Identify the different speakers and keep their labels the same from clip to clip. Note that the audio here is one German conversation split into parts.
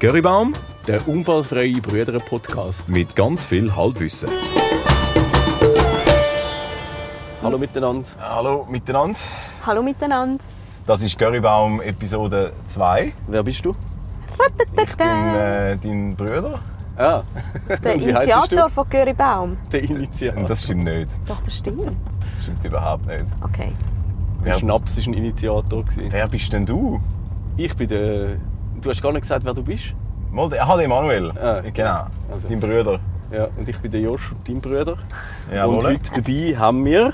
Speaker 1: Currybaum
Speaker 2: Der unfallfreie Brüder-Podcast.
Speaker 1: mit ganz viel Halbwissen.
Speaker 2: Hallo miteinander.
Speaker 1: Hallo miteinander.
Speaker 3: Hallo miteinander.
Speaker 1: Das ist Currybaum Episode 2.
Speaker 2: Wer bist du?
Speaker 1: Ich bin äh, dein Bruder.
Speaker 2: Ah,
Speaker 3: Der
Speaker 2: wie heisst
Speaker 3: Initiator von Göri Baum.
Speaker 2: der
Speaker 1: Und
Speaker 2: Initiator.
Speaker 1: das stimmt nicht.
Speaker 3: Doch, das stimmt.
Speaker 1: Das stimmt überhaupt nicht.
Speaker 3: Okay.
Speaker 1: Wer,
Speaker 2: Schnaps war ein Initiator. gewesen.
Speaker 1: wer bist denn du?
Speaker 2: Ich bin der. Du hast gar nicht gesagt, wer du bist.
Speaker 1: Mal der- Ah, der Emanuel.
Speaker 2: Ah.
Speaker 1: Genau.
Speaker 2: Also.
Speaker 1: Dein Bruder.
Speaker 2: Ja, und ich bin der Josch, dein Bruder. und
Speaker 1: Jawohl.
Speaker 2: heute dabei haben wir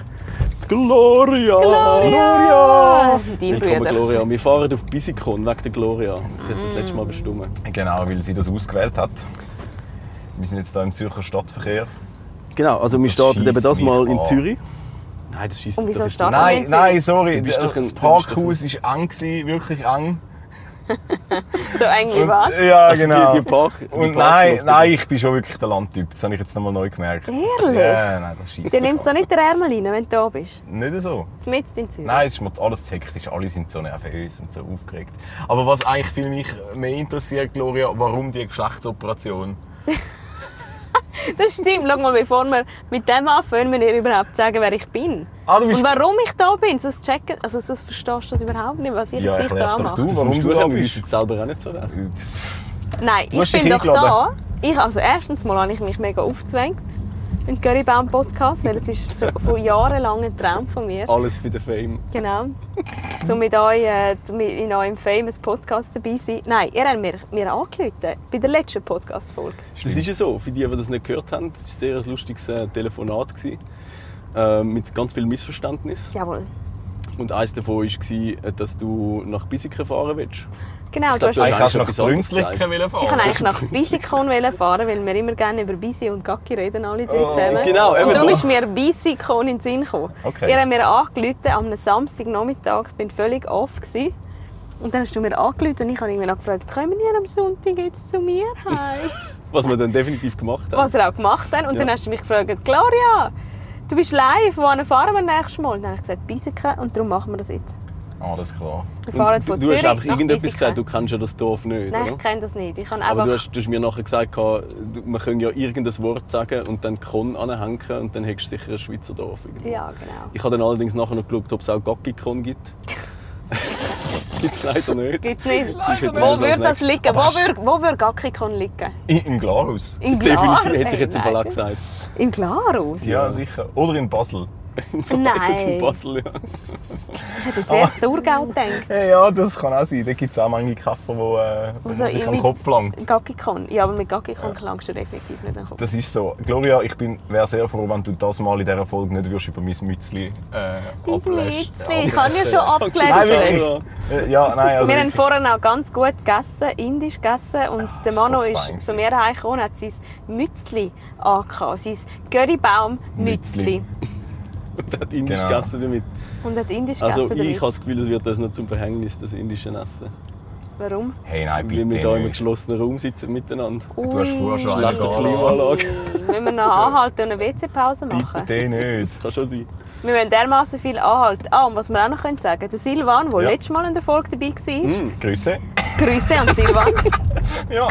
Speaker 2: die Gloria.
Speaker 3: Gloria! Dein
Speaker 2: Willkommen,
Speaker 3: Bruder. Mm.
Speaker 2: Gloria. Wir fahren auf Bisikon wegen der Gloria. Sie hat das letzte Mal bestimmt.
Speaker 1: Genau, weil sie das ausgewählt hat. Wir sind jetzt hier im Zürcher Stadtverkehr.
Speaker 2: Genau, also wir
Speaker 1: Das
Speaker 2: starten eben
Speaker 1: schiesst
Speaker 2: das mal
Speaker 1: mich
Speaker 2: in
Speaker 1: an.
Speaker 2: Zürich. Nein, das schießt
Speaker 3: Und wieso starten wir
Speaker 1: Nein,
Speaker 3: in Zürich?
Speaker 1: nein, sorry.
Speaker 2: Du bist doch ein-
Speaker 1: das
Speaker 2: du bist doch ein-
Speaker 1: Parkhaus war eng, gewesen, wirklich eng.
Speaker 3: So eng wie was?
Speaker 1: Ja,
Speaker 2: Also die-
Speaker 1: genau.
Speaker 2: die Park- die
Speaker 1: und
Speaker 2: Parkluft-
Speaker 1: nein, nein, ich bin schon wirklich der Landtyp. Das habe ich jetzt nochmal neu gemerkt.
Speaker 3: Ehrlich?
Speaker 1: Ja, nein, das schießt.
Speaker 3: Dann nimmst du doch nicht den Ärmel rein, wenn du da bist.
Speaker 1: Nicht so.
Speaker 3: Zumindest in Zürich.
Speaker 1: Nein, es ist mir alles zu hektisch. Alle sind so nervös und so aufgeregt. Aber was eigentlich viel mich mehr interessiert, Gloria, warum die Geschlechtsoperation?
Speaker 3: Das stimmt. Schau mal, bevor wir mit dem anfangen, müssen wir überhaupt sagen, wer ich bin.
Speaker 1: Ah, du
Speaker 3: Und
Speaker 1: bist.
Speaker 3: warum ich da bin. Sonst, checken, also, sonst verstehst du das überhaupt nicht, was ich
Speaker 1: Ja,
Speaker 3: jetzt hier
Speaker 1: erklär's
Speaker 3: da
Speaker 1: doch
Speaker 3: mache.
Speaker 1: du.
Speaker 2: Das
Speaker 1: Warum
Speaker 2: musst
Speaker 1: du da
Speaker 2: sagen, wir
Speaker 1: bist?
Speaker 2: wissen es selber auch nicht so recht.
Speaker 3: Nein, ich
Speaker 1: hast dich
Speaker 3: bin doch da.
Speaker 1: eingeladen.
Speaker 3: Ich, also erstens mal habe ich mich mega aufgezwängt im Currybaum Podcast, weil es ist so von jahrelang ein Traum von mir.
Speaker 2: Alles für den Fame.
Speaker 3: Genau. um mit euch äh, um in eurem famous Podcast dabei zu sein. Nein, ihr habt mir, mir angerufen bei der letzten Podcast-Folge.
Speaker 2: Das ist ja so, für die, die das nicht gehört haben, das war sehr ein lustiges äh, Telefonat. Gewesen. Äh, mit ganz viel Missverständnis.
Speaker 3: Jawohl.
Speaker 2: Und eins davon war, dass du nach Bisiken fahren willst.
Speaker 3: Genau,
Speaker 2: Ich
Speaker 3: du
Speaker 2: glaub, du
Speaker 3: hast
Speaker 1: Eigentlich
Speaker 2: hast-
Speaker 3: ich
Speaker 1: kannst du nach
Speaker 2: etwas anderes
Speaker 1: Brünzlicken
Speaker 2: gezeigt.
Speaker 1: wollen fahren.
Speaker 3: kann eigentlich nach Bisikon fahren, weil wir immer gerne über Bisi und Gacki reden, alle drei
Speaker 1: Oh,
Speaker 3: zusammen.
Speaker 2: genau, eben
Speaker 3: und darum
Speaker 2: doch.
Speaker 3: ist mir Bisikon in den Sinn gekommen.
Speaker 1: Okay.
Speaker 3: Ihr habt mir angerufen am Samstagnachmittag, ich bin völlig off. Gewesen. Und dann hast du mir angerufen und ich habe irgendwann auch gefragt, kommen ihr am Sonntag jetzt zu mir heim?
Speaker 2: Was wir dann definitiv gemacht haben.
Speaker 3: was er auch gemacht hat. Und
Speaker 2: Ja.
Speaker 3: dann hast du mich gefragt, Gloria, du bist live, wohin fahren wir nächstes Mal? Und dann habe ich gesagt, Bisiken und darum machen wir das jetzt.
Speaker 1: Alles klar.
Speaker 3: Wir
Speaker 2: Und
Speaker 3: fahren von
Speaker 2: du
Speaker 3: Zürich
Speaker 2: hast einfach
Speaker 3: nach
Speaker 2: irgendetwas
Speaker 3: Bisiken.
Speaker 2: gesagt, du kennst ja das Dorf nicht,
Speaker 3: Nein, ich
Speaker 2: oder?
Speaker 3: kenne das nicht. Ich habe
Speaker 2: Aber
Speaker 3: einfach...
Speaker 2: du hast, du hast mir nachher gesagt, du- man könnte ja irgendein Wort sagen und dann «Kon» anhängen und dann hättest du sicher ein Schweizer Dorf. irgendwo.
Speaker 3: Ja, genau.
Speaker 2: Ich habe dann allerdings nachher noch geschaut, ob es auch Gagikon gibt. gibt es leider nicht.
Speaker 3: Gibt's nicht.
Speaker 2: leider
Speaker 3: Wo
Speaker 2: nicht.
Speaker 3: würde das liegen? Wo
Speaker 1: hast-
Speaker 3: würde, wo würde Gackikon liegen?
Speaker 1: I- Im Glarus?
Speaker 3: In Glarus?
Speaker 2: Definitiv hätte ich jetzt im Fall auch
Speaker 3: Nein.
Speaker 2: gesagt.
Speaker 3: In Glarus?
Speaker 1: Ja, sicher. Oder in Basel.
Speaker 2: In
Speaker 3: Nein.
Speaker 2: Basel, ja.
Speaker 3: Ich hätte jetzt eher Thurgau gedacht.
Speaker 1: Ja, ja, das kann auch sein. Da gibt es auch manche Kaffee, wo, äh, wo man
Speaker 3: Also,
Speaker 1: sich
Speaker 3: ich-
Speaker 1: am Kopf langt.
Speaker 3: Gackikon. Ja, aber mit Gackikon klangst du definitiv nicht an den Kopf.
Speaker 1: Das ist so. Gloria, ich wäre sehr froh, wenn du das mal in dieser Folge nicht würdest über mein Mützli äh,
Speaker 3: Dein
Speaker 1: ablässt.
Speaker 3: Mützli, ich habe ja schon
Speaker 1: Nein,
Speaker 3: abgelesen.
Speaker 1: wirklich. Äh, ja, nein, also
Speaker 3: Wir haben
Speaker 1: wirklich.
Speaker 3: vorhin auch ganz gut gegessen, indisch gegessen und der
Speaker 1: so
Speaker 3: Mano
Speaker 1: fein
Speaker 3: ist
Speaker 1: gewesen.
Speaker 3: zu mir heimgekommen und hat sein Mützli angehabt, sein Göribaum-Mützli.
Speaker 1: Mützli.
Speaker 2: Und hat indisch
Speaker 1: Genau.
Speaker 2: gegessen damit.
Speaker 3: Und hat indisch
Speaker 2: Also
Speaker 3: gegessen
Speaker 2: ich
Speaker 3: damit.
Speaker 2: habe das Gefühl, es wird uns nicht zum Verhängnis, das indische Essen.
Speaker 3: Warum?
Speaker 1: Hey, nein, bitte
Speaker 2: Weil wir hier im
Speaker 1: nicht.
Speaker 2: geschlossenen Raum sitzen miteinander.
Speaker 1: Du hast vorher schon
Speaker 3: Ui.
Speaker 1: einen
Speaker 2: Schlechter
Speaker 1: Gala.
Speaker 2: Klimaanlage.
Speaker 3: Müssen wir noch anhalten und eine WC-Pause machen?
Speaker 1: Bitte nicht.
Speaker 2: Das kann schon sein.
Speaker 3: Wir müssen dermaßen viel anhalten. Ah, und was wir auch noch sagen können, der Silvan, der
Speaker 1: Ja. Mm.
Speaker 3: letztes Mal in der Folge dabei war,
Speaker 1: Grüße.
Speaker 3: Grüße an Silvan,
Speaker 1: Ja.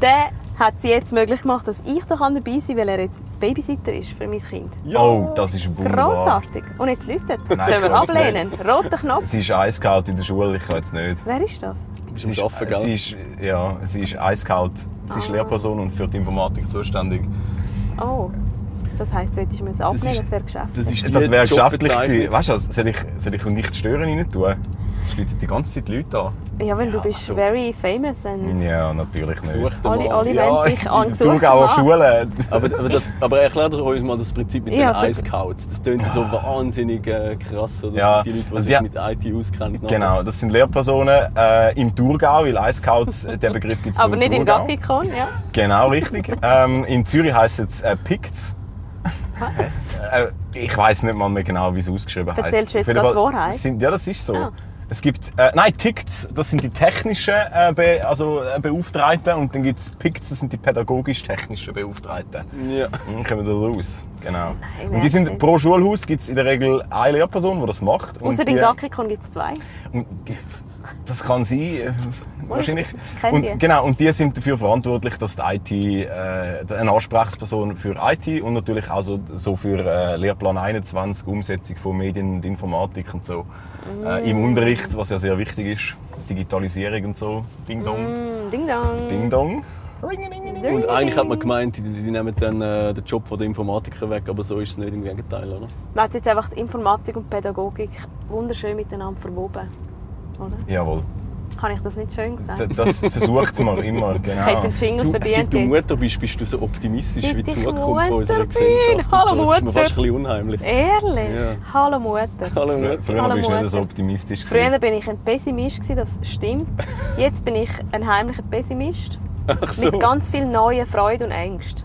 Speaker 3: der hat es jetzt möglich gemacht, dass ich da dabei sein kann, weil er jetzt Babysitter ist für mein Kind.
Speaker 1: Oh, das ist wunderbar.
Speaker 3: Grossartig. Und jetzt leuchtet.
Speaker 1: Nein,
Speaker 3: Können wir
Speaker 1: ich weiß
Speaker 3: ablehnen. Roter Knopf.
Speaker 1: Sie ist eiskalt in der Schule, ich kann jetzt nicht.
Speaker 3: Wer ist das?
Speaker 2: Du bist
Speaker 1: Sie
Speaker 2: am
Speaker 1: ist,
Speaker 2: Schaffen,
Speaker 1: sie
Speaker 2: gell?
Speaker 1: ist, ja, sie ist eiskalt. Sie
Speaker 3: Ah.
Speaker 1: ist Lehrperson und für die Informatik zuständig.
Speaker 3: Oh, das heisst, du hättest es abnehmen,
Speaker 2: ist-
Speaker 3: das wäre geschafft.
Speaker 2: ist die
Speaker 1: Das wäre geschäftlich
Speaker 2: Jobbezeichnung.
Speaker 1: gewesen. Weißt du, was, soll ich, soll ich nicht stören rein tun? Es läuten die ganze Zeit Leute an.
Speaker 3: Ja, weil du bist
Speaker 2: also-
Speaker 3: very famous und
Speaker 1: Ja, natürlich nicht.
Speaker 2: Such den
Speaker 3: alle,
Speaker 2: Mann.
Speaker 3: alle
Speaker 1: ja,
Speaker 3: wollen dich
Speaker 1: in der
Speaker 3: angesucht
Speaker 1: Thurgauer
Speaker 3: haben.
Speaker 1: Schule.
Speaker 2: Aber, aber, das, aber erklär doch uns mal das Prinzip mit
Speaker 3: Ja, also-
Speaker 2: den
Speaker 3: so-
Speaker 2: Eiskouts. Das klingt so wahnsinnig äh, krass, oder?
Speaker 1: Ja,
Speaker 2: Die Leute, die
Speaker 1: also
Speaker 2: sich
Speaker 1: die-
Speaker 2: mit IT auskennen.
Speaker 1: Genau, das sind Lehrpersonen äh, im Thurgau, weil Eiscouts, der Begriff gibt es
Speaker 3: Aber nicht in
Speaker 1: Thurgau.
Speaker 3: Gaggikon, ja?
Speaker 1: Genau, richtig. ähm, in Zürich heisst es äh, Picts.
Speaker 3: Was?
Speaker 1: Äh, ich weiß nicht mal mehr genau, wie es ausgeschrieben heißt.
Speaker 3: Erzählst du jetzt gerade die Wahrheit?
Speaker 1: Sind, ja, das ist so.
Speaker 3: Ah.
Speaker 1: Es gibt, äh, nein, Ticts, das sind die technischen äh, Be also, äh, Beauftragten und dann gibt es Picts, das sind die pädagogisch-technischen Beauftragten.
Speaker 2: Ja.
Speaker 1: Dann kommen wir da raus. Genau.
Speaker 3: Nein,
Speaker 1: und die sind,
Speaker 3: wirklich.
Speaker 1: pro Schulhaus gibt es in der Regel eine Lehrperson, die das macht. und
Speaker 3: Außer in
Speaker 1: die-
Speaker 3: Gaggikon gibt es zwei.
Speaker 1: und Das kann sein. äh, wahrscheinlich.
Speaker 3: kenn
Speaker 1: und,
Speaker 3: die.
Speaker 1: Genau, und die sind dafür verantwortlich, dass die IT, äh, eine Ansprechperson für IT und natürlich auch so, so für äh, Lehrplan 21, Umsetzung von Medien und Informatik und so äh,
Speaker 3: Mm.
Speaker 1: im Unterricht, was ja sehr wichtig ist, Digitalisierung und so, Ding Dong,
Speaker 3: Mm, Ding dong.
Speaker 1: Ding Dong.
Speaker 2: Und eigentlich hat man gemeint, die, die nehmen dann äh, den Job von der Informatiker weg, aber so ist es nicht im Gegenteil, oder?
Speaker 3: Man hat jetzt einfach die Informatik und die Pädagogik wunderschön miteinander verwoben. Oder?
Speaker 1: Jawohl,
Speaker 3: Habe ich das nicht schön gesagt?
Speaker 1: D das versucht man immer,
Speaker 3: Ich hätte
Speaker 1: genau.
Speaker 3: den Jingle
Speaker 2: Du,
Speaker 3: verdient.
Speaker 2: seit du
Speaker 3: jetzt.
Speaker 2: Mutter bist, bist du so optimistisch
Speaker 3: Seit
Speaker 2: wie
Speaker 3: ich
Speaker 2: die Zukunft von
Speaker 3: Mutter
Speaker 2: unserer
Speaker 3: bin.
Speaker 2: Gesellschaft. und
Speaker 3: Hallo,
Speaker 2: so. Das ist mir
Speaker 3: Mutter.
Speaker 2: fast ein bisschen unheimlich.
Speaker 3: Ehrlich?
Speaker 2: Ja.
Speaker 3: Hallo Mutter.
Speaker 2: Hallo
Speaker 1: Früher
Speaker 2: Mutter.
Speaker 1: früher
Speaker 3: Hallo
Speaker 1: bist du nicht
Speaker 3: Mutter.
Speaker 1: so optimistisch. gewesen.
Speaker 3: Früher bin ich ein Pessimist, gewesen, das stimmt. Jetzt bin ich ein heimlicher Pessimist.
Speaker 2: Ach so.
Speaker 3: Mit ganz viel neuen Freude und Ängste.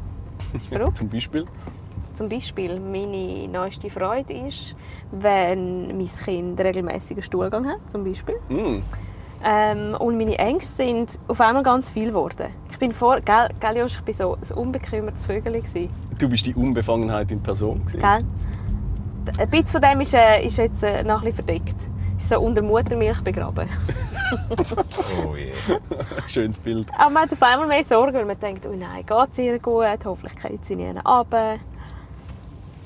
Speaker 3: Das ist verrückt.
Speaker 2: Zum Beispiel.
Speaker 3: Zum Beispiel, meine neueste Freude ist, wenn mein Kind regelmäßigen Stuhlgang hat, zum Beispiel.
Speaker 2: Mm.
Speaker 3: Ähm, und meine Ängste sind auf einmal ganz viel geworden. Ich bin vor, gell, gell Josch, ich bin so ein unbekümmertes Vögel gewesen,
Speaker 2: Du bist die Unbefangenheit in Person. gewesen.
Speaker 3: gell? D- Ein bisschen von dem ist, äh, ist jetzt äh, noch ein bisschen verdeckt. Ist so unter Muttermilch begraben.
Speaker 1: Oh je.
Speaker 2: Schönes Bild.
Speaker 3: Aber man hat auf einmal mehr Sorgen, weil man denkt, oh nein, geht es ihr gut, hoffentlich geht sie nie runter.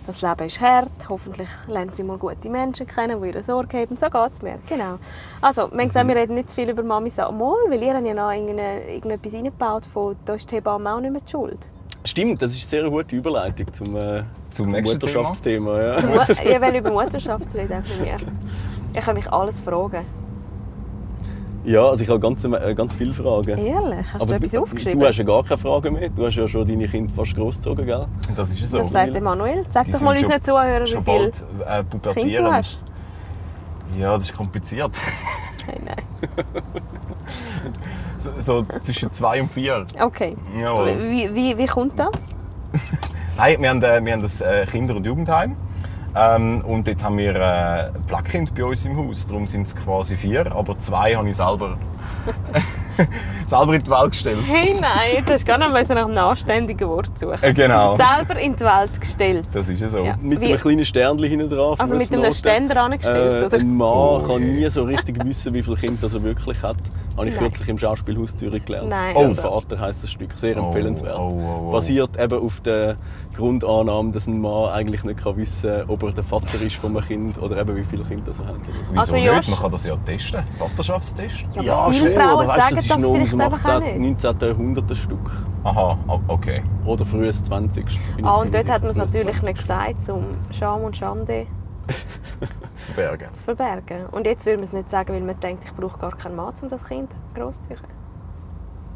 Speaker 3: Das Leben ist hart, hoffentlich lernt sie mal gute Menschen kennen, die ihre Sorge haben. So geht es mir, genau. Also, wir haben
Speaker 1: Mhm.
Speaker 3: gesagt, wir reden nicht zu viel über Mami Samol, weil ihr habt ja noch irgendeine- irgendetwas reingebaut von «Da ist die Hebamme auch nicht mehr die schuld».
Speaker 2: Stimmt, das ist eine sehr gute Überleitung zum, äh,
Speaker 1: Zum nächsten
Speaker 2: Mutterschaftsthema. Ja.
Speaker 3: Mu- ihr wollt über Mutterschaft reden auch mit mir. Ich kann mich alles fragen.
Speaker 2: ja, also ich habe ganz, äh, ganz viele Fragen.
Speaker 3: Ehrlich, hast du etwas aufgeschrieben?
Speaker 2: du hast ja gar keine Fragen mehr. Du hast ja schon deine Kinder fast großgezogen, gell?
Speaker 1: Das ist so.
Speaker 3: das sagt Emanuel. Sag
Speaker 1: Die
Speaker 3: doch
Speaker 1: sind
Speaker 3: mal
Speaker 1: schon-
Speaker 3: unseren Zuhörern, wie
Speaker 1: Schon
Speaker 3: viel
Speaker 1: bald äh,
Speaker 3: Kinder du
Speaker 1: pubertieren.
Speaker 3: hast.
Speaker 1: Ja, das ist kompliziert.
Speaker 3: Nein, nein.
Speaker 1: So, so zwischen zwei und vier. Mhm.
Speaker 3: Okay.
Speaker 1: Jawohl.
Speaker 3: Wie, wie, wie kommt das?
Speaker 1: Nein, wir haben, äh, wir haben das äh, Kinder- und Jugendheim. Ähm, und dort haben wir äh, Blackkind bei uns im Haus. Darum sind es quasi vier. Aber zwei habe ich selber, selber in die Welt gestellt.
Speaker 3: Hey, nein, jetzt hast du gar nicht müssen nach einem anständigen Wort suchen.
Speaker 1: Äh, genau.
Speaker 3: Selber in die Welt gestellt.
Speaker 1: Das ist ja so.
Speaker 3: Ja.
Speaker 2: Mit
Speaker 3: Wie-
Speaker 2: einem kleinen Sternchen hinten drauf.
Speaker 3: Also
Speaker 2: wo
Speaker 3: mit
Speaker 2: es
Speaker 3: einem
Speaker 2: Noten-
Speaker 3: Ständer angestellt,
Speaker 2: Äh,
Speaker 3: oder?
Speaker 2: ein Mann
Speaker 1: Oh
Speaker 2: kann
Speaker 1: je.
Speaker 2: nie so richtig wissen, wie viele Kinder das er wirklich hat. Habe ich
Speaker 3: Nein.
Speaker 2: kürzlich im Schauspielhaus Zürich gelernt.
Speaker 3: Nein.
Speaker 2: Der
Speaker 1: Oh.
Speaker 2: Vater heißt das Stück. Sehr
Speaker 1: Oh,
Speaker 2: empfehlenswert.
Speaker 1: oh, oh, oh.
Speaker 2: Basiert eben auf der Grundannahme, dass ein Mann eigentlich nicht kann wissen kann, ob er der Vater ist von einem Kind oder eben wie viele Kinder das er hat. Oder so.
Speaker 1: Wieso
Speaker 3: Also, Jost-
Speaker 1: nicht? Man kann das ja testen. Vaterschaftstest.
Speaker 3: Ja, aber viele
Speaker 2: schon, aber
Speaker 3: Frauen
Speaker 2: weisst,
Speaker 3: sagen
Speaker 2: das, ist
Speaker 3: das
Speaker 2: noch
Speaker 3: vielleicht
Speaker 2: aus dem
Speaker 3: einfach auch
Speaker 2: 18.
Speaker 3: nicht.
Speaker 2: 19. Jahrhundert ein Stück.
Speaker 1: Aha, ah, okay.
Speaker 2: Oder frühes 20. bin ich
Speaker 3: Ah,
Speaker 2: ziemlich
Speaker 3: und dort
Speaker 2: sicher,
Speaker 3: hat man es
Speaker 2: frühes
Speaker 3: natürlich
Speaker 2: 20..
Speaker 3: nicht gesagt, um Scham und Schande
Speaker 1: Zu bergen.
Speaker 3: zu verbergen. Und jetzt würde man es nicht sagen, weil man denkt, ich brauche gar keinen Mann, um das Kind großzuziehen.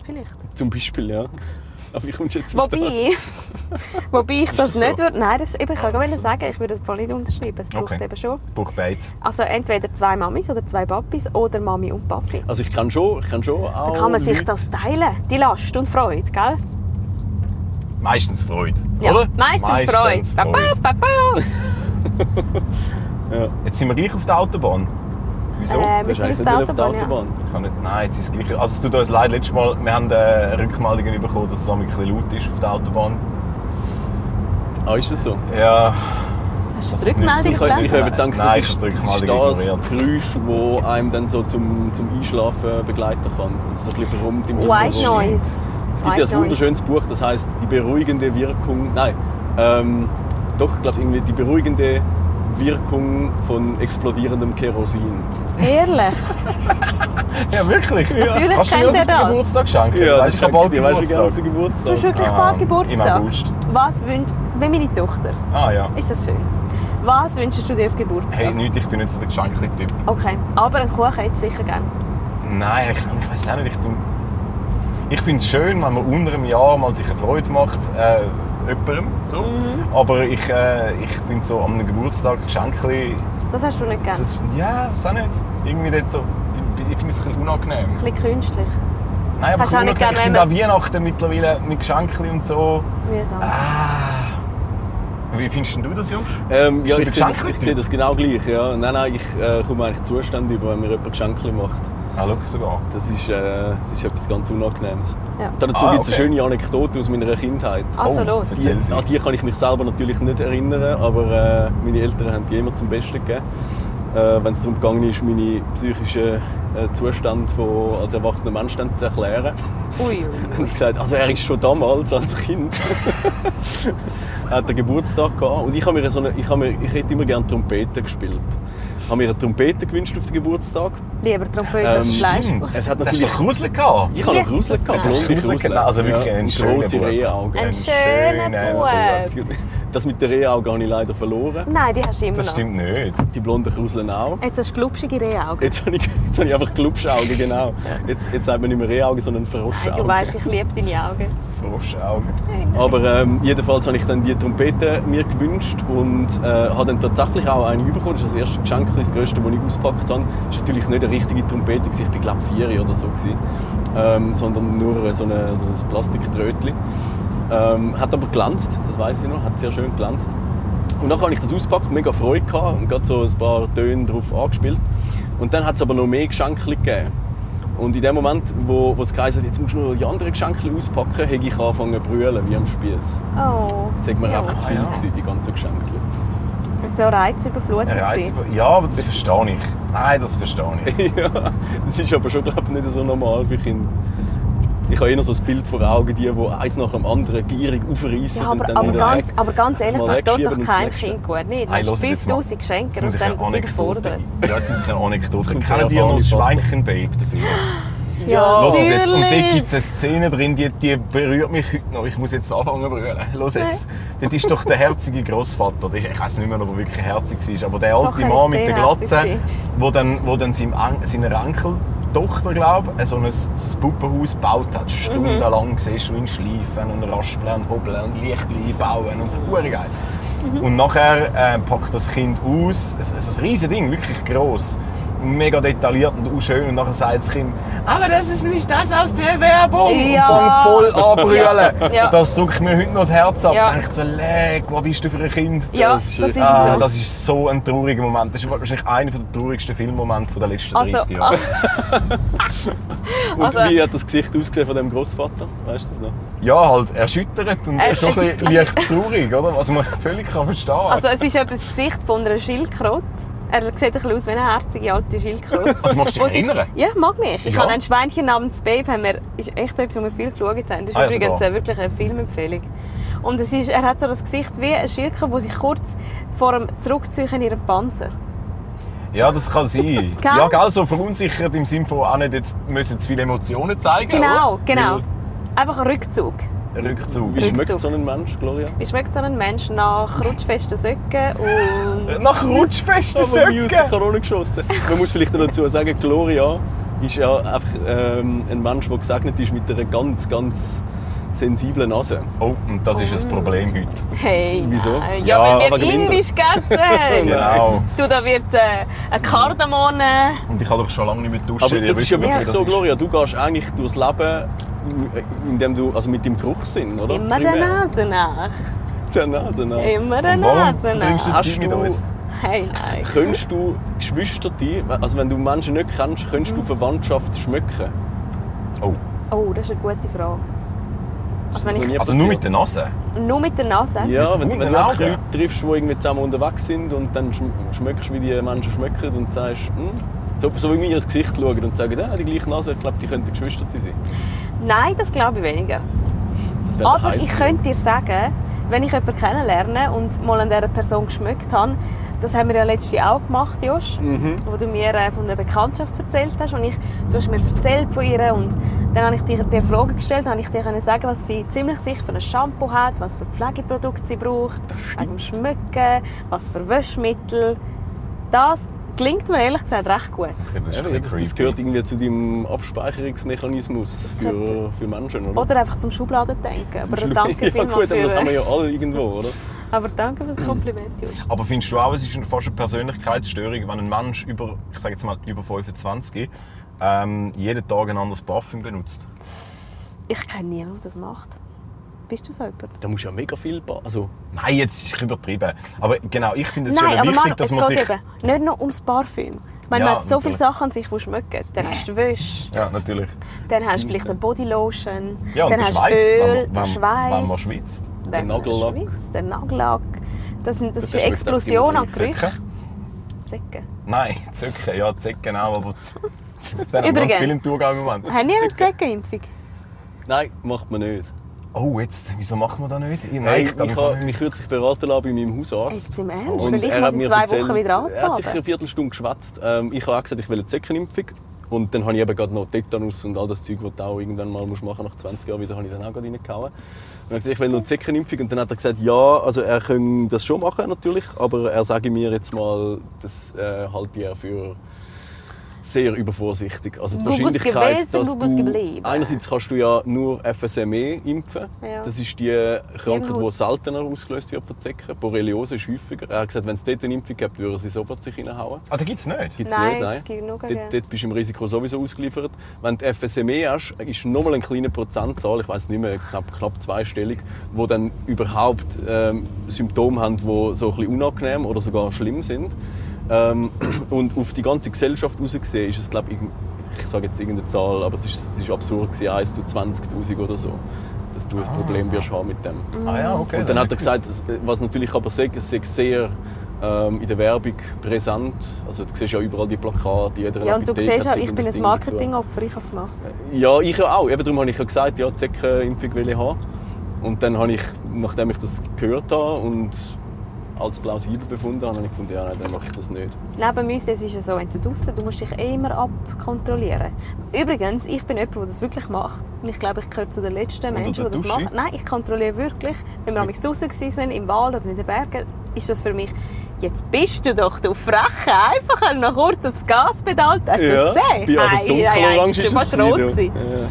Speaker 3: Vielleicht.
Speaker 2: Zum Beispiel, ja. Aber ich komme jetzt auf das.
Speaker 3: Wobei, wobei ich das,
Speaker 1: das so?
Speaker 3: nicht würde. Nein, das, eben, ich kann gar nicht sagen, ich würde das voll nicht unterschreiben. Es braucht
Speaker 1: Okay.
Speaker 3: eben schon.
Speaker 1: Braucht beide.
Speaker 3: Also entweder zwei Mamis oder zwei Papis oder Mami und Papi.
Speaker 2: Also ich kann schon, ich kann schon auch
Speaker 3: Dann kann man sich
Speaker 2: Leute-
Speaker 3: das teilen, die Last und Freude, gell?
Speaker 1: Meistens Freude.
Speaker 3: Ja,
Speaker 1: Oder?
Speaker 3: Meistens, Freude. Papa, Papa.
Speaker 1: Jetzt sind wir gleich auf der Autobahn. Wieso?
Speaker 3: Ähm, wir
Speaker 2: Das ist
Speaker 3: sind auf
Speaker 2: eigentlich
Speaker 3: der
Speaker 2: nicht auf der
Speaker 3: Autobahn. Ja.
Speaker 2: Autobahn.
Speaker 1: Ich kann nicht, nein, jetzt ist es gleich. Also es tut uns leid, letztes Mal, wir haben äh, Rückmeldungen bekommen, dass es manchmal ein bisschen laut ist auf der Autobahn.
Speaker 2: Ah, ist das so?
Speaker 1: Ja,
Speaker 3: Hast du
Speaker 1: Das
Speaker 3: die Rückmeldung
Speaker 1: ist
Speaker 2: Ich habe ich
Speaker 3: gelesen?
Speaker 1: Nein,
Speaker 2: habe gedacht, das
Speaker 1: nein,
Speaker 2: ist,
Speaker 1: ich
Speaker 2: das,
Speaker 1: drücke
Speaker 2: ist
Speaker 1: mal
Speaker 2: das
Speaker 1: die ignoriert.
Speaker 2: Geräusch, das einem dann so zum, zum Einschlafen begleiten kann. Und so ein bisschen brummt im
Speaker 3: White
Speaker 2: Hintergrund.
Speaker 3: Noise.
Speaker 2: Es gibt
Speaker 3: White
Speaker 2: ja ein
Speaker 3: Noise.
Speaker 2: wunderschönes Buch, das heißt Die beruhigende Wirkung. Nein, ähm, doch, ich glaube irgendwie die beruhigende Wirkung von explodierendem Kerosin.
Speaker 3: Ehrlich?
Speaker 1: ja wirklich.
Speaker 3: Natürlich
Speaker 1: Hast du mir das auf
Speaker 3: kennt er
Speaker 1: den
Speaker 3: das.
Speaker 1: Geburtstag geschenkt?
Speaker 2: das
Speaker 1: weißt du, ich habe bald
Speaker 2: dir, weißt
Speaker 1: Geburtstag.
Speaker 2: du, gell,
Speaker 3: Du hast
Speaker 2: Geburtstag.
Speaker 3: wirklich
Speaker 1: Ah,
Speaker 3: bald
Speaker 1: Im
Speaker 3: Geburtstag.
Speaker 1: August.
Speaker 3: Was wünscht, wie meine Tochter,
Speaker 1: Ah ja.
Speaker 3: ist das schön. Was wünschst du dir auf Geburtstag?
Speaker 1: Hey, ne- nichts, ich bin nicht so der geschenkliche Typ.
Speaker 3: Okay, aber einen Kuchen hättest du sicher gern.
Speaker 1: Nein, ich, ich weiß auch nicht. Ich, bin, ich finde es schön, wenn man unter einem Jahr mal sich eine Freude macht. Äh, jemandem. So.
Speaker 3: Mhm.
Speaker 1: Aber ich, äh, ich finde so an einem Geburtstag Geschenke.
Speaker 3: Das hast du nicht gern.
Speaker 1: Das, ja, weiß auch nicht. Irgendwie dort so. Ich finde es ein bisschen unangenehm.
Speaker 3: Ein bisschen künstlich.
Speaker 1: Nein, aber
Speaker 3: Hast du auch
Speaker 1: ich
Speaker 3: nicht
Speaker 1: finde
Speaker 3: gerne,
Speaker 1: auch
Speaker 3: wenn
Speaker 1: Weihnachten mittlerweile mit Geschenken und so.
Speaker 3: Mühsam.
Speaker 1: Ah. Wie findest denn du das, Jungs?
Speaker 2: Ähm,
Speaker 1: Bist
Speaker 2: ja,
Speaker 1: du
Speaker 2: ich sehe das,
Speaker 1: beschenkt?
Speaker 2: ich sehe das genau gleich. Ja. Nein, nein, ich äh, komme eigentlich Zustände über, wenn mir jemand Geschenke macht.
Speaker 1: Ah, schau sogar.
Speaker 2: Das ist, äh, das ist etwas ganz Unangenehmes.
Speaker 3: Ja.
Speaker 2: Dazu
Speaker 1: Ah,
Speaker 2: gibt es
Speaker 1: okay.
Speaker 2: eine schöne Anekdote aus meiner Kindheit.
Speaker 3: Also
Speaker 1: Oh,
Speaker 3: los.
Speaker 1: jetzt-
Speaker 2: Ah, Die,
Speaker 1: Erzähl sie.
Speaker 2: an die kann ich mich selber natürlich nicht erinnern, aber äh, meine Eltern haben die immer zum Besten gegeben. äh, wenn es darum gegangen ist, meinen psychischen äh, Zustand von, als erwachsener Mensch dann zu erklären.
Speaker 3: Ui, ui,
Speaker 2: Und
Speaker 3: ui.
Speaker 2: gesagt, also er ist schon damals als Kind. er hat einen Geburtstag gehabt. Und ich, habe mir so eine, ich, habe mir, ich hätte immer gerne Trompete gespielt. Ich habe mir eine Trompete gewünscht auf den Geburtstag.
Speaker 3: Lieber Trompete
Speaker 2: Ähm,
Speaker 3: als Fleisch.
Speaker 1: Stimmt.
Speaker 2: Es hat
Speaker 1: Das ist
Speaker 2: natürlich-
Speaker 1: doch Gruselig gehabt.
Speaker 2: Ich habe noch
Speaker 3: Yes,
Speaker 2: Grusel gehabt,
Speaker 3: nein.
Speaker 2: blonde
Speaker 1: Grusel
Speaker 2: Grusel.
Speaker 1: gehabt, also wirklich ein
Speaker 2: und
Speaker 1: schöner
Speaker 2: grosse
Speaker 1: Bub.
Speaker 2: Rehenaugen.
Speaker 3: Ein
Speaker 1: Ein
Speaker 3: schöner
Speaker 1: schöner
Speaker 3: Bub.
Speaker 2: Das mit der Rehenaugen habe ich leider verloren.
Speaker 3: Nein, die hast du immer
Speaker 1: Das
Speaker 3: noch.
Speaker 1: stimmt nicht.
Speaker 2: Die blonden Gruseln auch.
Speaker 3: Jetzt hast du glubschige Rehaugen.
Speaker 2: Jetzt habe ich, jetzt habe ich einfach Glubschaugen, genau. Jetzt, jetzt sagt man nicht mehr Rehaugen, sondern Froschaugen.
Speaker 3: Nein, du weißt, ich liebe deine Augen.
Speaker 1: Froschaugen.
Speaker 2: Aber ähm, jedenfalls habe ich dann die Trompete mir gewünscht und äh, habe dann tatsächlich auch eine bekommen. Das ist das erste Geschenk, das größte, das ich ausgepackt habe. Das war natürlich nicht eine richtige Trompete, gewesen. ich war glaube vier oder so, gewesen. ähm, sondern nur so, eine, so ein Plastiktrötchen. Ähm, hat aber glänzt, das weiß ich noch, hat sehr schön glänzt. Und dann habe ich das ausgepackt, mega Freude gehabt und gerade so ein paar Töne drauf angespielt. Und dann hat es aber noch mehr Geschenke gegeben. Und in dem Moment, wo, wo es geheißen hat, jetzt musst du noch die anderen Geschenke auspacken, habe ich angefangen zu brüllen, wie am Spieß.
Speaker 3: Oh.
Speaker 2: Das war mir
Speaker 3: Ja.
Speaker 2: einfach zu viel, gewesen, die ganzen Geschenke.
Speaker 3: Das war so reizüberflutet.
Speaker 1: Reiz,
Speaker 3: gewesen.
Speaker 1: ja, aber das verstehe ich. Nein, das verstehe ich.
Speaker 2: ja, das ist aber schon, glaube ich, nicht so normal für Kinder. Ich habe immer so das Bild vor Augen, die, die eins nach dem anderen gierig aufreißen
Speaker 3: Ja,
Speaker 2: und
Speaker 3: aber,
Speaker 2: dann
Speaker 3: aber,
Speaker 2: wieder
Speaker 3: ganz,
Speaker 2: weg.
Speaker 3: aber ganz ehrlich,
Speaker 2: Mal
Speaker 3: das tut
Speaker 2: wegschieben
Speaker 3: doch
Speaker 2: und
Speaker 3: kein
Speaker 2: das nächste.
Speaker 3: Kind gut. Nicht. Du
Speaker 1: Nein, hört
Speaker 3: hast
Speaker 1: jetzt mal.
Speaker 3: 5000
Speaker 1: Jetzt muss
Speaker 3: Geschenke und
Speaker 1: ich eine
Speaker 3: dann sind
Speaker 1: Anekdote.
Speaker 3: gefordert.
Speaker 1: Ja, jetzt muss ich eine Anekdote.
Speaker 2: kommt
Speaker 1: Kennt
Speaker 2: der
Speaker 1: ihr noch das
Speaker 2: Erfahrung.
Speaker 1: Schweinchenbabe dafür?
Speaker 2: Ja.
Speaker 1: Los jetzt. Und dort
Speaker 3: Natürlich.
Speaker 1: gibt es eine Szene drin, die, die berührt mich heute noch. Ich muss jetzt anfangen zu brüllen. Los jetzt. Dort ist doch der herzige Großvater. Ich weiß nicht mehr, ob er wirklich herzig war, aber der
Speaker 3: Doch,
Speaker 1: alte
Speaker 3: er ist
Speaker 1: Mann mit
Speaker 3: sehr
Speaker 1: der
Speaker 3: herzig
Speaker 1: Glatze,
Speaker 3: gewesen.
Speaker 1: wo dann, wo dann seinem, An- seiner Enkeltochter, glaube ich, so ein so ein Puppenhaus gebaut hat.
Speaker 3: Mhm.
Speaker 1: Stundenlang siehst du ihn schleifen und raspeln und hoppeln und Lichtchen bauen
Speaker 3: Mhm.
Speaker 1: und so. Hure geil. Und nachher äh, packt das Kind aus. Es es ist ein riesiges Ding, wirklich gross. Mega detailliert und auch schön. Und nachher sagt das Kind, aber das ist nicht das aus der Werbung.
Speaker 3: Ja.
Speaker 1: Und fängt voll an brüllen.
Speaker 3: Ja.
Speaker 1: Und Das drückt mir heute noch das Herz ab.
Speaker 3: Ja.
Speaker 1: Denkt so, leck, was bist du für ein Kind?
Speaker 3: Ja, das
Speaker 2: Das
Speaker 3: ist
Speaker 2: ist-
Speaker 3: es.
Speaker 1: Ah,
Speaker 3: so.
Speaker 1: das ist so ein trauriger Moment. Das ist wahrscheinlich einer der traurigsten Filmmomente der letzten 30
Speaker 3: Also,
Speaker 1: Jahre.
Speaker 2: Und
Speaker 3: also-
Speaker 2: wie hat das Gesicht ausgesehen von dem Großvater? Weißt du das noch?
Speaker 1: Ja, halt erschüttert und
Speaker 3: Er-
Speaker 1: schon ein bisschen leicht traurig, oder? Was man völlig kann verstehen kann.
Speaker 3: also es ist eben das Gesicht von einer Schildkröte. Er sieht ein bisschen aus wie eine herzige alte Schildkröte.
Speaker 1: du Also, magst dich
Speaker 3: Wo sich-
Speaker 1: erinnern?
Speaker 3: Ja, mag mich. Ich
Speaker 1: Ja.
Speaker 3: habe ein Schweinchen namens Babe, haben wir, ist echt etwas, wo wir viel geschaut haben. Das ist
Speaker 1: Ah, ja,
Speaker 3: übrigens
Speaker 1: sogar.
Speaker 3: äh, wirklich eine Filmempfehlung. Und es ist, er hat so das Gesicht wie ein Schildkröte, das sich kurz vor dem Zurückziehen in ihren Panzer.
Speaker 1: Ja, das kann sein.
Speaker 3: Gell?
Speaker 1: Ja, gell, so verunsichert im Sinne von auch nicht jetzt müssen zu viele Emotionen zeigen.
Speaker 3: Genau, genau. Einfach ein Rückzug.
Speaker 1: Oder? Rückzug.
Speaker 2: Wie
Speaker 3: Rückzug.
Speaker 2: schmeckt so ein Mensch, Gloria?
Speaker 3: Wie schmeckt so ein Mensch nach rutschfesten Socken und...
Speaker 1: Nach rutschfesten
Speaker 2: Aber wie aus der
Speaker 1: Socken.
Speaker 2: Kanone geschossen. Man muss vielleicht noch dazu sagen, Gloria ist ja einfach ähm, ein Mensch, der gesegnet ist mit einer ganz, ganz sensiblen Nase.
Speaker 1: Oh, und das ist ein Problem heute.
Speaker 3: Hey,
Speaker 2: Wieso?
Speaker 3: nein.
Speaker 1: Ja,
Speaker 3: Ja, weil
Speaker 2: aber
Speaker 3: wir
Speaker 2: gelingt
Speaker 3: indisch gegessen haben.
Speaker 1: Genau.
Speaker 3: Du, da wird äh, ein Kardamone...
Speaker 1: Und ich habe doch schon lange nicht mehr duschen.
Speaker 2: Aber
Speaker 1: ihr
Speaker 2: das ist
Speaker 1: wisst
Speaker 2: ja
Speaker 1: doch, wie
Speaker 2: wirklich so,
Speaker 1: ist.
Speaker 2: Gloria, du gehst eigentlich durchs Leben, indem du, also mit dem Geruchssinn, oder?
Speaker 3: Immer der
Speaker 2: Primär.
Speaker 3: Nase nach.
Speaker 2: Der Nase, nein.
Speaker 3: Immer der
Speaker 1: Und warum
Speaker 3: Nase
Speaker 1: bringst du
Speaker 3: nach.
Speaker 2: Hast
Speaker 1: Zeit mit
Speaker 2: du-
Speaker 1: uns?
Speaker 3: Hey, nein.
Speaker 2: Könntest du Geschwister, also wenn du Menschen nicht kennst, könntest
Speaker 3: Mhm.
Speaker 2: du Verwandtschaft schmücken?
Speaker 1: Oh.
Speaker 3: Oh, das ist eine gute Frage.
Speaker 2: das
Speaker 3: Also, wenn
Speaker 2: noch nie
Speaker 3: ich
Speaker 1: Also nur mit der Nase?
Speaker 3: nur mit der Nase...
Speaker 2: Ja, wenn,
Speaker 1: Mit
Speaker 2: wenn du
Speaker 1: den
Speaker 2: einfach
Speaker 1: Augen.
Speaker 2: Leute triffst, die irgendwie zusammen unterwegs sind und dann schm schmeckst, wie die Menschen schmecken und sagst, hm, so, so wie mir ins Gesicht schauen und sagen, ah, die gleiche Nase, ich glaube, die könnten Geschwister sein.
Speaker 3: Nein, das glaube ich weniger.
Speaker 2: Das wär der
Speaker 3: Aber
Speaker 2: heiße
Speaker 3: ich könnte dir sagen, wenn ich jemanden kennenlerne und mal an dieser Person geschmückt habe, das haben wir ja letztes Jahr auch gemacht, Josch,
Speaker 2: Mhm.
Speaker 3: wo du mir äh, von einer Bekanntschaft erzählt hast und ich, du hast mir erzählt von ihr und dann habe ich dir, dir Fragen gestellt und habe ich dir können sagen, was sie ziemlich sicher für ein Shampoo hat, was für Pflegeprodukte sie braucht, wegen dem Schmücken, was für Wäschmittel. Das klingt mir ehrlich gesagt recht gut.
Speaker 1: Ja, das
Speaker 2: Sinn.
Speaker 1: ist
Speaker 2: Ja,
Speaker 1: ein
Speaker 2: das, das
Speaker 1: bisschen
Speaker 2: gehört
Speaker 1: creepy.
Speaker 2: irgendwie zu deinem Abspeicherungsmechanismus für, für Menschen, oder?
Speaker 3: Oder einfach zum Schubladen denken.
Speaker 2: Zum
Speaker 3: Aber
Speaker 2: Schluss-
Speaker 3: danke
Speaker 2: ja,
Speaker 3: vielmals
Speaker 2: gut, aber das haben wir
Speaker 3: für,
Speaker 2: ja alle irgendwo, oder?
Speaker 3: aber danke für das Kompliment, Josch.
Speaker 1: Aber findest du auch, es ist eine- fast eine Persönlichkeitsstörung, wenn ein Mensch über, ich sage jetzt mal, über 25 ähm, jeden Tag ein anderes Parfüm benutzt?
Speaker 3: Ich kenne niemanden, der das macht. Bist du so jemand?
Speaker 2: Da musst du ja mega viel... ba- Also,
Speaker 1: Nein, jetzt ist es übertrieben. Aber genau, ich finde es schon wichtig, dass
Speaker 3: es
Speaker 1: man sich...
Speaker 3: geht eben nicht nur ums Parfüm. Ich meine,
Speaker 1: Ja,
Speaker 3: man hat so viele
Speaker 1: natürlich.
Speaker 3: Sachen an sich, die schmecken. Dann hast du Wäsche,
Speaker 1: Ja, natürlich.
Speaker 3: dann hast du vielleicht eine Bodylotion,
Speaker 1: Ja, und
Speaker 3: dann
Speaker 1: der
Speaker 3: hast
Speaker 1: Schweiß,
Speaker 3: du
Speaker 1: wenn,
Speaker 3: Öl,
Speaker 1: man-
Speaker 3: der
Speaker 1: wenn, wenn man
Speaker 3: Schweiß,
Speaker 1: schwitzt.
Speaker 3: wenn
Speaker 2: Der
Speaker 3: man
Speaker 2: Nagellack.
Speaker 3: schwitzt, der Nagellack. Das, sind, das,
Speaker 2: Das
Speaker 3: ist eine
Speaker 2: schmeckt einfach
Speaker 3: Explosion
Speaker 2: immer
Speaker 3: an
Speaker 2: gleich.
Speaker 3: Gerüchen.
Speaker 1: Zecken?
Speaker 3: Zecken.
Speaker 1: Nein, Zöcke, ja, Zecken auch, aber Z- Z- da haben wir ganz
Speaker 3: Übrigens.
Speaker 1: viel im Tourgau im Moment.
Speaker 3: Haben die eine
Speaker 1: Zecken.
Speaker 3: Zeckenimpfung?
Speaker 2: Nein, macht man nicht.
Speaker 1: Oh, jetzt, wieso machen wir das nicht? Ich,
Speaker 2: Nein,
Speaker 1: ich,
Speaker 2: ich habe mich kürzlich beraten lassen bei meinem Hausarzt.
Speaker 3: Ist es im Ernst?
Speaker 2: Und
Speaker 3: Vielleicht
Speaker 2: er
Speaker 3: muss
Speaker 2: hat
Speaker 3: ich
Speaker 2: mir
Speaker 3: zwei
Speaker 2: erzählt-
Speaker 3: Wochen wieder
Speaker 2: Er hat sicher
Speaker 3: anfangen.
Speaker 2: eine Viertelstunde geschwätzt. Ähm, ich habe auch gesagt, ich will eine Zeckenimpfung. Und dann habe ich eben gerade noch Tetanus und all das Zeug, was du auch irgendwann mal musst machen nach 20 Jahren wieder, habe ich dann auch gerade reingehauen. Und dann habe ich gesagt, ich will noch eine Zeckenimpfung. Und dann hat er gesagt, ja, also er könne das schon machen natürlich, aber er sage mir jetzt mal, das äh, halte er für sehr übervorsichtig. Also die
Speaker 3: Du bist
Speaker 2: Wahrscheinlichkeit,
Speaker 3: gewesen,
Speaker 2: dass
Speaker 3: du bist
Speaker 2: du...
Speaker 3: geblieben.
Speaker 2: Einerseits kannst du ja nur FSME E impfen.
Speaker 3: Ja.
Speaker 2: Das ist die Krankheit, die
Speaker 3: Hirnhaut.
Speaker 2: seltener ausgelöst wird von Zecken. Borreliose ist häufiger. Er hat gesagt, wenn es dort eine Impfung gibt, würden sie sofort sich reinhauen.
Speaker 1: Ah, da gibt es nicht?
Speaker 2: Gibt's
Speaker 3: Nein,
Speaker 2: nicht,
Speaker 3: es gibt genug, ja.
Speaker 2: dort, dort bist du im Risiko sowieso ausgeliefert. Wenn du FSME E hast, ist nochmal eine kleine Prozentzahl, ich weiß nicht mehr, knapp, knapp zweistellig, die dann überhaupt ähm, Symptome haben, die so ein bisschen unangenehm oder sogar schlimm sind. Ähm, und auf die ganze Gesellschaft raus gesehen ist es, glaube ich, irgend- ich sage jetzt irgendeine Zahl, aber es ist, es ist absurd, gewesen, 1 zu 20'000 oder so, dass du ein Problem wirst haben mit dem.
Speaker 1: Ah ja, okay.
Speaker 2: Und dann hat er
Speaker 1: das hab
Speaker 2: gesagt,
Speaker 1: ich
Speaker 2: dass- was natürlich aber sehr, sehr, sehr ähm, in der Werbung präsent. Also du siehst ja überall die Plakate, in jeder
Speaker 3: Ja, und du
Speaker 2: Apotheke
Speaker 3: siehst
Speaker 2: hat
Speaker 3: auch,
Speaker 2: so
Speaker 3: ich bin
Speaker 2: das
Speaker 3: ein
Speaker 2: Ding
Speaker 3: Marketingopfer, ich habe es gemacht.
Speaker 2: dazu. Ja, ich ja auch. Eben darum habe ich ja gesagt, ja, die Zeckenimpfung will ich haben. Und dann habe ich, nachdem ich das gehört habe und als plausibel befunden habe, habe ich gefunden, ja, nein, dann mache ich das nicht.
Speaker 3: Neben uns das ist es so, wenn du draußen, du musst dich eh immer abkontrollieren. Übrigens, ich bin jemand, der das wirklich macht. Und ich glaube, ich gehöre zu den letzten
Speaker 1: Unter
Speaker 3: Menschen,
Speaker 1: der
Speaker 3: die das
Speaker 1: Dusche?
Speaker 3: machen. Nein, ich kontrolliere wirklich. Wenn wir damals draußen waren, im Wald oder in den Bergen, ist das für mich, jetzt bist du doch, du Freche, einfach noch kurz aufs Gaspedal. Hast du das gesehen?
Speaker 2: Bei- Also
Speaker 3: Nein, nein, nein,
Speaker 2: dunkelorange
Speaker 3: es war
Speaker 2: ist es.
Speaker 3: fast rot.
Speaker 2: gewesen,
Speaker 3: gewesen.
Speaker 2: ja. Ja.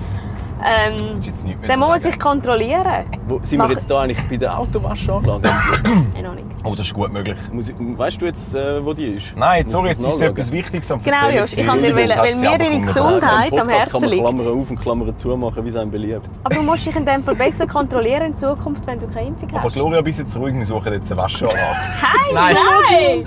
Speaker 3: Ähm,
Speaker 1: jetzt nicht
Speaker 3: dann muss
Speaker 1: sagen.
Speaker 3: ich kontrollieren.
Speaker 2: Wo, sind
Speaker 3: Mach-
Speaker 2: wir jetzt hier eigentlich bei der Autowaschanlage?
Speaker 3: Nein, noch nicht.
Speaker 1: Oh, das ist gut möglich.
Speaker 2: Muss ich- weißt du jetzt, äh, wo die ist?
Speaker 1: Nein,
Speaker 2: Muss
Speaker 1: sorry,
Speaker 2: ich das
Speaker 1: jetzt ist
Speaker 2: nachschauen?
Speaker 1: etwas Wichtiges am
Speaker 3: Genau,
Speaker 1: Erzählen
Speaker 3: Jost, ich
Speaker 1: gewesen.
Speaker 3: kann dir
Speaker 1: Das
Speaker 3: wollen-
Speaker 1: hast du
Speaker 3: weil mir
Speaker 1: aber
Speaker 3: deine
Speaker 1: unterbrochen.
Speaker 3: Gesundheit- Zeit am
Speaker 2: Podcast kann
Speaker 3: Herzen
Speaker 2: man
Speaker 3: liegt.
Speaker 2: Klammern auf und Klammern zu machen, wie es einem beliebt.
Speaker 3: Aber du musst dich in dem Fall besser kontrollieren in Zukunft, wenn du keine Impfung hast.
Speaker 1: Aber Gloria, bist jetzt ruhig, wir suchen jetzt eine Waschanlage.
Speaker 3: Nein!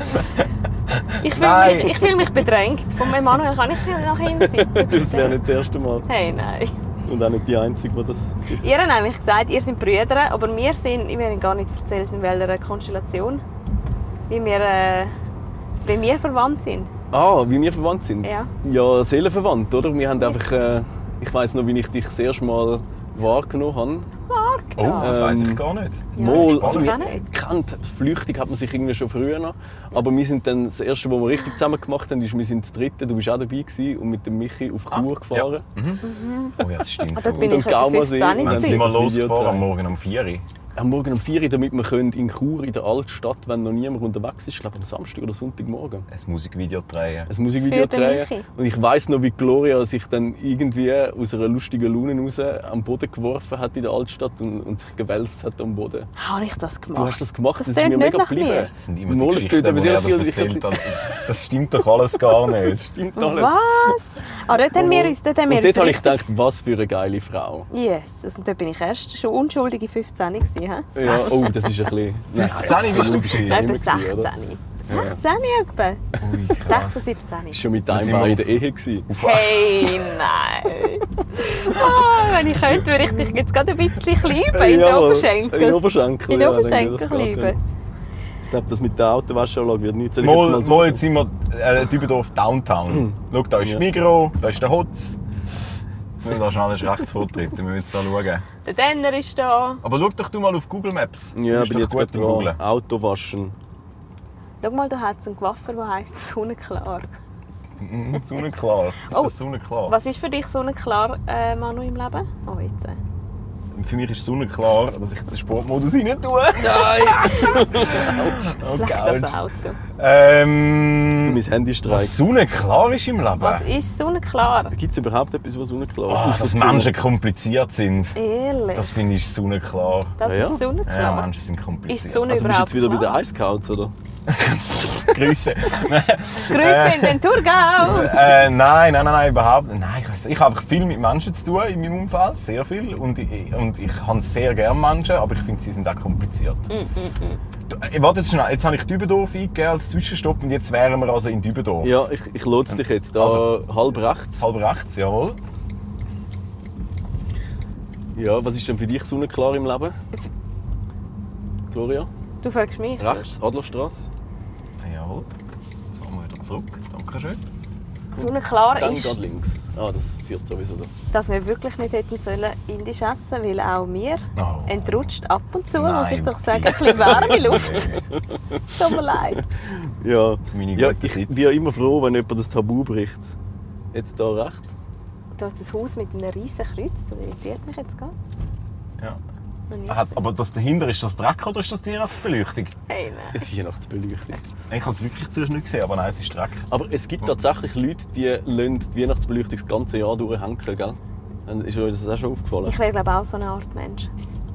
Speaker 3: Ich fühle
Speaker 1: Nein.
Speaker 3: mich, ich fühl mich bedrängt. Von meinem Manuel kann ich nach hinten sitzen.
Speaker 2: Das wäre nicht das erste Mal.
Speaker 3: Hey, nein.
Speaker 2: Und auch nicht die Einzige, die das sich...
Speaker 3: Ihr habt nämlich gesagt, ihr seid Brüder, aber wir sind, ich habe gar nicht erzählt, in welcher Konstellation, wie wir, äh, wie wir verwandt sind.
Speaker 2: Ah, wie wir verwandt sind?
Speaker 3: Ja.
Speaker 2: Ja, seelenverwandt, oder? Wir haben einfach... Äh, ich weiss noch, wie ich dich das erste Mal wahrgenommen habe.
Speaker 1: Oh, das weiss
Speaker 2: Ähm,
Speaker 1: ich gar nicht.
Speaker 2: Wohl,
Speaker 1: spannend.
Speaker 2: also wir,
Speaker 3: Ich auch nicht.
Speaker 2: gekannt, flüchtig hat man sich irgendwie schon früher noch. Aber wir sind dann, das erste, was wir richtig zusammen gemacht haben, ist, wir sind das dritte, du bist auch dabei gewesen, und mit dem Michi auf
Speaker 1: Ah,
Speaker 2: Chur gefahren.
Speaker 1: Oh ja, das stimmt.
Speaker 3: Ah, dort bin
Speaker 1: Wenn
Speaker 2: am
Speaker 3: ich etwa
Speaker 2: Gaumersee.
Speaker 3: 15
Speaker 2: Wenn
Speaker 1: sind
Speaker 3: gewesen.
Speaker 1: wir
Speaker 2: das Video
Speaker 1: losgefahren am
Speaker 2: drehen.
Speaker 1: Morgen um 4 Uhr.
Speaker 2: Am Morgen um 4 Uhr, damit wir können in Chur, in der Altstadt, wenn noch niemand unterwegs ist, ich glaube am Samstag oder Sonntagmorgen.
Speaker 1: ein Musikvideo drehen.
Speaker 2: ein Musikvideo
Speaker 3: Für den
Speaker 2: drehen.
Speaker 3: Michi.
Speaker 2: Und ich weiß noch, wie Gloria sich dann irgendwie aus einer lustigen Laune raus am Boden geworfen hat in der Altstadt und, und sich gewälzt hat am Boden.
Speaker 3: Habe ich das gemacht?
Speaker 2: Du hast das gemacht, das,
Speaker 3: das
Speaker 2: ist mir
Speaker 3: tönt nicht
Speaker 2: mega
Speaker 3: nach
Speaker 2: geblieben.
Speaker 3: mir.
Speaker 1: Das sind immer
Speaker 2: Mal,
Speaker 1: die
Speaker 2: es tut
Speaker 1: Geschichten,
Speaker 2: aber
Speaker 1: die
Speaker 2: sehr
Speaker 1: er
Speaker 2: viel-
Speaker 1: erzählt hat. Das stimmt doch alles gar
Speaker 2: Das
Speaker 1: nicht.
Speaker 2: stimmt alles.
Speaker 3: Was? Ah, dort haben wir uns, dort haben wir
Speaker 2: Oh. und dort
Speaker 3: uns
Speaker 2: habe ich
Speaker 3: richtig...
Speaker 2: gedacht, was für eine geile Frau.
Speaker 3: Yes, und dort bin ich erst schon unschuldige 15 gewesen. hä?
Speaker 2: Ja, oh, das ist ein bisschen... Nein,
Speaker 1: 15 bist du gewesen?
Speaker 2: das war
Speaker 3: Etwa
Speaker 2: nicht mehr,
Speaker 3: 16.
Speaker 2: oder?
Speaker 3: 16 etwa.
Speaker 1: Ui,
Speaker 3: 16,
Speaker 1: krass.
Speaker 3: 17.
Speaker 2: Ist schon mit
Speaker 1: Dann
Speaker 2: einem
Speaker 1: sind wir
Speaker 2: Bein in
Speaker 1: auf-
Speaker 2: der Ehe. gewesen.
Speaker 3: Hey, nein. Ah, wenn ich könnte, würde ich dich jetzt gerade ein bisschen kleiben in den
Speaker 2: Ja,
Speaker 3: Oberschenkel.
Speaker 2: In den Oberschenkel,
Speaker 3: In den
Speaker 2: ja,
Speaker 3: Oberschenkel
Speaker 2: denke ich, das geht
Speaker 3: kleiben.
Speaker 2: Ich glaube, das mit der Autowaschanlage wird nicht... Soll ich
Speaker 1: Mal,
Speaker 2: jetzt mal Mhm.
Speaker 1: mal jetzt sind wir äh, Dübendorf Downtown. Schau, da ist
Speaker 2: Ja.
Speaker 1: Migro, da ist der Hotz. Müssen wir da schnell einen Rechtsvortritt, wir müssen jetzt da schauen.
Speaker 3: Der Denner ist da.
Speaker 1: Aber schau doch du mal auf Google Maps. Du
Speaker 2: ja,
Speaker 1: bist
Speaker 2: bin
Speaker 1: doch
Speaker 2: jetzt
Speaker 1: gut
Speaker 2: gerade
Speaker 1: im Googlen.
Speaker 2: dran. Autowaschen.
Speaker 3: Schau mal, da hat es einen Gewaffer, der heisst Sonnenklar.
Speaker 1: Mhm, Sonnenklar. Ist
Speaker 3: Oh.
Speaker 1: das Sonnenklar?
Speaker 3: Was ist für dich Sonnenklar, äh, Manu, im Leben? Oh, jetzt. äh.
Speaker 1: Für mich ist Sonnenklar, dass ich den Sportmodus rein tue. Nein!
Speaker 3: Leck das Auto.
Speaker 1: Ähm,
Speaker 2: Mein Handy streikt.
Speaker 1: was Sonnenklar ist im Leben?
Speaker 3: Was
Speaker 2: Äh.
Speaker 3: ist Sonnenklar?
Speaker 2: Gibt es überhaupt etwas, was unklar
Speaker 1: Oh,
Speaker 2: ist?
Speaker 1: dass Menschen kompliziert sind.
Speaker 3: Ehrlich,
Speaker 1: Das
Speaker 3: das,
Speaker 1: finde ich Sonnenklar.
Speaker 2: Ja, ja.
Speaker 3: ist
Speaker 1: Ja,
Speaker 3: Sonnenklar.
Speaker 1: Menschen sind
Speaker 3: ist die
Speaker 1: kompliziert.
Speaker 3: Sonne
Speaker 2: Also bist du
Speaker 3: überhaupt
Speaker 2: jetzt wieder bei den
Speaker 3: klar?
Speaker 2: Eiscouts, oder?
Speaker 1: Grüße.
Speaker 2: Äh.
Speaker 3: Grüße in den Thurgau!
Speaker 1: äh, nein, nein, nein, nein, überhaupt nicht. nein, ich, weiss nicht. ich habe einfach viel mit Menschen zu tun in meinem Umfeld, sehr viel. Und ich, und ich habe sehr gerne Menschen, aber ich finde, sie sind auch kompliziert.
Speaker 3: Mm,
Speaker 1: Du, äh, warte jetzt schnell, jetzt habe ich Dübendorf eingegeben als Zwischenstopp und jetzt wären wir also in Dübendorf.
Speaker 2: Ja, ich, ich lotse dich jetzt. Da
Speaker 1: Also-
Speaker 2: halb rechts.
Speaker 1: Halb rechts, jawohl.
Speaker 2: Ja, was ist denn für dich so unklar im Leben? Gloria?
Speaker 3: Du fragst mich.
Speaker 2: Rechts, Adlerstrasse.
Speaker 1: Jawohl. Jetzt fahren wir wieder zurück. Dankeschön.
Speaker 3: Sonne klar
Speaker 2: Dann
Speaker 3: ist,
Speaker 2: geht links. Ah, das führt sowieso da.
Speaker 3: dass wir wirklich nicht hätten sollen indisch essen, weil auch mir
Speaker 1: Oh.
Speaker 3: entrutscht ab und zu,
Speaker 1: Nein.
Speaker 3: muss ich doch sagen, ein bisschen warme Luft. Tut mir leid.
Speaker 2: Ja,
Speaker 1: Meine
Speaker 2: ja
Speaker 1: gute
Speaker 2: ich
Speaker 1: Sitz.
Speaker 2: bin ja immer froh, wenn jemand das Tabu bricht. Jetzt hier rechts.
Speaker 3: Da ist ein Haus mit einem riesen Kreuz, das irritiert mich jetzt gar
Speaker 1: Ja.
Speaker 3: nicht.
Speaker 1: Ah, hat- Aber das dahinter, ist das Dreck oder ist das Tierarztbeleuchtung?
Speaker 3: Hey, nein.
Speaker 2: Es ist Weihnachtsbeleuchtung.
Speaker 1: Ich habe es wirklich zuerst nicht gesehen, aber nein, es ist Dreck.
Speaker 2: Aber es gibt tatsächlich Leute, die lassen die Weihnachtsbeleuchtung das ganze Jahr durchhängen. Gell? Und Ist euch das auch schon aufgefallen?
Speaker 3: Ich wäre glaube ich, auch so eine Art Mensch.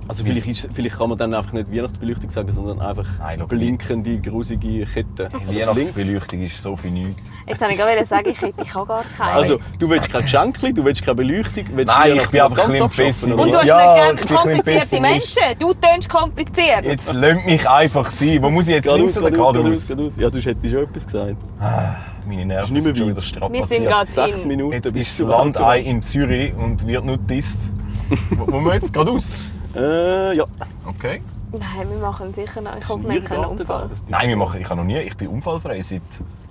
Speaker 2: Also vielleicht, ist, vielleicht kann man dann einfach nicht Weihnachtsbeleuchtung sagen, sondern einfach
Speaker 1: Nein, look,
Speaker 2: blinkende, grusige Ketten. Also links.
Speaker 1: Weihnachtsbeleuchtung ist so viel nichts.
Speaker 3: Jetzt wollte ich gerade sagen, ich, hätte, ich habe gar keine.
Speaker 2: Also, du willst kein Geschenk, du willst keine Beleuchtung, willst
Speaker 1: Nein,
Speaker 2: Weihnachten
Speaker 1: ich bin einfach ein
Speaker 2: ganz
Speaker 1: bisschen
Speaker 2: abschaffen,
Speaker 1: besser.
Speaker 2: oder?
Speaker 3: und du hast
Speaker 1: Ja, ich
Speaker 3: nicht
Speaker 1: bin
Speaker 3: gerne
Speaker 1: ein bisschen
Speaker 3: komplizierte
Speaker 1: Pessimist.
Speaker 3: Menschen. Du tönst kompliziert.
Speaker 1: Jetzt lönt mich einfach sein. Wo muss ich jetzt links oder geradeaus?
Speaker 2: geradeaus. Ja, sonst hätte ich schon etwas gesagt.
Speaker 1: Meine
Speaker 2: Es ist
Speaker 1: Nerven
Speaker 2: nicht mehr
Speaker 1: sind schon wieder
Speaker 2: weit.
Speaker 3: Wir sind
Speaker 1: strapaziert.
Speaker 3: gerade-
Speaker 2: Sechs
Speaker 3: in.
Speaker 2: Minuten
Speaker 1: Jetzt
Speaker 2: bis
Speaker 1: ist das
Speaker 2: zum
Speaker 1: Landei in Zürich und wird nur gedisst. Wo wo müssen wir jetzt geradeaus?
Speaker 2: Äh, ja.
Speaker 1: Okay.
Speaker 3: Nein, wir machen sicher noch. Ich
Speaker 2: Das
Speaker 3: hoffe,
Speaker 2: ist
Speaker 3: wir haben keinen
Speaker 2: Biergarten da,
Speaker 3: Unfall.
Speaker 2: das Ding.
Speaker 1: Nein, wir machen, ich habe noch nie, ich bin unfallfrei seit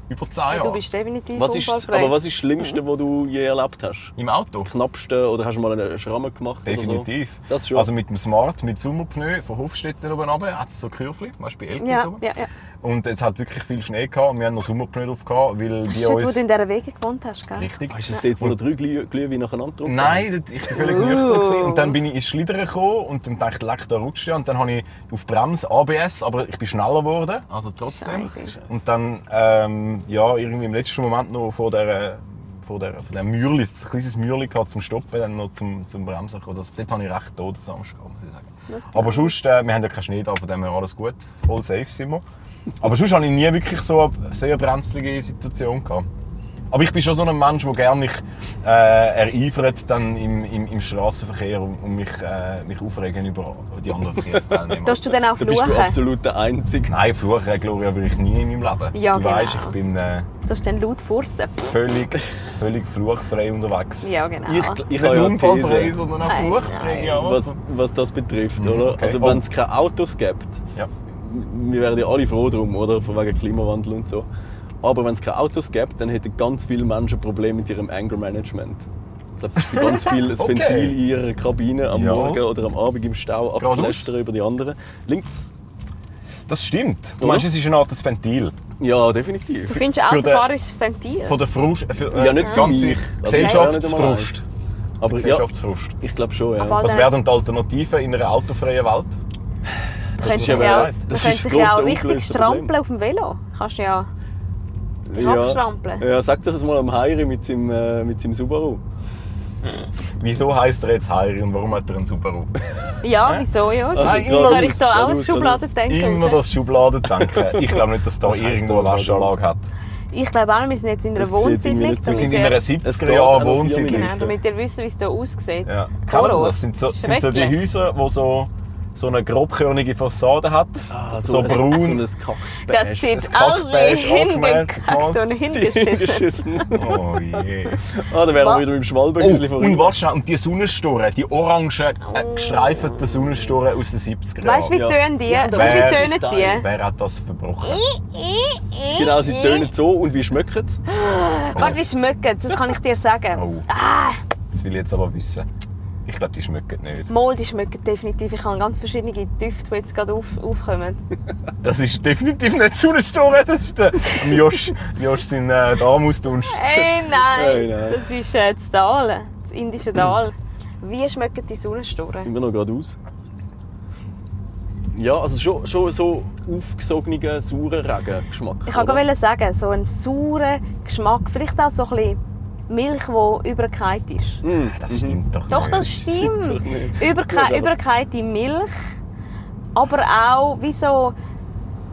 Speaker 1: über 10
Speaker 3: Du
Speaker 1: Jahren.
Speaker 3: bist definitiv
Speaker 2: Was ist, das-
Speaker 3: unfallfrei. Mhm.
Speaker 2: aber was ist das Schlimmste, was du je erlebt hast?
Speaker 1: Im Auto?
Speaker 2: Das Knappste oder hast du mal einen Schrammen gemacht? Oder
Speaker 1: Definitiv.
Speaker 2: so? Das schon.
Speaker 1: Also mit dem Smart, mit Sommerpneu von Hofstetten oben runter, hat es so Kürfli, weißt du, bei Eltern
Speaker 3: Ja,
Speaker 1: oben.
Speaker 3: ja, ja.
Speaker 1: Und es hat wirklich viel Schnee gehabt und wir haben noch Sommerpneu drauf gehabt, weil die
Speaker 3: Hast du, wo
Speaker 1: uns...
Speaker 3: du in dieser Wege gewohnt hast, gell?
Speaker 1: Richtig.
Speaker 2: Ah, ist das dort, wo du drei Glüh- Glühwein nacheinander getrunken
Speaker 1: Nein, das- ich war völlig
Speaker 3: Uh.
Speaker 1: nüchtern. gewesen. Und dann bin ich ins Schlittern gekommen und dann dachte ich, leck, da rutscht ja. Und dann habe ich auf Bremse ABS, aber ich bin schneller geworden, also trotzdem.
Speaker 3: Scheiße.
Speaker 1: Und dann, ähm, ja, irgendwie im letzten Moment noch vor der vor der, von dem Mürli, ein kleines Mürli gehabt zum Stoppen, dann noch zum, zum Bremsen gekommen. Das, dort habe ich recht tot am Samstag, gehabt, muss ich
Speaker 3: Das
Speaker 1: sagen.
Speaker 3: glaub
Speaker 1: Aber sonst, äh, wir haben ja keinen Schnee da, von dem her alles gut, voll safe sind wir. Aber sonst habe ich nie wirklich so eine sehr brenzlige Situation gehabt. Aber ich bin schon so ein Mensch, der gerne mich äh, ereifert dann im, im, im Straßenverkehr und, und mich, äh, mich aufregen über die anderen Verkehrsteilnehmer.
Speaker 3: Darfst du dann auch
Speaker 2: Da bist du
Speaker 3: fluchen?
Speaker 2: absolut der Einzige.
Speaker 1: Nein, fluchen, Gloria, würde ich nie in meinem Leben.
Speaker 3: Ja,
Speaker 1: du
Speaker 3: genau.
Speaker 1: weißt, ich bin äh,
Speaker 3: Du hast dann laut furzen. Pff.
Speaker 1: völlig, völlig fluchfrei unterwegs.
Speaker 3: Ja, genau.
Speaker 2: Ich, ich
Speaker 1: Nicht
Speaker 2: habe ja eine
Speaker 1: unfallfrei,
Speaker 2: These,
Speaker 1: sondern auch
Speaker 3: Nein,
Speaker 1: fluchfrei.
Speaker 3: nein.
Speaker 1: Ja,
Speaker 2: was,
Speaker 1: was?
Speaker 2: was das betrifft.
Speaker 1: Mhm,
Speaker 2: Oder?
Speaker 1: okay.
Speaker 2: Also,
Speaker 1: Oh.
Speaker 2: wenn es keine Autos gibt,
Speaker 1: Ja.
Speaker 2: wir wären ja alle froh darum, oder? Von wegen Klimawandel und so. Aber wenn es keine Autos gibt, dann hätten ganz viele Menschen Probleme mit ihrem Anger Management. Ich glaube, das ist für ganz viele ein
Speaker 1: Okay.
Speaker 2: Ventil in ihrer Kabine am
Speaker 1: Ja.
Speaker 2: Morgen oder am Abend im Stau abzulästern über die anderen. Links?
Speaker 1: Das stimmt. Du
Speaker 2: Oder?
Speaker 1: meinst, es ist eine Art ein Ventil.
Speaker 2: Ja, definitiv.
Speaker 3: Du findest
Speaker 1: für
Speaker 3: Autofahren ist ein Ventil.
Speaker 1: Von der Frust, für, äh,
Speaker 2: Ja, nicht für
Speaker 1: ganze
Speaker 2: mich. Also,
Speaker 1: Gesellschaftsfrust. Der
Speaker 2: Aber ja,
Speaker 1: Gesellschaftsfrust.
Speaker 2: ich glaube schon, ja.
Speaker 3: Aber-
Speaker 1: Was wären denn die Alternativen in einer autofreien Welt?
Speaker 3: Du könntest
Speaker 1: ist
Speaker 3: dich
Speaker 1: aber
Speaker 3: ja auch,
Speaker 1: leid.
Speaker 2: Das
Speaker 3: du könntest
Speaker 2: ist
Speaker 3: dich
Speaker 2: das
Speaker 3: ja auch
Speaker 2: grosse
Speaker 3: richtig
Speaker 2: ungelöste Problem.
Speaker 3: strampeln auf dem Velo. Kannst du ja. Dich abstrampeln.
Speaker 2: Ja, sag das mal am Heiri mit seinem, äh, mit seinem Subaru.
Speaker 1: Wieso heißt er jetzt Heiri und warum hat er einen Subaru?
Speaker 3: Ja, wieso? Ja,
Speaker 2: Also,
Speaker 3: Nein,
Speaker 2: gerade
Speaker 3: kann ich
Speaker 2: aus,
Speaker 3: da
Speaker 2: gerade
Speaker 3: auch
Speaker 2: aus,
Speaker 3: aus Schubladen denken.
Speaker 1: Immer das Schubladendenken. Ich glaube nicht, dass da
Speaker 2: Was heisst
Speaker 1: irgendwo eine
Speaker 2: das?
Speaker 1: Waschanlage hat.
Speaker 3: Ich glaube auch, nicht, wir sind jetzt in einer
Speaker 2: Das sieht irgendwie
Speaker 3: Wohnsiedlung.
Speaker 2: nicht so
Speaker 1: Wir
Speaker 2: aus.
Speaker 1: sind in
Speaker 3: damit
Speaker 1: einer
Speaker 3: ihr-
Speaker 2: Es
Speaker 1: 70er
Speaker 2: geht auch noch
Speaker 1: Jahre
Speaker 2: um vier
Speaker 1: Wohnsiedlung.
Speaker 3: Genau, damit ihr wisst, wie es hier aussieht.
Speaker 1: Ja. Kennt ihr
Speaker 3: Horror.
Speaker 1: Das sind so, sind so die
Speaker 3: Schrecklich.
Speaker 1: Häuser, die so, so eine grobkörnige Fassade hat. Ah, so,
Speaker 2: ein-
Speaker 1: braun.
Speaker 2: Ah, So ein Kack.
Speaker 3: Das
Speaker 1: ein
Speaker 3: sieht aus wie
Speaker 1: Kackbeige, angemalt,
Speaker 3: hingekackt
Speaker 1: gemalt.
Speaker 3: und hingeschissen.
Speaker 1: Oh je.
Speaker 2: Ah, da wären
Speaker 3: Was?
Speaker 2: wir wieder mit dem
Speaker 1: Oh,
Speaker 2: Schwalbenhäuschen
Speaker 1: und warte schnell, und die Sonnenstoren, die orangen, äh, gestreiften Sonnenstoren aus den 70er Jahren.
Speaker 3: Weißt du, wie
Speaker 2: Ja.
Speaker 3: tönen die?
Speaker 2: Die haben
Speaker 3: Weißt du,
Speaker 1: aber
Speaker 3: wie
Speaker 2: so
Speaker 3: tönen
Speaker 2: Style.
Speaker 3: die?
Speaker 1: Wer hat das verbrochen?
Speaker 2: Genau, sie tönen so und wie schmecken sie?
Speaker 3: Warte, wie schmecken sie? Das kann ich dir sagen.
Speaker 1: Oh. Das will ich jetzt aber wissen. Ich glaube, die schmecken nicht.
Speaker 3: Mol, die schmecken definitiv. Ich habe ganz verschiedene Düfte, die jetzt gerade auf, aufkommen.
Speaker 1: Das ist definitiv nicht Sonnenstoren. Das ist der am Josch, Josch sein äh, Darmausdunst.
Speaker 3: Hey, nein.
Speaker 2: Hey, nein.
Speaker 3: Das ist äh, das Tal, das indische Tal. Wie schmecken die Sonnenstoren?
Speaker 2: Immer noch geradeaus. Ja, also schon, schon so aufgesogenen, sauren Regengeschmack.
Speaker 3: Ich kann
Speaker 2: oder?
Speaker 3: gerade sagen, so einen sauren Geschmack, vielleicht auch so ein bisschen Milch, die übergekeit ist.
Speaker 2: Mm.
Speaker 1: Ah, Das stimmt doch nicht.
Speaker 3: Doch, das
Speaker 2: doch
Speaker 3: stimmt.
Speaker 2: nicht.
Speaker 3: Überke
Speaker 2: Ja,
Speaker 3: übergekeite Milch, aber auch wie so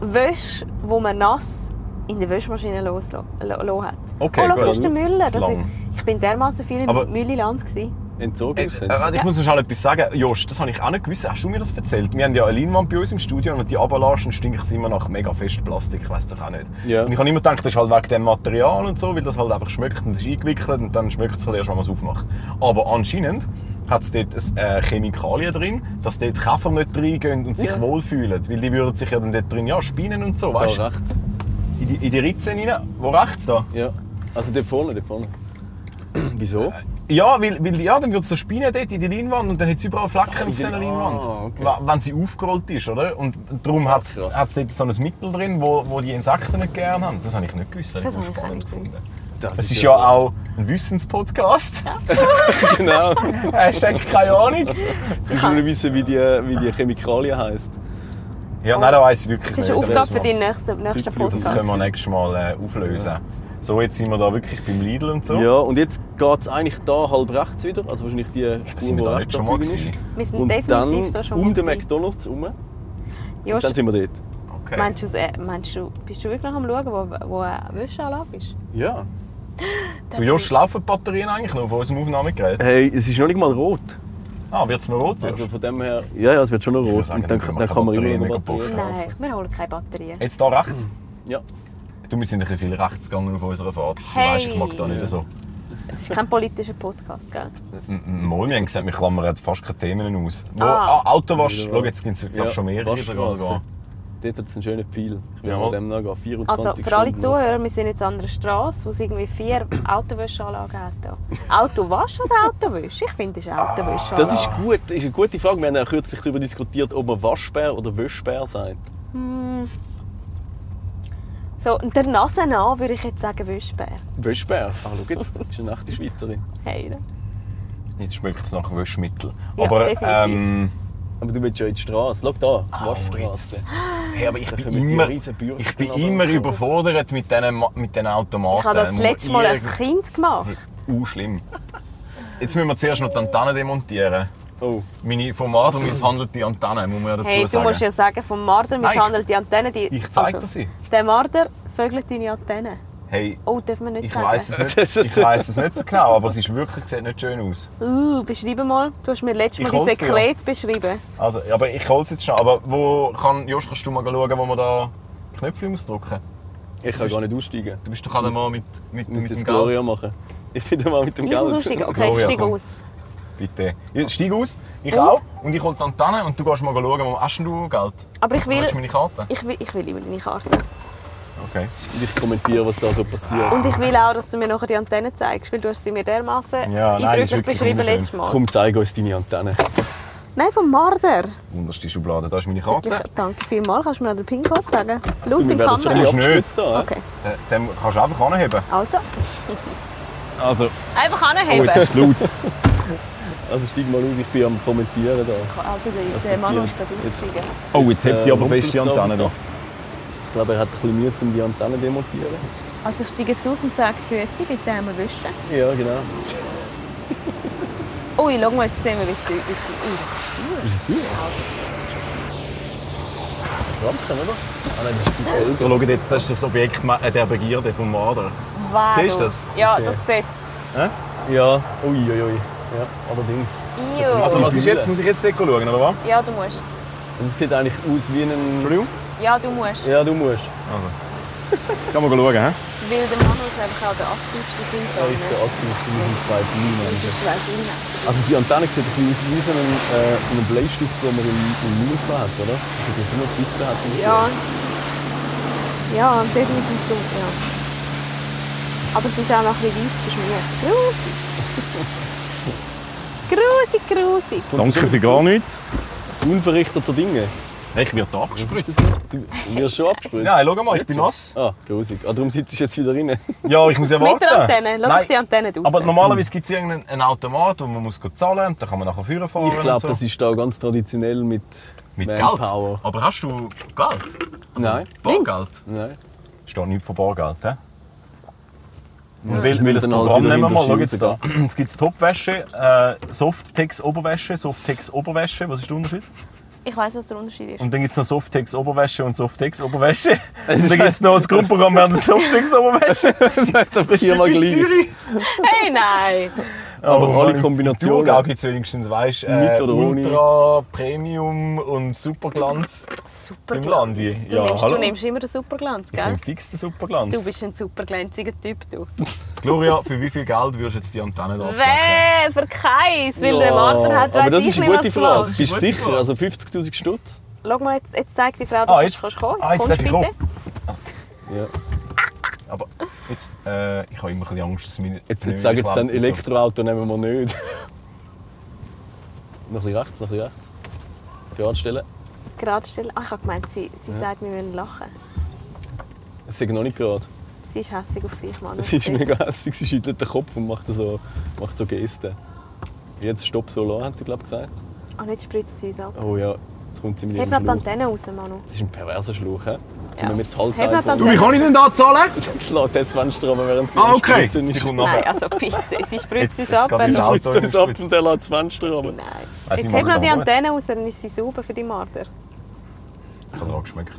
Speaker 3: Wäsche, wo man nass in der Wäschemaschine loslo- lo- lo hat.
Speaker 1: Okay,
Speaker 3: oh, schau,
Speaker 1: gut.
Speaker 3: das ist der Müll. Das
Speaker 1: Zu
Speaker 3: ist,
Speaker 1: lang.
Speaker 3: ich bin dermaßen viel
Speaker 1: Aber-
Speaker 3: im Mülliland gewesen.
Speaker 2: Entzogen
Speaker 1: Äh,
Speaker 2: sind.
Speaker 1: äh, ich muss noch schnell etwas sagen. Josch, das habe ich auch nicht gewusst. Hast du mir das erzählt? Wir haben ja eine Leinwand bei uns im Studio und die Abalagen stinken immer nach mega fest Plastik. Ich weiß doch auch nicht.
Speaker 2: Ja.
Speaker 1: Und ich habe immer gedacht, das ist halt wegen dem Material und so, weil das halt einfach schmeckt und es ist eingewickelt und dann schmeckt es halt erst, wenn man es aufmacht. Aber anscheinend hat es dort äh, Chemikalien drin, dass dort Käfer nicht reingehen und sich
Speaker 2: Ja.
Speaker 1: wohlfühlen. Weil die würden sich ja dann dort drin, ja, spinnen und so,
Speaker 2: Da
Speaker 1: weißt du?
Speaker 2: rechts.
Speaker 1: in die, in die Ritze rein. Wo rechts da?
Speaker 2: Ja. Also dort vorne, dort vorne. Wieso?
Speaker 1: Äh, Ja, weil, weil ja, dann wird es so spinnen dort in die Leinwand und dann hat es überall Flecken auf
Speaker 2: die-
Speaker 1: dieser
Speaker 2: ah,
Speaker 1: Leinwand,
Speaker 2: okay. Ah,
Speaker 1: wa- wenn sie aufgerollt ist, oder? Und darum hat es
Speaker 2: krass.
Speaker 1: dort so ein Mittel drin, wo, wo die Insekten nicht gerne haben. Das habe ich nicht gewusst, das habe ich
Speaker 3: Das
Speaker 1: voll
Speaker 3: habe ich auch
Speaker 1: spannend
Speaker 3: nicht
Speaker 1: gefunden.
Speaker 2: Das
Speaker 1: Es ist ja auch ein Wissenspodcast.
Speaker 2: Genau.
Speaker 1: Hashtag keine Ahnung.
Speaker 2: Jetzt musst du nur wissen, wie die, wie die Chemikalien heisst.
Speaker 1: Ja, nein, das weiss ich wirklich
Speaker 3: Das ist eine
Speaker 1: nicht.
Speaker 3: Aufgabe für deinen nächsten, nächsten
Speaker 2: Typ, das
Speaker 1: Das können
Speaker 3: Podcast.
Speaker 1: wir nächstes Mal äh, auflösen. So, jetzt sind wir da wirklich beim Lidl und so.
Speaker 2: Ja, und jetzt geht es eigentlich da halb rechts wieder. Also wahrscheinlich die Spur,
Speaker 1: Sind
Speaker 2: die
Speaker 1: wir da
Speaker 2: rechts
Speaker 1: nicht schon mal
Speaker 2: abbiegen ist.
Speaker 1: gewesen?
Speaker 3: Wir sind
Speaker 2: Und
Speaker 3: definitiv
Speaker 2: dann
Speaker 3: da schon
Speaker 2: um den
Speaker 3: gewesen.
Speaker 2: McDonalds herum.
Speaker 3: Jost,
Speaker 2: Dann sind wir dort.
Speaker 1: Okay.
Speaker 3: meinst, du, es- meinst du, bist du wirklich noch am Schauen, wo, wo eine Wäscheanlage ist?
Speaker 2: Ja.
Speaker 1: du, Jost, laufen die Batterien eigentlich noch auf unserem Aufnahmegerät?
Speaker 2: Hey, es ist noch nicht mal rot.
Speaker 1: Ah, wird es noch rot?
Speaker 2: Also
Speaker 1: Also,
Speaker 2: von dem her. Ja, ja, es wird schon noch
Speaker 1: würde
Speaker 2: rot.
Speaker 1: sagen,
Speaker 2: und dann,
Speaker 1: dann können
Speaker 2: dann,
Speaker 1: wir
Speaker 2: kann man
Speaker 1: Batterien
Speaker 2: immer
Speaker 1: mega
Speaker 2: noch Batterien.
Speaker 1: pushen.
Speaker 3: Nein, wir holen keine Batterien.
Speaker 1: jetzt hier rechts?
Speaker 2: Ja.
Speaker 1: Du, wir sind ein bisschen viel rechts gegangen auf unserer Fahrt.
Speaker 3: Hey.
Speaker 1: Du weißt, ich mag da nicht so.
Speaker 3: Es ist kein politischer Podcast, gell?
Speaker 1: Mal, wir haben gesagt, wir klammern fast keine Themen aus. Wo,
Speaker 3: Ah.
Speaker 1: ah. Autowasch,
Speaker 2: Ja.
Speaker 1: schau, jetzt gibt es glaub, schon mehrere. die da
Speaker 2: Waschstrasse.
Speaker 1: gehen.
Speaker 2: Dort hat es einen schönen Pfeil. Ich will
Speaker 1: Jawohl.
Speaker 2: mit dem nachgehen. 24
Speaker 3: Also für alle
Speaker 2: Stunden.
Speaker 3: Zuhörer, wir sind jetzt an einer Straße, wo es irgendwie vier Autowäscheanlagen hat. hier. Autowasch oder Autowäsche? Ich finde, es ist Autowäsche.
Speaker 2: Das ist gut, das ist eine gute Frage. Wir haben ja kürzlich darüber diskutiert, ob man Waschbär oder Wäschbär sagt.
Speaker 3: so, und der Nase nach würde ich jetzt sagen Wäschbär.
Speaker 2: Wäschbär? Ah, schau jetzt, das ist eine echte Schweizerin.
Speaker 3: Hey, ne?
Speaker 1: Jetzt schmeckt es nach Wäschmittel.
Speaker 3: Ja,
Speaker 1: Aber,
Speaker 3: definitiv.
Speaker 1: ähm,
Speaker 2: Aber du willst ja in die Straße. Schau da,
Speaker 1: oh, jetzt.
Speaker 2: Waschstraße.
Speaker 1: Hey, aber ich
Speaker 2: Da
Speaker 1: bin
Speaker 2: kommen die
Speaker 1: immer,
Speaker 2: riesen Bürsten
Speaker 1: ich bin
Speaker 2: runter.
Speaker 1: immer überfordert mit diesen Ma- mit diesen Automaten.
Speaker 3: Ich habe das
Speaker 1: Muss
Speaker 3: letzte Mal als
Speaker 1: irgend-
Speaker 3: Kind gemacht.
Speaker 1: Uh, schlimm. Jetzt müssen wir zuerst noch die Antenne demontieren.
Speaker 2: Oh,
Speaker 1: Meine vom Mardum misshandelte Antenne, muss man ja dazu
Speaker 3: Hey, du
Speaker 1: sagen.
Speaker 3: musst ja sagen, vom Marder
Speaker 1: Nein, ich-
Speaker 3: misshandelt die Antenne. Die, Also,
Speaker 1: ich zeig dir sie.
Speaker 3: Der Marder vögelt deine Antenne.
Speaker 1: Hey,
Speaker 3: Oh, darf man nicht
Speaker 1: ich
Speaker 3: sagen.
Speaker 1: weiß es nicht. Ich weiß es nicht so genau, aber es ist wirklich sieht nicht schön aus.
Speaker 3: Uh, beschreibe mal. Du hast mir letztes
Speaker 1: Ich
Speaker 3: Mal die
Speaker 1: hol's dir.
Speaker 3: Sekret beschrieben.
Speaker 1: Also, aber ich hol's jetzt schon. Aber wo kann Josch, kannst du mal schauen, wo man da Knöpfe ausdrücken?
Speaker 2: ich kann gar nicht aussteigen.
Speaker 1: Du bist doch gerade mal mit mit,
Speaker 2: Ich muss
Speaker 1: mit dem Geld.
Speaker 2: jetzt Gloria machen. Ich bin der Mann mit dem
Speaker 3: Ich muss
Speaker 2: Geld.
Speaker 3: aussteigen. Okay,
Speaker 1: Gloria,
Speaker 3: ich steige
Speaker 1: komm.
Speaker 3: aus.
Speaker 1: Bitte. Ja, Steig aus. Ich
Speaker 3: Und?
Speaker 1: auch. Und ich hol die Antenne und du gehst mal schauen, wo hast denn du Geld?
Speaker 3: Aber ich
Speaker 1: Wo
Speaker 3: will,
Speaker 1: hast du meine Karte?
Speaker 3: ich will, ich will immer deine Karte.
Speaker 1: Okay.
Speaker 2: Und ich kommentiere, was da so passiert.
Speaker 3: Und ich will auch, dass du mir nachher die Antenne zeigst, weil du hast sie mir dermaßen
Speaker 1: Ja, nein, das ist
Speaker 3: eindrücklich
Speaker 1: wirklich
Speaker 3: beschrieben
Speaker 1: wunderschön.
Speaker 3: letztes Mal.
Speaker 2: Komm, zeig uns deine Antenne.
Speaker 3: Nein, vom Marder.
Speaker 1: Unterste Schublade. Da ist meine Karte.
Speaker 3: Wirklich, danke vielmals. Kannst du mir noch den PIN-Code sagen? Laut
Speaker 2: Wir werden
Speaker 3: in
Speaker 2: schon
Speaker 1: Musst
Speaker 2: ein
Speaker 3: Kamera.
Speaker 1: nicht.
Speaker 2: abgespitzt da.
Speaker 3: Okay,
Speaker 1: Äh, Den kannst du einfach anheben.
Speaker 3: also.
Speaker 2: Also,
Speaker 3: Einfach
Speaker 2: oh, jetzt
Speaker 3: anheben.
Speaker 2: ist es laut. Also steig mal aus, ich bin am Kommentieren da.
Speaker 3: Also, der,
Speaker 2: Was
Speaker 3: der Mann muss
Speaker 2: passiert?
Speaker 3: da aufsteigen.
Speaker 1: Oh, jetzt hebt die aber fest die
Speaker 2: rumpelt's
Speaker 1: Antenne da.
Speaker 2: aber. Ich glaube, er hat ein bisschen Mühe, um die Antenne zu demontieren.
Speaker 3: Also, ich steige jetzt aus und sage Grüezi, bitte einmal wischen.
Speaker 2: Ja, genau.
Speaker 3: Ui, schau mal, jetzt sehen wir, wie es ist.
Speaker 2: Schranken, oder? Ah nein, das ist
Speaker 1: So, schau jetzt, das ist das Objekt äh, der Begierde vom Marder.
Speaker 3: Wow.
Speaker 1: Siehst du das?
Speaker 3: Ja,
Speaker 2: Okay.
Speaker 3: das sieht.
Speaker 2: Ja, uiuiui. Ja, allerdings.
Speaker 3: Iu.
Speaker 1: Also, was ist jetzt? Muss ich jetzt dort schauen, oder was?
Speaker 3: Ja, du musst.
Speaker 2: Das Also sieht eigentlich aus wie ein...
Speaker 1: Entschuldigung?
Speaker 3: Ja, du musst.
Speaker 2: Ja, du musst.
Speaker 1: Also. Kann man schauen, hä?
Speaker 3: Weil der Mann ist einfach auch der aktivste
Speaker 2: Da ist der
Speaker 3: Kind.
Speaker 2: Aktivist in diesem zweiten Menschen.
Speaker 3: Ich weiß ich nicht.
Speaker 2: Also die Antenne sieht ein bisschen aus wie so ein, äh, ein Bleistift, den man im, im Mund hat, oder? Also, Dass man immer Bissen hat. und so.
Speaker 3: Ja. Ja, definitiv so, ja. Aber es ist auch noch ein bisschen weiss geschmiert. Grusig. grusig, grusig.
Speaker 2: Kommt das schon dazu?
Speaker 1: nichts.
Speaker 2: Unverrichteter Dinge.
Speaker 1: Ich werde abgespritzt.
Speaker 2: Du wirst schon abgespritzt.
Speaker 1: Nein, schau mal, ich bin nass.
Speaker 2: Ah, grusig. Ah, darum sitzt du jetzt wieder rein.
Speaker 1: Ja, ich muss ja warten.
Speaker 3: Mit der Antenne. Schau
Speaker 1: Nein,
Speaker 3: die Antenne aus.
Speaker 1: Aber normalerweise gibt es irgendeinen Automat, wo man muss zahlen muss, dann kann man nachher Führer fahren.
Speaker 2: Ich glaube,
Speaker 1: und so.
Speaker 2: das ist da ganz traditionell mit,
Speaker 1: Mit Geld. Also.
Speaker 2: Manpower.
Speaker 1: Aber hast du Geld?
Speaker 2: Nein.
Speaker 1: Bargeld?
Speaker 2: Nein.
Speaker 1: Steht nichts von Bargeld, hä?
Speaker 2: Ja,
Speaker 1: Und weil,
Speaker 2: das
Speaker 1: weil
Speaker 2: ist
Speaker 1: das
Speaker 2: dann halt
Speaker 1: Programm
Speaker 2: wieder
Speaker 1: nehmen wir mal.
Speaker 2: in der
Speaker 1: Schau jetzt
Speaker 2: Schiene
Speaker 1: da. Es gibt Topwäsche, äh, Softtex Oberwäsche, Softtex Oberwäsche. Was ist der Unterschied?
Speaker 3: Ich weiss, was der Unterschied ist.
Speaker 1: Und dann gibt es noch Softtex Oberwäsche und Softtex Oberwäsche. Und dann gibt es noch das Grundprogramm während Softtex Oberwäsche.
Speaker 2: Das heißt einfach viermal
Speaker 1: Typisch
Speaker 2: gleich.
Speaker 1: Zürich. Oh,
Speaker 3: Hey, nein!
Speaker 2: Aber
Speaker 1: Mann,
Speaker 2: alle Kombinationen.
Speaker 1: Thurgau gibt es wenigstens, weißt du,
Speaker 2: Mit
Speaker 1: äh,
Speaker 2: oder ohne?
Speaker 1: Ultra, Premium und Superglanz.
Speaker 3: Super.
Speaker 1: Im Landi.
Speaker 3: Du,
Speaker 1: Ja,
Speaker 3: nimmst,
Speaker 1: hallo.
Speaker 3: du nimmst immer den Superglanz,
Speaker 1: Ich nehme
Speaker 3: gell?
Speaker 1: fix den
Speaker 3: Du
Speaker 1: Superglanz.
Speaker 3: bist ein superglänziger Typ, du.
Speaker 1: Gloria, für wie viel Geld würdest du jetzt die Antenne da abschlagen?
Speaker 3: Wer? Für keins, weil der
Speaker 2: Ja,
Speaker 3: Marder hat halt
Speaker 2: Aber
Speaker 3: weiss
Speaker 2: das
Speaker 3: ich
Speaker 2: ist eine
Speaker 3: nicht,
Speaker 2: gute
Speaker 3: was
Speaker 2: Frage.
Speaker 3: los.
Speaker 2: Das
Speaker 1: Das ist
Speaker 2: ist
Speaker 1: eine gute
Speaker 2: sicher.
Speaker 1: Frage.
Speaker 2: Also 50.000 Stutz.
Speaker 3: Schau mal, jetzt, jetzt zeigt die Frau, dass
Speaker 1: Ah,
Speaker 3: du
Speaker 1: jetzt-
Speaker 3: kannst kommen.
Speaker 1: ah, jetzt
Speaker 3: kommst
Speaker 1: darf ich
Speaker 3: bitte.
Speaker 2: Ja.
Speaker 1: Aber jetzt, äh, ich habe immer ein bisschen Angst, dass meine
Speaker 2: Jetzt,
Speaker 1: Pneu
Speaker 2: jetzt sagen sie
Speaker 1: klappen
Speaker 2: dann,
Speaker 1: und
Speaker 2: Elektroauto nehmen wir nicht. noch ein bisschen rechts, noch ein bisschen rechts. Gerade stellen.
Speaker 3: Gerade still. Ah, ich habe gemeint, sie, sie sagt, wir müssen lachen.
Speaker 2: Es ist noch nicht gerade.
Speaker 3: Sie ist hässlich auf dich, Mann.
Speaker 2: Es ist mega hässlich, sie schüttelt den Kopf und macht so, macht so Gesten. Jetzt Stopp Solar, haben sie glaub, gesagt.
Speaker 3: Und Ah, jetzt spritzt sie uns ab.
Speaker 2: Oh ja, jetzt kommt sie mit ihrem
Speaker 3: Heb noch die
Speaker 2: Schlauch.
Speaker 3: Antenne raus, Manu.
Speaker 2: Das ist ein perverser Schlauch. hä? Jetzt sind
Speaker 3: Ja.
Speaker 2: wir mit Halt
Speaker 3: Heb noch die
Speaker 1: So. Du, wie kann ich denn da zahlen?
Speaker 2: Jetzt lädt das Fenster aber während sie
Speaker 1: Ah, okay.
Speaker 2: spritzen
Speaker 1: Sie
Speaker 2: ist.
Speaker 1: kommt
Speaker 3: Nein,
Speaker 1: nachher.
Speaker 3: also bitte. Sie
Speaker 1: Jetzt-
Speaker 3: spritzt uns
Speaker 1: jetzt
Speaker 3: ab.
Speaker 1: geht
Speaker 3: wenn-
Speaker 1: sie raus.
Speaker 2: Spritzt uns ab und dann lädt das Fenster runter.
Speaker 3: Nein.
Speaker 1: Also,
Speaker 3: Jetzt
Speaker 1: ich
Speaker 3: heb
Speaker 1: mache
Speaker 3: noch die
Speaker 1: da oben.
Speaker 3: Antenne raus, dann ist sie sauber für die Marder.
Speaker 1: Ich habe angeschmeckt.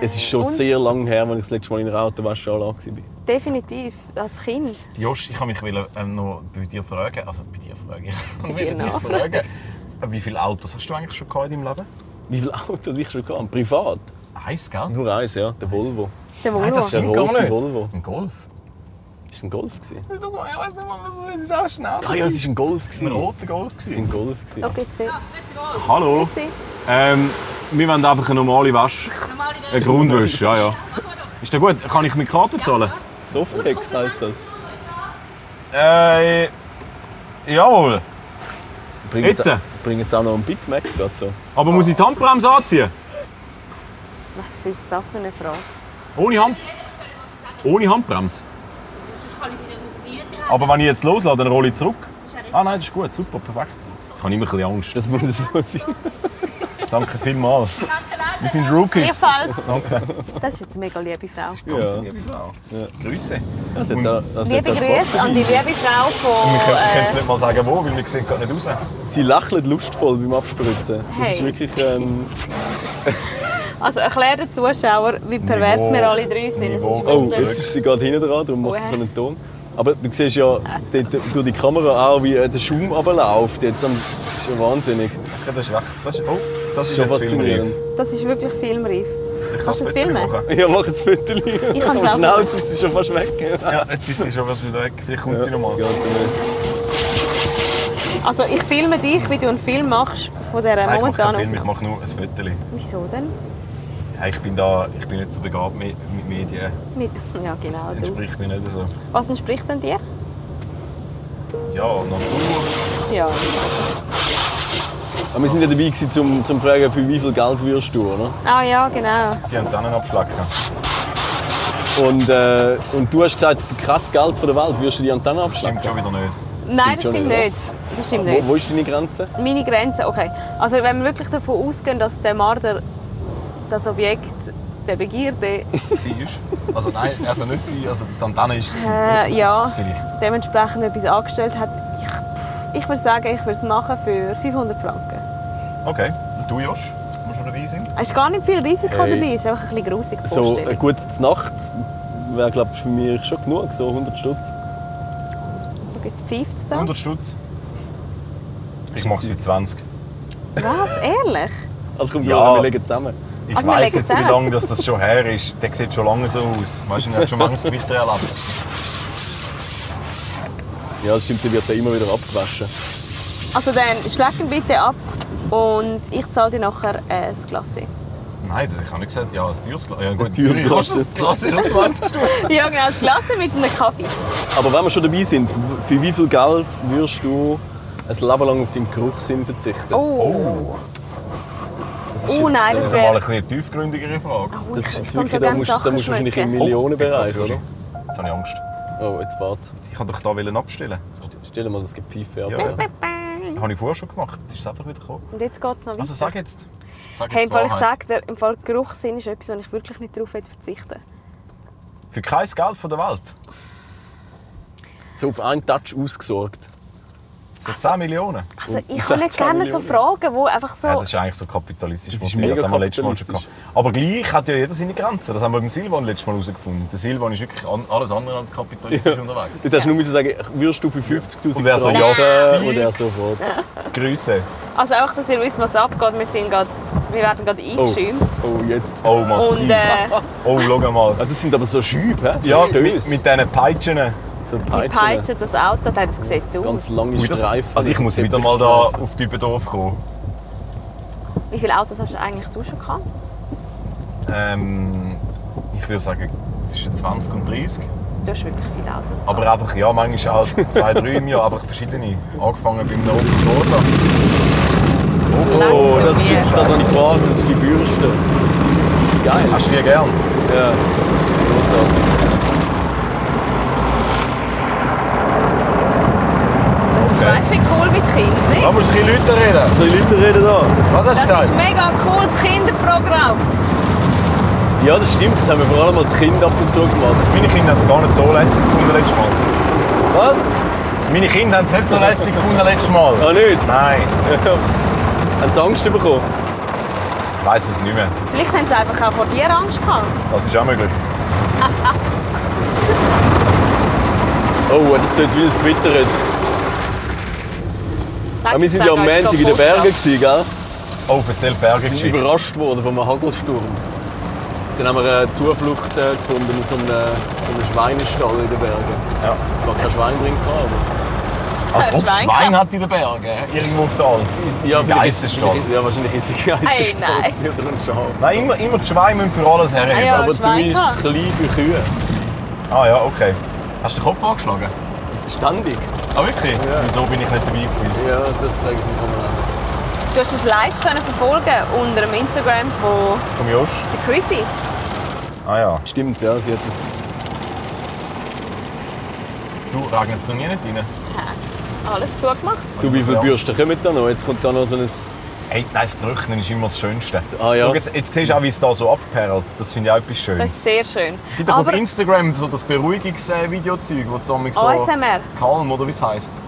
Speaker 2: Es ist schon
Speaker 3: Und
Speaker 2: sehr lange her, als ich das letzte Mal in einer Autowaschanlage war.
Speaker 3: Definitiv, als Kind.
Speaker 1: Josh, ich wollte mich will, ähm, noch bei dir fragen, also bei dir fragen, ich wollte
Speaker 3: Genau.
Speaker 1: dich fragen, äh, wie viele Autos hast du eigentlich schon gehabt in deinem Leben?
Speaker 2: Wie viele Autos ich schon hatte? Privat?
Speaker 1: Eins, gell?
Speaker 2: Nur eins, ja. Der Volvo.
Speaker 3: Der Mono.
Speaker 1: Nein, das
Speaker 2: Der
Speaker 1: stimmt gar
Speaker 2: rote
Speaker 1: nicht.
Speaker 2: Volvo.
Speaker 1: Ein Golf?
Speaker 2: Ist es ein Golf? gewesen?
Speaker 1: Ich weiß nicht mal, was es ist auch schnell.
Speaker 2: Ah ja, es war ein Golf.
Speaker 1: Es war ein roter Golf.
Speaker 2: Es war ein Golf. gewesen.
Speaker 3: Okay, zwei.
Speaker 1: Hallo, ähm, wir wollen einfach eine normale Wäsche. Eine Grundwäsche, ja, ja. Ist das gut? Kann ich mit Karte zahlen?
Speaker 2: Softex heisst das.
Speaker 1: Äh, jawohl.
Speaker 2: Bring
Speaker 1: Jetzt?
Speaker 2: Jetzt, äh, bring jetzt auch noch einen Big Mac dazu.
Speaker 1: Aber muss ich die Handbremse anziehen?
Speaker 3: Was ist das für eine Frage?
Speaker 1: Ohne, Hand Ohne Handbremse?
Speaker 4: Aber
Speaker 1: Aber wenn ich jetzt loslade, dann rolle ich zurück. Ah nein, das ist gut, super, perfekt. Ich habe immer ein bisschen Angst.
Speaker 2: Das muss es so sein.
Speaker 1: Danke vielmals. Wir sind Rookies.
Speaker 3: Ebenfalls. Das ist jetzt eine mega liebe Frau.
Speaker 1: Ganz
Speaker 2: Ja.
Speaker 1: liebe Frau. Grüße.
Speaker 2: Das hat
Speaker 1: Und-
Speaker 2: auch, das hat
Speaker 3: Liebe
Speaker 2: auch Spaß
Speaker 3: Grüße an die liebe Frau
Speaker 1: Wir
Speaker 3: von.
Speaker 1: können wir können es
Speaker 3: Äh,
Speaker 1: nicht mal sagen, wo, weil wir sehen gar nicht raus.
Speaker 2: gemacht. Sie lächelt lustvoll beim Abspritzen. Das
Speaker 3: Hey.
Speaker 2: ist wirklich ähm,
Speaker 3: also erklär den Zuschauern, wie pervers
Speaker 1: Niveau.
Speaker 3: wir alle drei sind. Das ist
Speaker 1: Niveau.
Speaker 2: Oh,
Speaker 1: Zurück.
Speaker 2: jetzt ist sie gerade hinten dran, darum macht sie so
Speaker 3: Ue.
Speaker 2: einen Ton. Aber du siehst ja dort durch die Kamera auch, wie äh, der Schaum runterläuft. Jetzt am- Das ist ja wahnsinnig.
Speaker 1: Das ist weg. Das ist, oh, das ist
Speaker 2: Schon
Speaker 1: jetzt filmreif.
Speaker 2: faszinierend.
Speaker 3: Das ist wirklich filmreif.
Speaker 1: Ich
Speaker 3: Kannst du
Speaker 1: kann
Speaker 3: das filmen?
Speaker 1: Foto machen.
Speaker 2: Ja, mach jetzt bitte lieber.
Speaker 3: Ich kann's
Speaker 2: Aber
Speaker 3: auch
Speaker 2: schnell,
Speaker 3: nicht.
Speaker 2: sonst ist sie schon fast weg. Ja,
Speaker 1: Ja, jetzt ist sie schon was wieder weg. Vielleicht kommt sie
Speaker 2: das geht
Speaker 1: nochmal.
Speaker 2: ja nicht.
Speaker 3: Also ich filme dich, wie du einen Film machst von dieser
Speaker 1: Nein, ich mache keinen
Speaker 3: momentanen
Speaker 1: Film, ich
Speaker 3: Aufnahme.
Speaker 1: mache nur ein Foto.
Speaker 3: Wieso denn?
Speaker 1: Ja, ich bin da, ich bin nicht so begabt mit, mit Medien.
Speaker 3: Mit, ja,
Speaker 1: Das
Speaker 3: genau. Du.
Speaker 1: entspricht mir nicht so.
Speaker 3: Was entspricht denn dir?
Speaker 1: Ja, Natur.
Speaker 3: Ja.
Speaker 2: Aber wir sind ja dabei, gewesen, zum, zum fragen, für wie viel Geld würdest du, oder?
Speaker 3: Ah ja, genau.
Speaker 1: Die haben dann einen Abschlag gehabt.
Speaker 2: Und, äh, und du hast gesagt, für krass Geld von der Welt würdest du die Antenne abschlagen.
Speaker 1: Stimmt schon wieder nicht.
Speaker 3: Nein, das
Speaker 2: schon
Speaker 3: stimmt
Speaker 2: nicht,
Speaker 3: nicht. Das stimmt
Speaker 2: Wo,
Speaker 3: nicht.
Speaker 2: wo ist deine Grenze?
Speaker 3: Meine Grenze, okay. Also wenn wir wirklich davon ausgehen, dass der Marder das Objekt der Begierde,
Speaker 1: Sie ist. Also nein, also nicht sie, also die Antenne ist sie.
Speaker 3: äh, ja,
Speaker 1: Vielleicht.
Speaker 3: dementsprechend etwas angestellt hat, ich, pff, ich würde sagen, ich würde es machen für 500 Franken.
Speaker 1: Okay. Und du, Josh? Wo wir schon dabei sind?
Speaker 3: Es ist gar nicht viel Risiko
Speaker 2: Hey.
Speaker 3: dabei, es ist einfach ein bisschen grusig. die
Speaker 2: So äh, eine
Speaker 3: Vorstellung.
Speaker 2: gute Nacht wäre, glaube ich, für mich schon genug, so 100 Stutz.
Speaker 3: Schau, Jetzt pfeift es da.
Speaker 1: 100 Stutz. Ich mache es für 20.
Speaker 3: Was? Ehrlich?
Speaker 2: Also komm,
Speaker 1: Ja.
Speaker 2: ja. wir legen zusammen.
Speaker 1: Ich
Speaker 3: Also, wir
Speaker 1: weiss
Speaker 3: legen
Speaker 1: jetzt, wie
Speaker 3: zusammen.
Speaker 1: lange das, das schon her ist. Der sieht schon lange so aus. Weißt du, er hat schon manches Gewicht erlebt.
Speaker 2: Ja, das stimmt, die wird ja immer wieder abgewaschen.
Speaker 3: Also dann schlägt ihn bitte ab und ich zahle dir nachher äh, das Klasse.
Speaker 1: Nein, das- ich habe nicht gesagt, ja, ein teures Glas. Ja, gut,
Speaker 2: Ein teures
Speaker 1: Zürich
Speaker 2: Glas.
Speaker 1: kostet das Glas nur 20 Stutz.
Speaker 3: Ja genau, das Klasse mit einem Kaffee.
Speaker 2: Aber wenn wir schon dabei sind, für wie viel Geld würdest du ein Leben lang auf deinen Geruchssinn verzichten?
Speaker 3: Oh,
Speaker 2: das ist
Speaker 3: oh,
Speaker 2: jetzt-
Speaker 3: nein,
Speaker 1: Das
Speaker 3: das
Speaker 1: ist einmal
Speaker 3: wäre...
Speaker 1: eine bisschen tiefgründigere Frage.
Speaker 2: Das ist jetzt
Speaker 3: Ich kann so
Speaker 2: wirklich, da
Speaker 3: gerne
Speaker 2: musst, da
Speaker 3: Sachen
Speaker 2: musst du wahrscheinlich im
Speaker 3: schmecken.
Speaker 2: Millionenbereich,
Speaker 1: jetzt,
Speaker 2: oder?
Speaker 1: oder? jetzt habe ich Angst.
Speaker 2: Oh, jetzt warte.
Speaker 1: Ich wollte doch hier abstellen.
Speaker 2: Stell dir mal das Gepfeife ab.
Speaker 1: Ja. Das habe ich vorher schon gemacht. Jetzt ist es einfach wieder gekommen.
Speaker 3: Und jetzt geht es noch weiter.
Speaker 1: Also sag jetzt. Sag
Speaker 3: Hey, im
Speaker 1: die
Speaker 3: Fall, ich
Speaker 1: Wahrheit.
Speaker 3: sage dir, im Fall Geruchssinn ist etwas, wo ich wirklich nicht darauf verzichten
Speaker 1: Für kein Geld von der Welt.
Speaker 2: So auf einen Touch ausgesorgt.
Speaker 1: So 10 Millionen.
Speaker 3: Also
Speaker 2: Und
Speaker 3: ich habe nicht
Speaker 2: 16
Speaker 3: gerne so
Speaker 2: Oh. Millionen.
Speaker 3: Fragen, wo einfach so...
Speaker 1: Ja, das ist eigentlich so kapitalistisch.
Speaker 2: Das ist
Speaker 1: motiviert,
Speaker 2: mega
Speaker 1: haben wir letztes Mal schon
Speaker 2: kapitalistisch.
Speaker 1: gehabt. Aber gleich hat ja jeder seine Grenzen. Das haben wir beim Silvan letztes Mal herausgefunden. Der Silvan ist wirklich an- alles andere als kapitalistisch unterwegs.
Speaker 2: Dort hast du nur müssen sagen, würdest du für 50'000
Speaker 1: Und er so, ja, fix.
Speaker 2: Franken- Und er sofort.
Speaker 1: Grüße.
Speaker 3: also einfach, dass ihr wisst, was abgeht. Wir, sind grad, wir werden gerade eingeschäumt.
Speaker 2: Oh, jetzt.
Speaker 1: Oh, massiv.
Speaker 3: Und äh,
Speaker 1: Oh, schau
Speaker 2: Ah,
Speaker 1: mal.
Speaker 2: das sind aber so Schübe, hä? so
Speaker 1: Ja, mit,
Speaker 2: Dös.
Speaker 1: mit diesen Peitschen.
Speaker 2: so
Speaker 3: die Peitsche, das Auto, das das sieht so
Speaker 2: Ganz
Speaker 3: aus.
Speaker 2: lange
Speaker 1: Ui, das-
Speaker 2: Streifen.
Speaker 1: Also ich muss wieder mal da auf Dübendorf kommen.
Speaker 3: Wie viele Autos hast du eigentlich du schon gehabt?
Speaker 1: Ähm, Ich würde sagen zwischen 20 und 30.
Speaker 3: Du hast wirklich viele Autos. gehabt.
Speaker 1: Aber einfach, ja, manchmal auch zwei, drei im Jahr, einfach verschiedene. Angefangen beim Opel Corsa.
Speaker 2: Oh,
Speaker 3: Langsam
Speaker 2: das ist
Speaker 3: hier.
Speaker 2: jetzt das, was ich gewartet habe. Das ist die Bürste. Das ist geil.
Speaker 1: Hast du die gern?
Speaker 2: Ja.
Speaker 1: Also.
Speaker 2: Großartig.
Speaker 3: Das ist
Speaker 1: Okay.
Speaker 3: weißt du, wie cool mit Kindern,
Speaker 1: Da
Speaker 2: Oh,
Speaker 3: nicht?
Speaker 1: musst du ein bisschen Leute reden.
Speaker 2: Ein bisschen Leute reden da.
Speaker 1: Was hast du
Speaker 3: Das ist
Speaker 1: gesagt?
Speaker 3: mega cool, das Kinderprogramm.
Speaker 2: Ja, das stimmt. Das haben wir vor allem als Kind ab und zu gemacht.
Speaker 1: Meine Kinder haben es gar nicht so lässig gefunden letztes Mal.
Speaker 2: Was?
Speaker 1: Meine Kinder haben es nicht so lässig gefunden letztes Mal.
Speaker 2: Ah, nicht?
Speaker 1: Nein,
Speaker 2: haben sie Angst bekommen?
Speaker 1: ich weiss es nicht mehr.
Speaker 3: Vielleicht haben sie einfach auch vor dir Angst gehabt.
Speaker 1: Das ist auch möglich.
Speaker 2: Oh, das tut wie ein Gewitter jetzt. Aber wir sind ja am Montag in den Bergen, gewesen, gell?
Speaker 1: Oh, erzähl die
Speaker 2: Wir sind
Speaker 1: Bergengeschichte.
Speaker 2: überrascht worden von einem Hagelsturm. Dann haben wir eine Zuflucht äh, gefunden in so einem, so einem Schweinestall in den Bergen.
Speaker 1: Ja.
Speaker 2: Zwar kein Schwein drin, gehabt, aber...
Speaker 1: Als ob es
Speaker 3: Schwein
Speaker 1: Schwein hat in den Bergen. Irgendwo auf der Alm.
Speaker 2: Ja,
Speaker 1: Im
Speaker 2: vielleicht-
Speaker 1: Geissenstall.
Speaker 2: Ja, wahrscheinlich ist es ein Geissenstall.
Speaker 3: Ei,
Speaker 2: Hey, oder ein Schaf.
Speaker 1: Nein, immer, immer die Schweine müssen für alles herheben.
Speaker 3: Ah, ja.
Speaker 2: Aber
Speaker 3: Schwein
Speaker 2: zumindest
Speaker 3: gehabt.
Speaker 2: klein für Kühe.
Speaker 1: Ah ja, okay. Hast du den Kopf angeschlagen?
Speaker 2: Ständig.
Speaker 1: Ah, wirklich?
Speaker 2: Ja.
Speaker 1: Wieso bin ich nicht dabei gewesen?
Speaker 2: Ja, das frage ich mich auch
Speaker 3: Du hast es live können verfolgen unter dem Instagram von
Speaker 1: Vom Josch?
Speaker 3: der Chrissy.
Speaker 1: Ah ja.
Speaker 2: Stimmt, ja, sie hat das...
Speaker 1: Du, Regen jetzt noch nie nicht rein?
Speaker 3: Alles zugemacht.
Speaker 2: Du, wie viele
Speaker 1: Ja.
Speaker 2: Bürsten kommen da noch? Jetzt kommt da noch so ein...
Speaker 1: Hey, nein, das Trocknen ist immer das Schönste.
Speaker 2: Ah, ja.
Speaker 1: Schau, jetzt, jetzt siehst du auch, wie es da so abperlt. Das finde ich auch etwas
Speaker 3: Das
Speaker 1: Schönes.
Speaker 3: ist sehr schön.
Speaker 1: Es gibt auch auf
Speaker 3: Aber
Speaker 1: Instagram so das Beruhigungs-Videozeug, wo es manchmal so...
Speaker 3: ASMR.
Speaker 1: Calm, oder wie es heisst.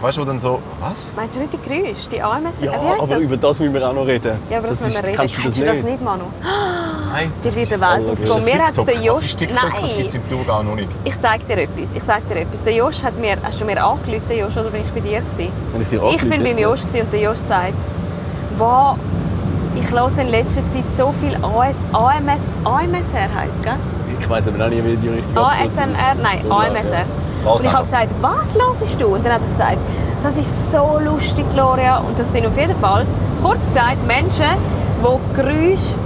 Speaker 1: Weißt du, wo dann so... Was?
Speaker 3: meinst du nicht die Geräusche, die AMS?
Speaker 2: Ja,
Speaker 3: Äh, wie heisst
Speaker 2: aber
Speaker 3: das?
Speaker 2: über das müssen wir auch noch reden.
Speaker 3: ja, über das, müssen wir reden.
Speaker 2: Kannst du das
Speaker 3: Kennst
Speaker 2: nicht?
Speaker 3: du das nicht, Manu?
Speaker 1: Nein.
Speaker 3: Dir
Speaker 1: das
Speaker 3: wird
Speaker 1: ist-
Speaker 3: der Welt
Speaker 1: Ist das
Speaker 3: aufgehen. Mir hat
Speaker 1: TikTok?
Speaker 3: der
Speaker 1: Was
Speaker 3: Josh...
Speaker 1: ist TikTok? Das
Speaker 3: Nein!
Speaker 1: gibt es im Thurgau noch nicht.
Speaker 3: Ich zeige dir etwas. Ich sage dir etwas. Der Josh hat mir... Hast du mir angerufen, Josh, oder bin ich bei dir? Gewesen?
Speaker 2: Wenn ich dir
Speaker 3: Ich bin beim Josh gewesen und der Josh sagt, wow, ich höre in letzter Zeit so viel AS, AMS, AMSR heisst gell?
Speaker 2: Ich weiß aber auch nicht, wie die richtige Abkürzung ist.
Speaker 3: ASMR, nein,
Speaker 2: So,
Speaker 3: AMSR.
Speaker 2: ja.
Speaker 1: Was
Speaker 3: Und ich
Speaker 1: aber?
Speaker 3: habe gesagt, was hörst du? Und dann hat er gesagt, das ist so lustig, Gloria. Und das sind auf jeden Fall, kurz gesagt, Menschen, die Geräusche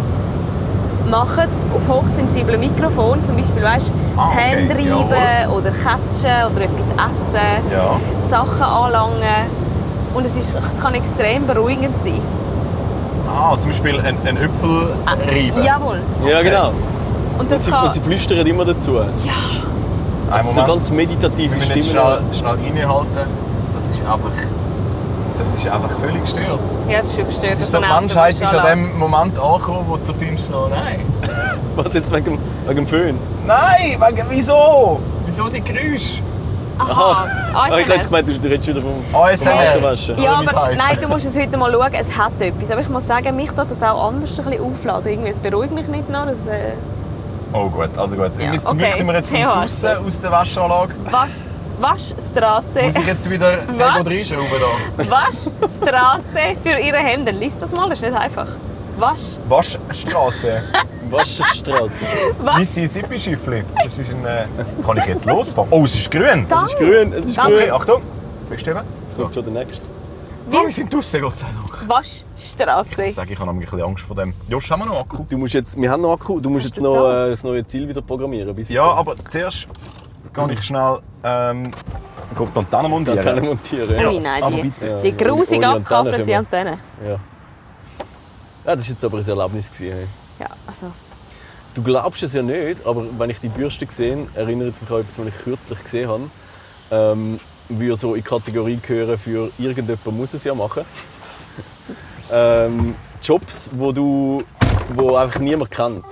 Speaker 3: machen auf hochsensiblen Mikrofonen. Zum Beispiel, weißt,
Speaker 1: Ah,
Speaker 3: die
Speaker 1: okay,
Speaker 3: Hände reiben oder catchen oder etwas essen.
Speaker 1: Ja.
Speaker 3: Sachen anlangen. Und es, ist, es kann extrem beruhigend sein. Ah,
Speaker 1: Ah, zum Beispiel ein, ein Äpfel reiben.
Speaker 3: Jawohl.
Speaker 2: Ja, genau.
Speaker 3: Und
Speaker 2: Und
Speaker 3: das
Speaker 2: sie,
Speaker 3: kann.
Speaker 2: und sie flüstern immer dazu.
Speaker 3: Ja,
Speaker 1: Einen
Speaker 2: Also so
Speaker 1: Moment.
Speaker 2: ganz meditative
Speaker 1: Wir müssen jetzt
Speaker 2: Stimmen.
Speaker 1: schnell, schnell innehalten. Das ist einfach... Das ist einfach völlig gestört.
Speaker 3: ja, das ist schon gestört.
Speaker 1: Das ist
Speaker 3: dass
Speaker 1: so, die
Speaker 3: man auch
Speaker 1: Menschheit ist an
Speaker 3: anlangt.
Speaker 1: dem Moment angekommen, wo du so findest, so, nein.
Speaker 2: Was jetzt wegen, dem- wegen dem Föhn?
Speaker 1: Nein, wegen, wieso? Wieso die Geräusche?
Speaker 3: Aha,
Speaker 2: Ah, ich
Speaker 3: ASMR.
Speaker 2: hätte jetzt gemeint, du redest wieder vom
Speaker 1: ASMR.
Speaker 2: vom Autowaschen.
Speaker 1: Oder
Speaker 3: Ja,
Speaker 1: wie es
Speaker 3: aber
Speaker 1: heisst.
Speaker 3: nein, du musst es heute mal schauen, es hat etwas. Aber ich muss sagen, mich tut das auch anders ein bisschen aufladen. Irgendwie, es beruhigt mich nicht noch. Das, äh,
Speaker 1: Oh gut, also gut.
Speaker 3: Ja,
Speaker 1: Jetzt, Zum Glück
Speaker 3: okay.
Speaker 1: sind wir jetzt
Speaker 3: Ja.
Speaker 1: draußen aus der Waschanlage.
Speaker 3: Wasch, Waschstraße.
Speaker 1: Muss ich jetzt wieder den
Speaker 3: Was?
Speaker 1: reinschrauben da?
Speaker 3: Waschstraße für ihre Hände. Lies das mal, das ist nicht einfach. Wasch,
Speaker 1: Waschstraße.
Speaker 2: Waschenstraße.
Speaker 1: Mississippi-Schiffli. Das ist ein... Äh, kann ich jetzt losfahren? Oh, es ist grün.
Speaker 3: Gang.
Speaker 2: Es ist grün, es ist
Speaker 3: Danke.
Speaker 1: Okay, also.
Speaker 2: grün.
Speaker 1: Achtung. Bist du eben?
Speaker 2: Jetzt
Speaker 1: So.
Speaker 2: kommt schon der nächste.
Speaker 1: Oh, wir sind draußen, Gott sei Dank. Ich
Speaker 3: Waschstraße.
Speaker 1: sage, ich habe nämlich ein bisschen Angst vor dem. Josh, haben wir noch Akku?
Speaker 2: Du musst jetzt, wir haben noch Akku, du musst
Speaker 3: Hast
Speaker 2: jetzt
Speaker 3: du
Speaker 2: noch
Speaker 3: bezahlt?
Speaker 2: äh, das neue Ziel wieder programmieren. Bis
Speaker 1: Ja, aber zuerst kann ich schnell... Ähm, Gott, die Antenne
Speaker 2: dann
Speaker 1: montieren.
Speaker 2: kann ich montieren.
Speaker 3: Ui,
Speaker 2: Ja.
Speaker 3: nein,
Speaker 1: aber
Speaker 3: die,
Speaker 1: bitte.
Speaker 3: die grusig
Speaker 2: Ohne Antenne können
Speaker 3: abgekappelte
Speaker 2: wir.
Speaker 3: Antenne.
Speaker 2: Ja. ja, das war jetzt aber ein Erlebnis. Gewesen, hey.
Speaker 3: Ja, also.
Speaker 2: Du glaubst es ja nicht, aber wenn ich die Bürste sehe, erinnert es mich an etwas, was ich kürzlich gesehen habe. Ähm, wie so in die Kategorie gehören für irgendjemand muss es ja machen. ähm, Jobs, wo du wo einfach niemand kennt.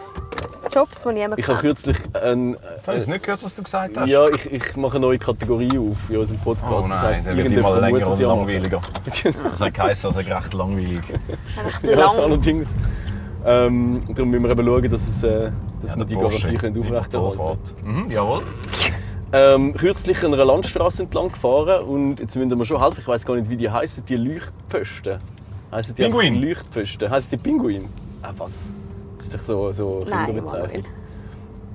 Speaker 3: Jobs, die niemand
Speaker 2: Ich habe
Speaker 3: kennt.
Speaker 2: kürzlich einen,
Speaker 1: Jetzt habe ich es nicht gehört, was du gesagt hast.
Speaker 2: ja, ich, ich mache eine neue Kategorie auf in unserem Podcast.
Speaker 1: Oh
Speaker 2: das
Speaker 1: nein,
Speaker 2: heisst,
Speaker 1: dann wird immer
Speaker 2: irgendjemand
Speaker 1: länger
Speaker 2: muss es
Speaker 1: und
Speaker 2: ja Genau. machen.
Speaker 1: langweiliger. Das hat geheißen, also recht langweilig.
Speaker 3: Recht
Speaker 2: Ja,
Speaker 3: lang.
Speaker 2: allerdings. Ähm, darum müssen wir eben schauen, dass, es, äh, dass wir
Speaker 1: der
Speaker 2: die
Speaker 1: Porsche,
Speaker 2: Garantie können
Speaker 1: die
Speaker 2: aufrechterhalten können.
Speaker 1: Motorfahrt. Mhm, jawohl.
Speaker 2: Ähm, kürzlich an einer Landstraße entlang gefahren und jetzt müssen wir schon helfen. Ich weiß gar nicht, wie die heißen, die Leuchtpfosten. Heissen die
Speaker 1: Pinguin.
Speaker 2: einfach Leuchtpfosten. Heißen die Pinguin? Ah, was? Das ist doch so, so eine
Speaker 3: Nein,
Speaker 2: Kinderbezeichnung.
Speaker 3: Manuel.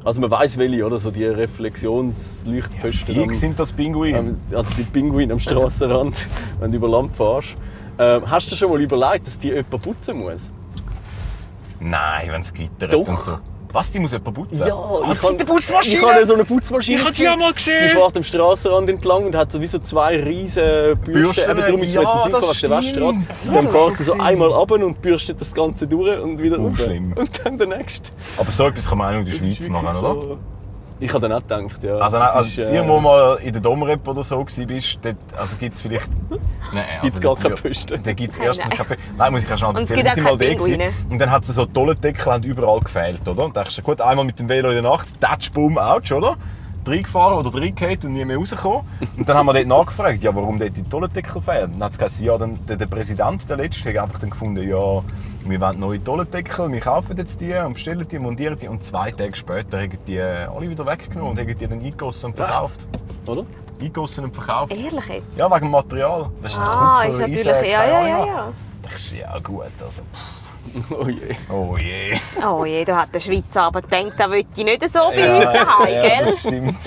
Speaker 2: Also man weiß welche, oder? So die Reflexionsleuchtpfosten.
Speaker 1: Ich
Speaker 2: am-
Speaker 1: sind das Pinguin.
Speaker 2: Genau. ähm, also die Pinguine am Straßenrand, wenn du über Land fährst. Ähm, hast du dir schon mal überlegt, dass die jemand putzen muss?
Speaker 1: Nein, wenn es gittert
Speaker 2: Doch.
Speaker 1: und so. Was, die muss jemand putzen?
Speaker 2: Ja,
Speaker 1: ah,
Speaker 2: ich
Speaker 1: es gibt eine Putzmaschine!
Speaker 2: Ich habe so eine Putzmaschine.
Speaker 1: Ich hab die auch mal gesehen.
Speaker 2: Die fährt am Straßenrand entlang und hat so wie so zwei riesen Bürsten.
Speaker 1: Bürsten,
Speaker 2: Eben darum ist
Speaker 1: ja,
Speaker 2: es jetzt ein Sinn
Speaker 1: das
Speaker 2: auf der Weststraße.
Speaker 1: stimmt. Das
Speaker 2: Und dann
Speaker 1: hab ich auch
Speaker 2: fährt sie so
Speaker 1: gesehen.
Speaker 2: einmal ab und bürstet das Ganze durch und wieder
Speaker 1: Oh,
Speaker 2: rauf.
Speaker 1: schlimm.
Speaker 2: Und dann der nächste.
Speaker 1: Aber so etwas kann man auch in der
Speaker 2: Das
Speaker 1: Schweiz
Speaker 2: ist
Speaker 1: machen,
Speaker 2: wirklich
Speaker 1: oder?
Speaker 2: so- Ich habe dann auch gedacht, ja.
Speaker 1: Also, nein,
Speaker 2: das
Speaker 1: also
Speaker 2: ist, äh,
Speaker 1: die, wo mal in der Domrep oder so warst, dort, also gibt es vielleicht... Nein, also,
Speaker 2: Gibt's gar keine Piste.
Speaker 1: Da gibt es
Speaker 3: Nein,
Speaker 1: erstens
Speaker 3: nein.
Speaker 1: Kaffee. Nein, muss ich auch schon
Speaker 3: Und es
Speaker 1: erzählen.
Speaker 3: gibt
Speaker 1: Wir
Speaker 3: auch
Speaker 1: sind mal
Speaker 3: keine
Speaker 1: da gewesen.
Speaker 3: Pinguine.
Speaker 1: Und dann hat es so tolle Deckel, haben überall gefehlt, oder? Und dachtest du, gut, einmal mit dem Velo in der Nacht, Datsch, Boom, Ouch, oder? reingefahren oder reingehauen und nie mehr rausgekommen. Und dann haben wir dort nachgefragt, ja, warum dort die Tollendeckel fehlen. Dann hat es gesagt, ja, dann, der, der Präsident, der letzte, hat einfach dann gefunden, ja, wir wollen neue Tollendeckel, wir kaufen jetzt die und bestellen die, montieren die. Und zwei Tage später haben die alle wieder weggenommen und haben die dann eingegossen und
Speaker 2: Was?
Speaker 1: verkauft.
Speaker 2: Oder?
Speaker 1: Eingegossen und verkauft.
Speaker 3: Ehrlich jetzt?
Speaker 1: Ja, wegen dem Material. Weißt du,
Speaker 3: Ah,
Speaker 1: Kupfer,
Speaker 3: ist natürlich.
Speaker 1: Eisen,
Speaker 3: Ja,
Speaker 1: keine
Speaker 3: ja, ja,
Speaker 1: Ahnung.
Speaker 3: ja.
Speaker 1: Denkst du, ja gut, also. pff,
Speaker 2: Oh je.
Speaker 1: Oh je.
Speaker 3: Oh je, da hat der Schweizer aber gedacht, da will ich nicht so bei uns daheim,
Speaker 1: ja,
Speaker 3: gell?
Speaker 1: das stimmt.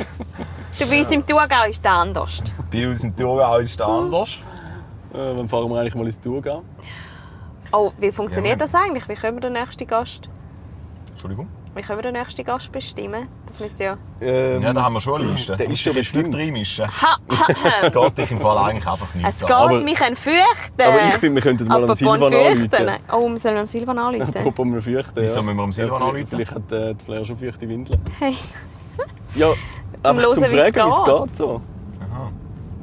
Speaker 3: Du bei uns im Thurgau ist der anders.
Speaker 1: Bei uns im Thurgau ist
Speaker 3: Mhm.
Speaker 1: das anders.
Speaker 2: Äh, wann fahren wir eigentlich mal ins Thurgau?
Speaker 3: Oh, wie funktioniert
Speaker 1: Ja.
Speaker 3: das eigentlich? Wie können wir den nächsten Gast,
Speaker 1: Entschuldigung.
Speaker 3: wie können wir den nächsten Gast bestimmen? Das müsste ja...
Speaker 2: Ähm,
Speaker 1: Ja, da haben wir schon eine Liste.
Speaker 2: Der ist schon
Speaker 1: Du musst dich
Speaker 2: bestimmt.
Speaker 1: nicht reinmischen.
Speaker 3: Ha, ha,
Speaker 1: Es geht dich im Fall eigentlich einfach nicht
Speaker 3: es geht
Speaker 1: an.
Speaker 2: aber-
Speaker 3: mich ein Fürchten.
Speaker 2: Aber ich finde, wir könnten mal an
Speaker 3: Apropos
Speaker 2: Silvan
Speaker 3: Fürchten.
Speaker 2: anrufen.
Speaker 3: Oh, wir sollen am Silvan anrufen.
Speaker 2: Apropos, wir fürchten.
Speaker 1: Wieso müssen wir am Silvan
Speaker 2: vielleicht-
Speaker 1: anrufen?
Speaker 2: Vielleicht hat äh, die Flair schon feuchte Windeln.
Speaker 3: Hey.
Speaker 2: Ja, einfach
Speaker 3: hören,
Speaker 2: zum
Speaker 3: wie's
Speaker 2: Fragen, wie es
Speaker 3: geht.
Speaker 2: geht. So.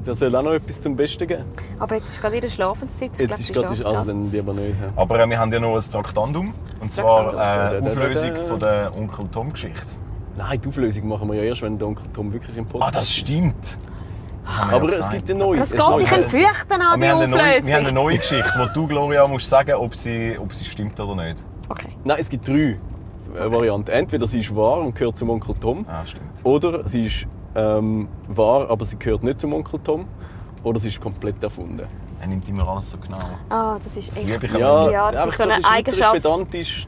Speaker 2: Der soll auch noch etwas zum Besten geben.
Speaker 3: Aber jetzt ist gerade wieder Schlafenszeit. Ich
Speaker 2: Jetzt ist
Speaker 3: glaub,
Speaker 2: gerade,
Speaker 3: die
Speaker 2: also
Speaker 3: schlafen
Speaker 2: dann lieber nicht. ja.
Speaker 1: Aber äh, wir haben ja noch ein Traktandum. Und zwar äh,
Speaker 2: Traktandum.
Speaker 1: Auflösung von der Onkel Tom-Geschichte.
Speaker 2: Nein, die Auflösung machen wir ja erst, wenn der Onkel Tom wirklich im Podcast
Speaker 1: Ah, das stimmt. Das haben wir
Speaker 2: Aber
Speaker 1: ja
Speaker 2: es
Speaker 1: gesagt.
Speaker 2: gibt eine neue.
Speaker 3: Das
Speaker 2: ein
Speaker 3: geht
Speaker 2: neues.
Speaker 3: dich ein Fürchten an,
Speaker 1: Aber
Speaker 3: die
Speaker 1: wir, haben eine neue, wir haben eine
Speaker 3: Auflösung.
Speaker 1: neue Geschichte, wo du, Gloria, musst sagen, ob sie, ob sie stimmt oder nicht.
Speaker 3: Okay.
Speaker 2: Nein, es gibt drei äh, Varianten. Entweder sie ist wahr und gehört zum Onkel Tom.
Speaker 1: Ah, stimmt.
Speaker 2: Oder sie ist ähm, wahr, aber sie gehört nicht zum Onkel Tom. Oder sie ist komplett erfunden.
Speaker 1: Er nimmt immer alles so genau.
Speaker 3: Ah, das ist
Speaker 1: Das
Speaker 3: echt...
Speaker 1: liebe ich
Speaker 3: Ja, das ist
Speaker 2: einfach
Speaker 3: so eine
Speaker 2: ein bisschen schweizerisch
Speaker 3: Eigenschaft.
Speaker 2: pedant ist,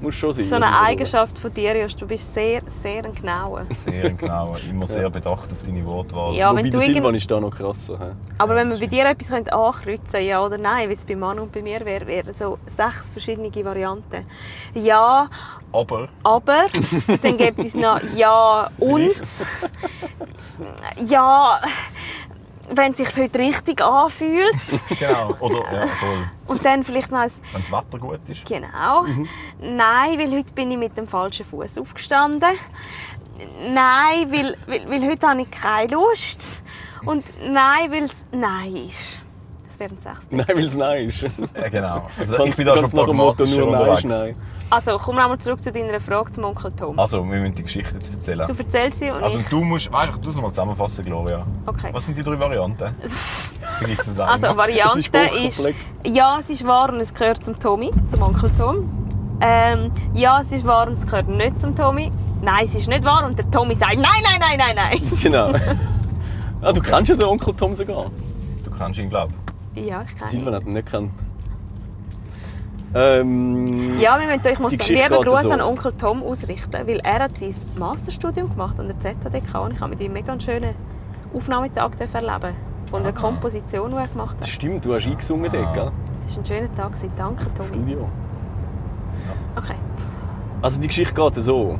Speaker 2: muss schon sein.
Speaker 3: So eine Eigenschaft von dir, Jost. Du bist sehr, sehr ein Genauer.
Speaker 1: Sehr genau, immer sehr bedacht auf deine Wortwahl.
Speaker 3: Ja,
Speaker 2: Wobei
Speaker 3: wenn du
Speaker 2: der Silvan
Speaker 3: irgend...
Speaker 2: ist da noch krasser. hä?
Speaker 3: Aber wenn wir bei dir etwas könnte ankreuzen könnte, ja oder nein, wie es bei Manu und bei mir wäre, wären so sechs verschiedene Varianten. Ja,
Speaker 1: Aber
Speaker 3: aber, dann gibt es noch ja und, ja, wenn es sich heute richtig anfühlt.
Speaker 1: Genau, oder ja, voll.
Speaker 3: Und dann vielleicht noch ein
Speaker 1: Wenn das Wetter gut ist.
Speaker 3: Genau. Nein, weil heute bin ich mit dem falschen Fuß aufgestanden. Nein, weil, weil, weil heute habe ich keine Lust. Und nein, weil es Nein ist. Das wären sechs.
Speaker 2: Nein, weil es nein ist.
Speaker 1: Ja, genau. Also,
Speaker 2: Ganz-
Speaker 1: ich bin da schon
Speaker 2: ganz nach dem Motto,
Speaker 1: pragmatischer
Speaker 2: nur nein
Speaker 1: unterwegs.
Speaker 2: ist nein.
Speaker 3: Also, kommen wir nochmal zurück zu deiner Frage zum Onkel Tom.
Speaker 2: Ah.
Speaker 1: Also, wir müssen die Geschichte jetzt erzählen.
Speaker 3: Du erzählst sie und
Speaker 1: Also
Speaker 3: ich...
Speaker 1: du musst, weißt du, du musst mal zusammenfassen, Gloria.
Speaker 3: Okay.
Speaker 1: Was sind die drei Varianten? Vergiss es einmal.
Speaker 3: Also, Variante
Speaker 2: ist
Speaker 3: ist,
Speaker 2: hochkomplex.
Speaker 3: Ja, es ist wahr und es gehört zum Tommy, zum Onkel Tom. Ähm, ja, es ist wahr und es gehört nicht zum Tommy. Nein, es ist nicht wahr und der Tommy sagt Nein, nein, nein, nein, nein.
Speaker 2: Genau. ah, du kennst ja den Onkel Tom sogar.
Speaker 1: Du kannst ihn glauben.
Speaker 3: Ja, ich kann
Speaker 2: Silvan hat ihn nicht gekannt. Ähm,
Speaker 3: Ja, wir müssen, ich muss
Speaker 2: Die
Speaker 3: einen
Speaker 2: Geschichte
Speaker 3: lieben
Speaker 2: geht
Speaker 3: Gruß
Speaker 2: so.
Speaker 3: an Onkel Tom ausrichten, weil er hat sein Masterstudium gemacht an der ZHDK und ich habe mit ihm mega einen schönen Aufnahmetag dürfen erleben von einer Komposition, die er gemacht
Speaker 2: Das
Speaker 3: hat.
Speaker 2: stimmt, du hast eingesungen dort, gell?
Speaker 3: Das war ein schöner Tag. gewesen. Danke, Tommy.
Speaker 2: Studio.
Speaker 3: Okay.
Speaker 2: Also die Geschichte geht so.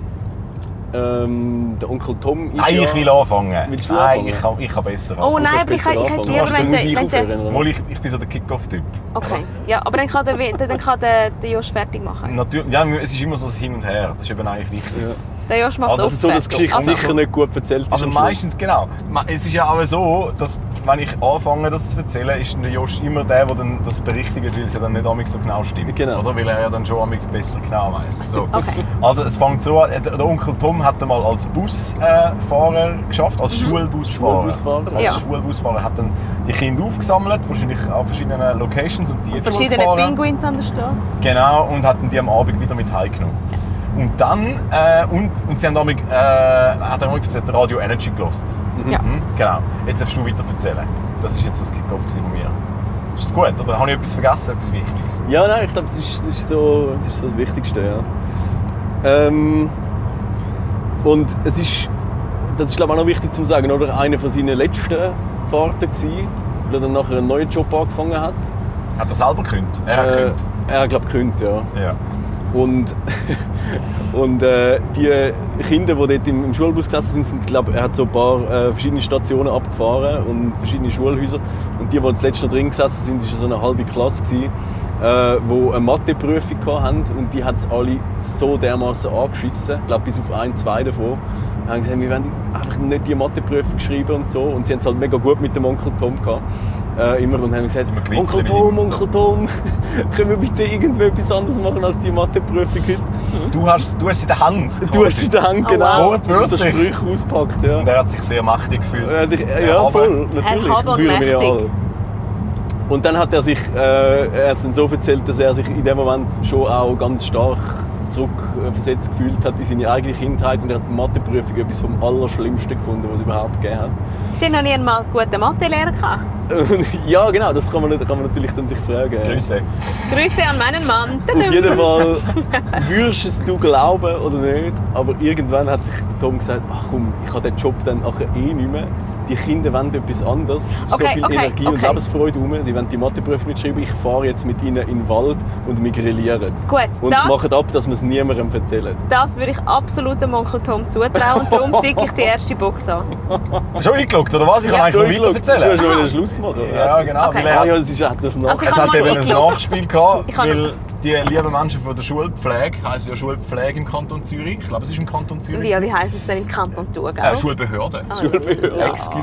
Speaker 2: Ähm, der Onkel Tom ist
Speaker 1: Nein,
Speaker 2: ja...
Speaker 1: ich will anfangen.
Speaker 2: Willst du
Speaker 1: nein,
Speaker 2: anfangen?
Speaker 1: ich kann, ich kann besser
Speaker 3: Oh
Speaker 1: anfangen.
Speaker 3: nein, aber ich, ich hätte
Speaker 2: Du
Speaker 3: lieber,
Speaker 2: kannst die Musik
Speaker 3: wenn der... Wenn
Speaker 2: aufhören,
Speaker 3: der
Speaker 2: oder?
Speaker 1: Obwohl, ich, ich bin so der Kick-Off-Typ.
Speaker 3: okay. Ja, aber dann kann der, dann kann der, der Josh fertig machen.
Speaker 1: Natürlich, ja, es ist immer so das Hin und Her. Das ist eben eigentlich wichtig.
Speaker 3: Der Josh macht
Speaker 1: Also,
Speaker 2: Also so, dass die Geschichte
Speaker 3: Also,
Speaker 2: sicher nicht gut erzählt ist
Speaker 1: Also
Speaker 2: am Schluss.
Speaker 1: meistens, genau. Ma- Es ist ja auch so, dass wenn ich anfange, das zu erzählen, ist der Josh immer der, der dann das berichtigt, weil es ja dann nicht amig so genau stimmt.
Speaker 2: Genau.
Speaker 1: Oder? Weil er ja dann schon amig besser genau weiss. So.
Speaker 3: Okay.
Speaker 1: Also es fängt so an, der der Onkel Tom hat einmal als Busfahrer äh, geschafft, als Schulbusfahrer.
Speaker 2: Schulbusfahrer.
Speaker 1: Als
Speaker 3: Ja.
Speaker 1: Schulbusfahrer hat dann die Kinder aufgesammelt, wahrscheinlich an verschiedenen Locations und die
Speaker 3: verschiedene
Speaker 1: Schulgefahren.
Speaker 3: Pinguins an der Straße.
Speaker 1: Genau, und hatten die am Abend wieder mit heimgenommen. Und dann, äh, und, und sie haben damit, äh, hat er damit erzählt, Radio Energy gelost.
Speaker 2: Mhm.
Speaker 3: Ja.
Speaker 1: Genau. Jetzt darfst du weiter erzählen. Das ist jetzt das Kickoff gewesen von mir. Ist das gut, oder? Habe ich etwas vergessen, etwas Wichtiges?
Speaker 2: Ja, nein, ich glaube, das ist, das, ist so, das ist so das Wichtigste, ja. Ähm, und es ist, das ist glaube ich auch noch wichtig zu sagen, oder? Eine von seinen letzten Fahrten gewesen, weil er dann nachher einen neuen Job angefangen hat.
Speaker 1: Hat er selber gekündigt? Er hat
Speaker 2: Äh,
Speaker 1: gekündigt.
Speaker 2: er hat glaube ich gekündigt, ja.
Speaker 1: Ja.
Speaker 2: Und, und äh, die Kinder, die dort im, im Schulbus gesessen sind, sind glaub, er hat so ein paar äh, verschiedene Stationen abgefahren und verschiedene Schulhäuser. Und die, die das letzte noch drin gesessen sind, war so eine halbe Klasse, gewesen, äh, die eine Matheprüfung hatten. Und die hat es alle so dermaßen angeschissen, ich glaube bis auf ein, zwei davon. Wir haben gesagt, wir wollen einfach nicht die Matheprüfung schreiben und so. Und sie haben es halt mega gut mit dem Onkel Tom gehabt. Äh, immer. Und haben gesagt,
Speaker 1: Immer gewitzelt mit
Speaker 2: Onkel Tom,
Speaker 1: ihm und so.
Speaker 2: Onkel Tom, können wir bitte irgendetwas anderes machen als die Matheprüfung heute?
Speaker 1: Du hast, du hast in der Hand.
Speaker 2: Du hast sie dann
Speaker 3: Oh,
Speaker 2: genau
Speaker 1: wow.
Speaker 2: so Sprüche auspackt. Ja,
Speaker 1: Und er hat sich sehr mächtig gefühlt.
Speaker 2: Er hat sich- ja,
Speaker 1: Erhaben.
Speaker 2: voll, natürlich.
Speaker 3: Erhaben und
Speaker 2: Würden wir ja
Speaker 3: mächtig.
Speaker 2: alle. Und dann hat er sich, äh, er hat es dann so erzählt, dass er sich in dem Moment schon auch ganz stark zurückversetzt gefühlt hat in seine eigene Kindheit und er hat die Matheprüfung etwas vom Allerschlimmsten gefunden, was es überhaupt gegeben hat.
Speaker 3: Die noch nie einmal einen guten Mathelehrer gehabt.
Speaker 2: Und ja, genau, das kann man, nicht- kann man natürlich dann sich fragen.
Speaker 1: Grüße.
Speaker 3: Grüße an meinen Mann.
Speaker 2: Auf jeden Fall würdest es du glauben oder nicht, aber irgendwann hat sich der Tom gesagt, ach komm, ich habe den Job dann nachher eh nicht mehr. Die Kinder wollen etwas anderes. Es ist so
Speaker 3: Okay,
Speaker 2: viel
Speaker 3: okay,
Speaker 2: Energie und
Speaker 3: okay.
Speaker 2: Lebensfreude rum. Sie wollen die Matheprüfung nicht schreiben. Ich fahre jetzt mit ihnen in den Wald und wir grillieren.
Speaker 3: Gut,
Speaker 2: Und
Speaker 3: das-
Speaker 2: machen ab, dass wir es niemandem erzählen.
Speaker 3: Das würde ich absolut dem Onkel Tom zutrauen und darum ticke ich die erste Box an.
Speaker 1: Hast du auch eingeloggt, oder was? Ich kann
Speaker 3: Ja,
Speaker 1: eigentlich noch
Speaker 2: Entschuldigung,
Speaker 1: weiter
Speaker 2: Du
Speaker 1: erzählen.
Speaker 2: hast schon wieder Schluss machen.
Speaker 1: Ja, genau.
Speaker 3: Okay.
Speaker 1: Weil er
Speaker 2: Ah
Speaker 1: hat
Speaker 2: ja, das ist auch das
Speaker 3: Also
Speaker 2: Nachteil.
Speaker 3: ich
Speaker 1: Es
Speaker 3: habe
Speaker 1: hat
Speaker 3: mal
Speaker 1: eben ein
Speaker 3: eingeloggt.
Speaker 1: Nachspiel gehabt,
Speaker 3: Ich habe-
Speaker 1: weil die lieben Menschen von der Schulpflege, heisst ja Schulpflege im Kanton Zürich, ich glaube es ist im Kanton Zürich,
Speaker 3: Ja, wie Ah. heisst es denn im Kanton Thurgau?
Speaker 1: äh, Schulbehörde,
Speaker 2: Schulbehörde.
Speaker 3: Ja.
Speaker 1: Excuse.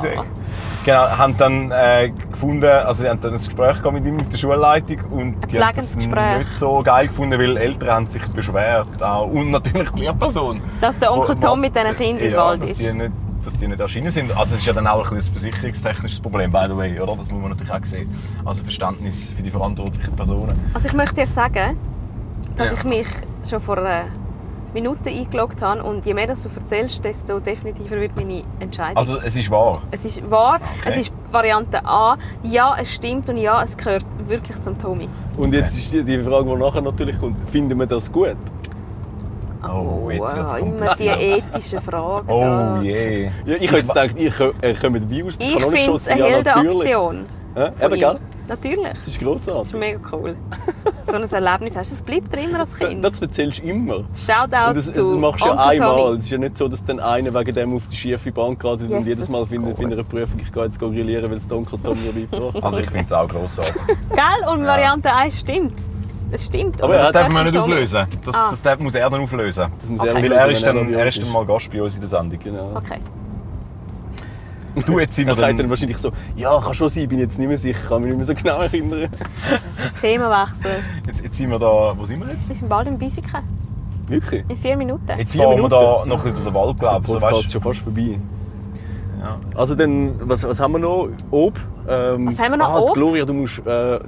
Speaker 1: Genau, haben dann äh, gefunden, also sie haben dann ein Gespräch gehabt mit ihm, mit der Schulleitung und die haben
Speaker 3: pflegendes
Speaker 1: das
Speaker 3: Gespräch.
Speaker 1: nicht so geil gefunden, weil Eltern haben sich beschwert auch, und natürlich die Lehrperson.
Speaker 3: Dass der Onkel
Speaker 1: Wo-
Speaker 3: Tom mit diesen Kindern im
Speaker 1: ja,
Speaker 3: Wald
Speaker 1: dass
Speaker 3: ist.
Speaker 1: Die nicht, dass die nicht erschienen sind. Also es ist ja dann auch ein, bisschen ein versicherungstechnisches Problem, by the way, oder? Das muss man natürlich auch sehen. Also Verständnis für die verantwortlichen Personen.
Speaker 3: Also ich möchte dir sagen, dass
Speaker 1: Ja.
Speaker 3: ich mich schon vor einer Minute eingeloggt habe und je mehr das du erzählst, desto definitiver wird meine Entscheidung.
Speaker 1: Also es ist wahr.
Speaker 3: es ist wahr,
Speaker 1: Okay.
Speaker 3: es ist Variante A, ja, es stimmt und ja, es gehört wirklich zum Tommy.
Speaker 2: Und jetzt ist die- die Frage, die nachher natürlich kommt, finden wir das gut?
Speaker 1: Oh, jetzt wird's
Speaker 3: wow, immer
Speaker 1: kompliziert.
Speaker 3: diese ethischen Fragen.
Speaker 1: Oh
Speaker 3: da.
Speaker 1: je.
Speaker 2: Ja, ich hätte jetzt gedacht, ihr kö- ihr kommt wie aus der
Speaker 3: Ich
Speaker 2: Kanone
Speaker 3: finde es
Speaker 2: geschossen.
Speaker 3: eine
Speaker 2: Ja, natürlich.
Speaker 3: Heldenaktion.
Speaker 2: Ja,
Speaker 3: von
Speaker 2: eben,
Speaker 3: ihm.
Speaker 2: gell?
Speaker 3: Natürlich.
Speaker 2: Das ist
Speaker 3: Das ist
Speaker 2: grossartig.
Speaker 3: mega cool. so ein Erlebnis hast du. Das bleibt dir immer als Kind.
Speaker 2: Das erzählst du immer.
Speaker 3: Shoutout
Speaker 2: Und das, das
Speaker 3: zu
Speaker 2: machst du ja
Speaker 3: Onkel
Speaker 2: einmal.
Speaker 3: Tommy.
Speaker 2: Es ist ja nicht so, dass dann einer wegen dem auf die schiefe Bank geratet und
Speaker 3: Jesus
Speaker 2: jedes Mal findet bei
Speaker 3: Gott.
Speaker 2: einer Prüfung, ich gehe jetzt grillieren, weil es der Onkel Tom mir beigebracht hat.
Speaker 1: Also ich finde es auch grossartig.
Speaker 3: Gell? Und Variante 1 stimmt. Das stimmt.
Speaker 2: Aber
Speaker 3: Und
Speaker 2: er
Speaker 1: Das
Speaker 2: hat-
Speaker 3: sagt
Speaker 1: darf man nicht
Speaker 3: der Tommy.
Speaker 1: auflösen. Das,
Speaker 3: Ah.
Speaker 1: das darf, muss er dann auflösen.
Speaker 2: Das muss
Speaker 3: Okay.
Speaker 2: auch
Speaker 1: Weil
Speaker 2: wissen,
Speaker 1: er ist
Speaker 2: wenn
Speaker 1: dann
Speaker 2: bei
Speaker 1: er
Speaker 2: uns
Speaker 1: ist dann mal Gast bei uns in der Sendung.
Speaker 2: Genau.
Speaker 3: Okay.
Speaker 1: Du, jetzt sind wir
Speaker 2: Er sagt dann
Speaker 1: Also dann...
Speaker 2: wahrscheinlich so, ja, kann schon sein, bin jetzt nicht mehr sicher, kann mich nicht mehr so genau erinnern.
Speaker 3: Themawechsel.
Speaker 1: Jetzt, jetzt sind wir da... Wo sind wir jetzt?
Speaker 3: Es ist bald im Bisiken.
Speaker 2: Wirklich?
Speaker 3: In vier Minuten.
Speaker 1: Jetzt
Speaker 2: Vier
Speaker 1: fahren wir da
Speaker 2: Minuten.
Speaker 1: noch ein bisschen durch den Wald, glaube ich. So,
Speaker 2: Podcast ist
Speaker 1: weißt,
Speaker 2: schon fast vorbei.
Speaker 1: ja.
Speaker 2: Also dann, was, was haben wir noch? Ob? Ähm,
Speaker 3: Was haben wir noch?
Speaker 2: Ah,
Speaker 3: Ob?
Speaker 2: Gloria, du musst, äh,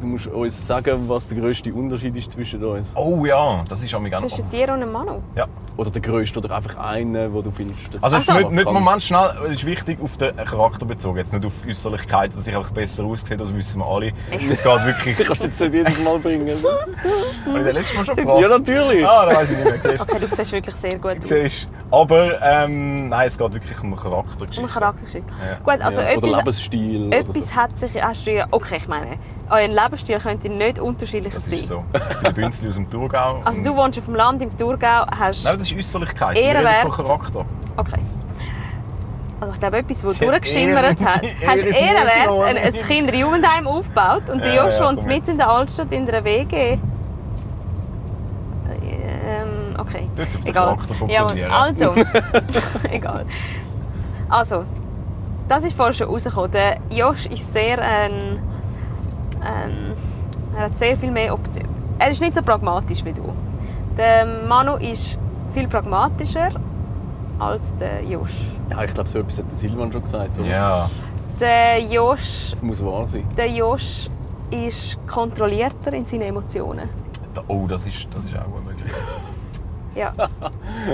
Speaker 2: du musst uns sagen, was der grösste Unterschied ist zwischen uns.
Speaker 1: Oh ja, das ist auch mega...
Speaker 3: Zwischen dir und dem Manu.
Speaker 1: Ja.
Speaker 2: Oder der grösste, oder einfach einen, den du findest. dass-
Speaker 1: Also jetzt
Speaker 3: Ach so.
Speaker 1: nicht, nicht Moment schnell, es ist wichtig auf den Charakter bezogen, jetzt nicht auf Äußerlichkeiten, dass ich einfach besser aussehe, das wissen wir alle. Es geht
Speaker 2: Du
Speaker 1: wirklich...
Speaker 2: kannst jetzt nicht jedes Mal bringen.
Speaker 1: Habe ich den letzten Mal schon
Speaker 2: ja,
Speaker 1: gebracht?
Speaker 2: natürlich.
Speaker 1: Ah, da weiss ich nicht mehr.
Speaker 3: Okay, du siehst wirklich sehr gut aus.
Speaker 1: Siehst du? Aber ähm, nein, es geht wirklich um Charaktergeschichte.
Speaker 3: Um Charaktergeschichte.
Speaker 1: Ja.
Speaker 3: Gut, also
Speaker 2: ja. Oder
Speaker 3: etwas,
Speaker 2: Lebensstil. oder
Speaker 3: etwas hat sich... Hast du ah, ja... Okay, ich meine, euer Lebensstil könnte nicht unterschiedlicher
Speaker 1: Das
Speaker 3: sein.
Speaker 1: ist so. Ich bin ein Bünzli aus dem Thurgau.
Speaker 3: Also du wohnst auf dem Land im Thurgau, hast...
Speaker 1: Nein, das ist Äußerlichkeit.
Speaker 3: Ehrenwert.
Speaker 1: Wir reden von Charakter.
Speaker 3: Okay. Also ich glaube, etwas, das
Speaker 1: Sie hat
Speaker 3: durchgeschimmert
Speaker 1: Ehren-
Speaker 3: hat, hast
Speaker 1: Ehres
Speaker 3: du
Speaker 1: Mund
Speaker 3: ehrenwert ein,
Speaker 1: genommen.
Speaker 3: ein Kinderjugendheim aufgebaut und der
Speaker 1: Ja,
Speaker 3: Josh
Speaker 1: ja,
Speaker 3: wohnt
Speaker 1: komm
Speaker 3: mit
Speaker 1: jetzt.
Speaker 3: in der Altstadt in der WG. Ähm, okay.
Speaker 1: Du hast auf den
Speaker 3: Egal.
Speaker 1: Charakter
Speaker 3: Ja,
Speaker 1: fokussieren.
Speaker 3: also. Egal. Also, das ist vorher schon rausgekommen. Der Josh ist sehr ein... Ähm, er hat sehr viel mehr Optionen. Er ist nicht so pragmatisch wie du. Der Manu ist viel pragmatischer als der Josh.
Speaker 2: so. Ja, ich glaube, so etwas hat der Silvan schon gesagt. Oder?
Speaker 1: Ja.
Speaker 3: Der Josh,
Speaker 2: Das muss wahr sein.
Speaker 3: der Josh ist kontrollierter in seinen Emotionen.
Speaker 1: Da- Oh, das ist, das ist auch gut möglich.
Speaker 3: Ja.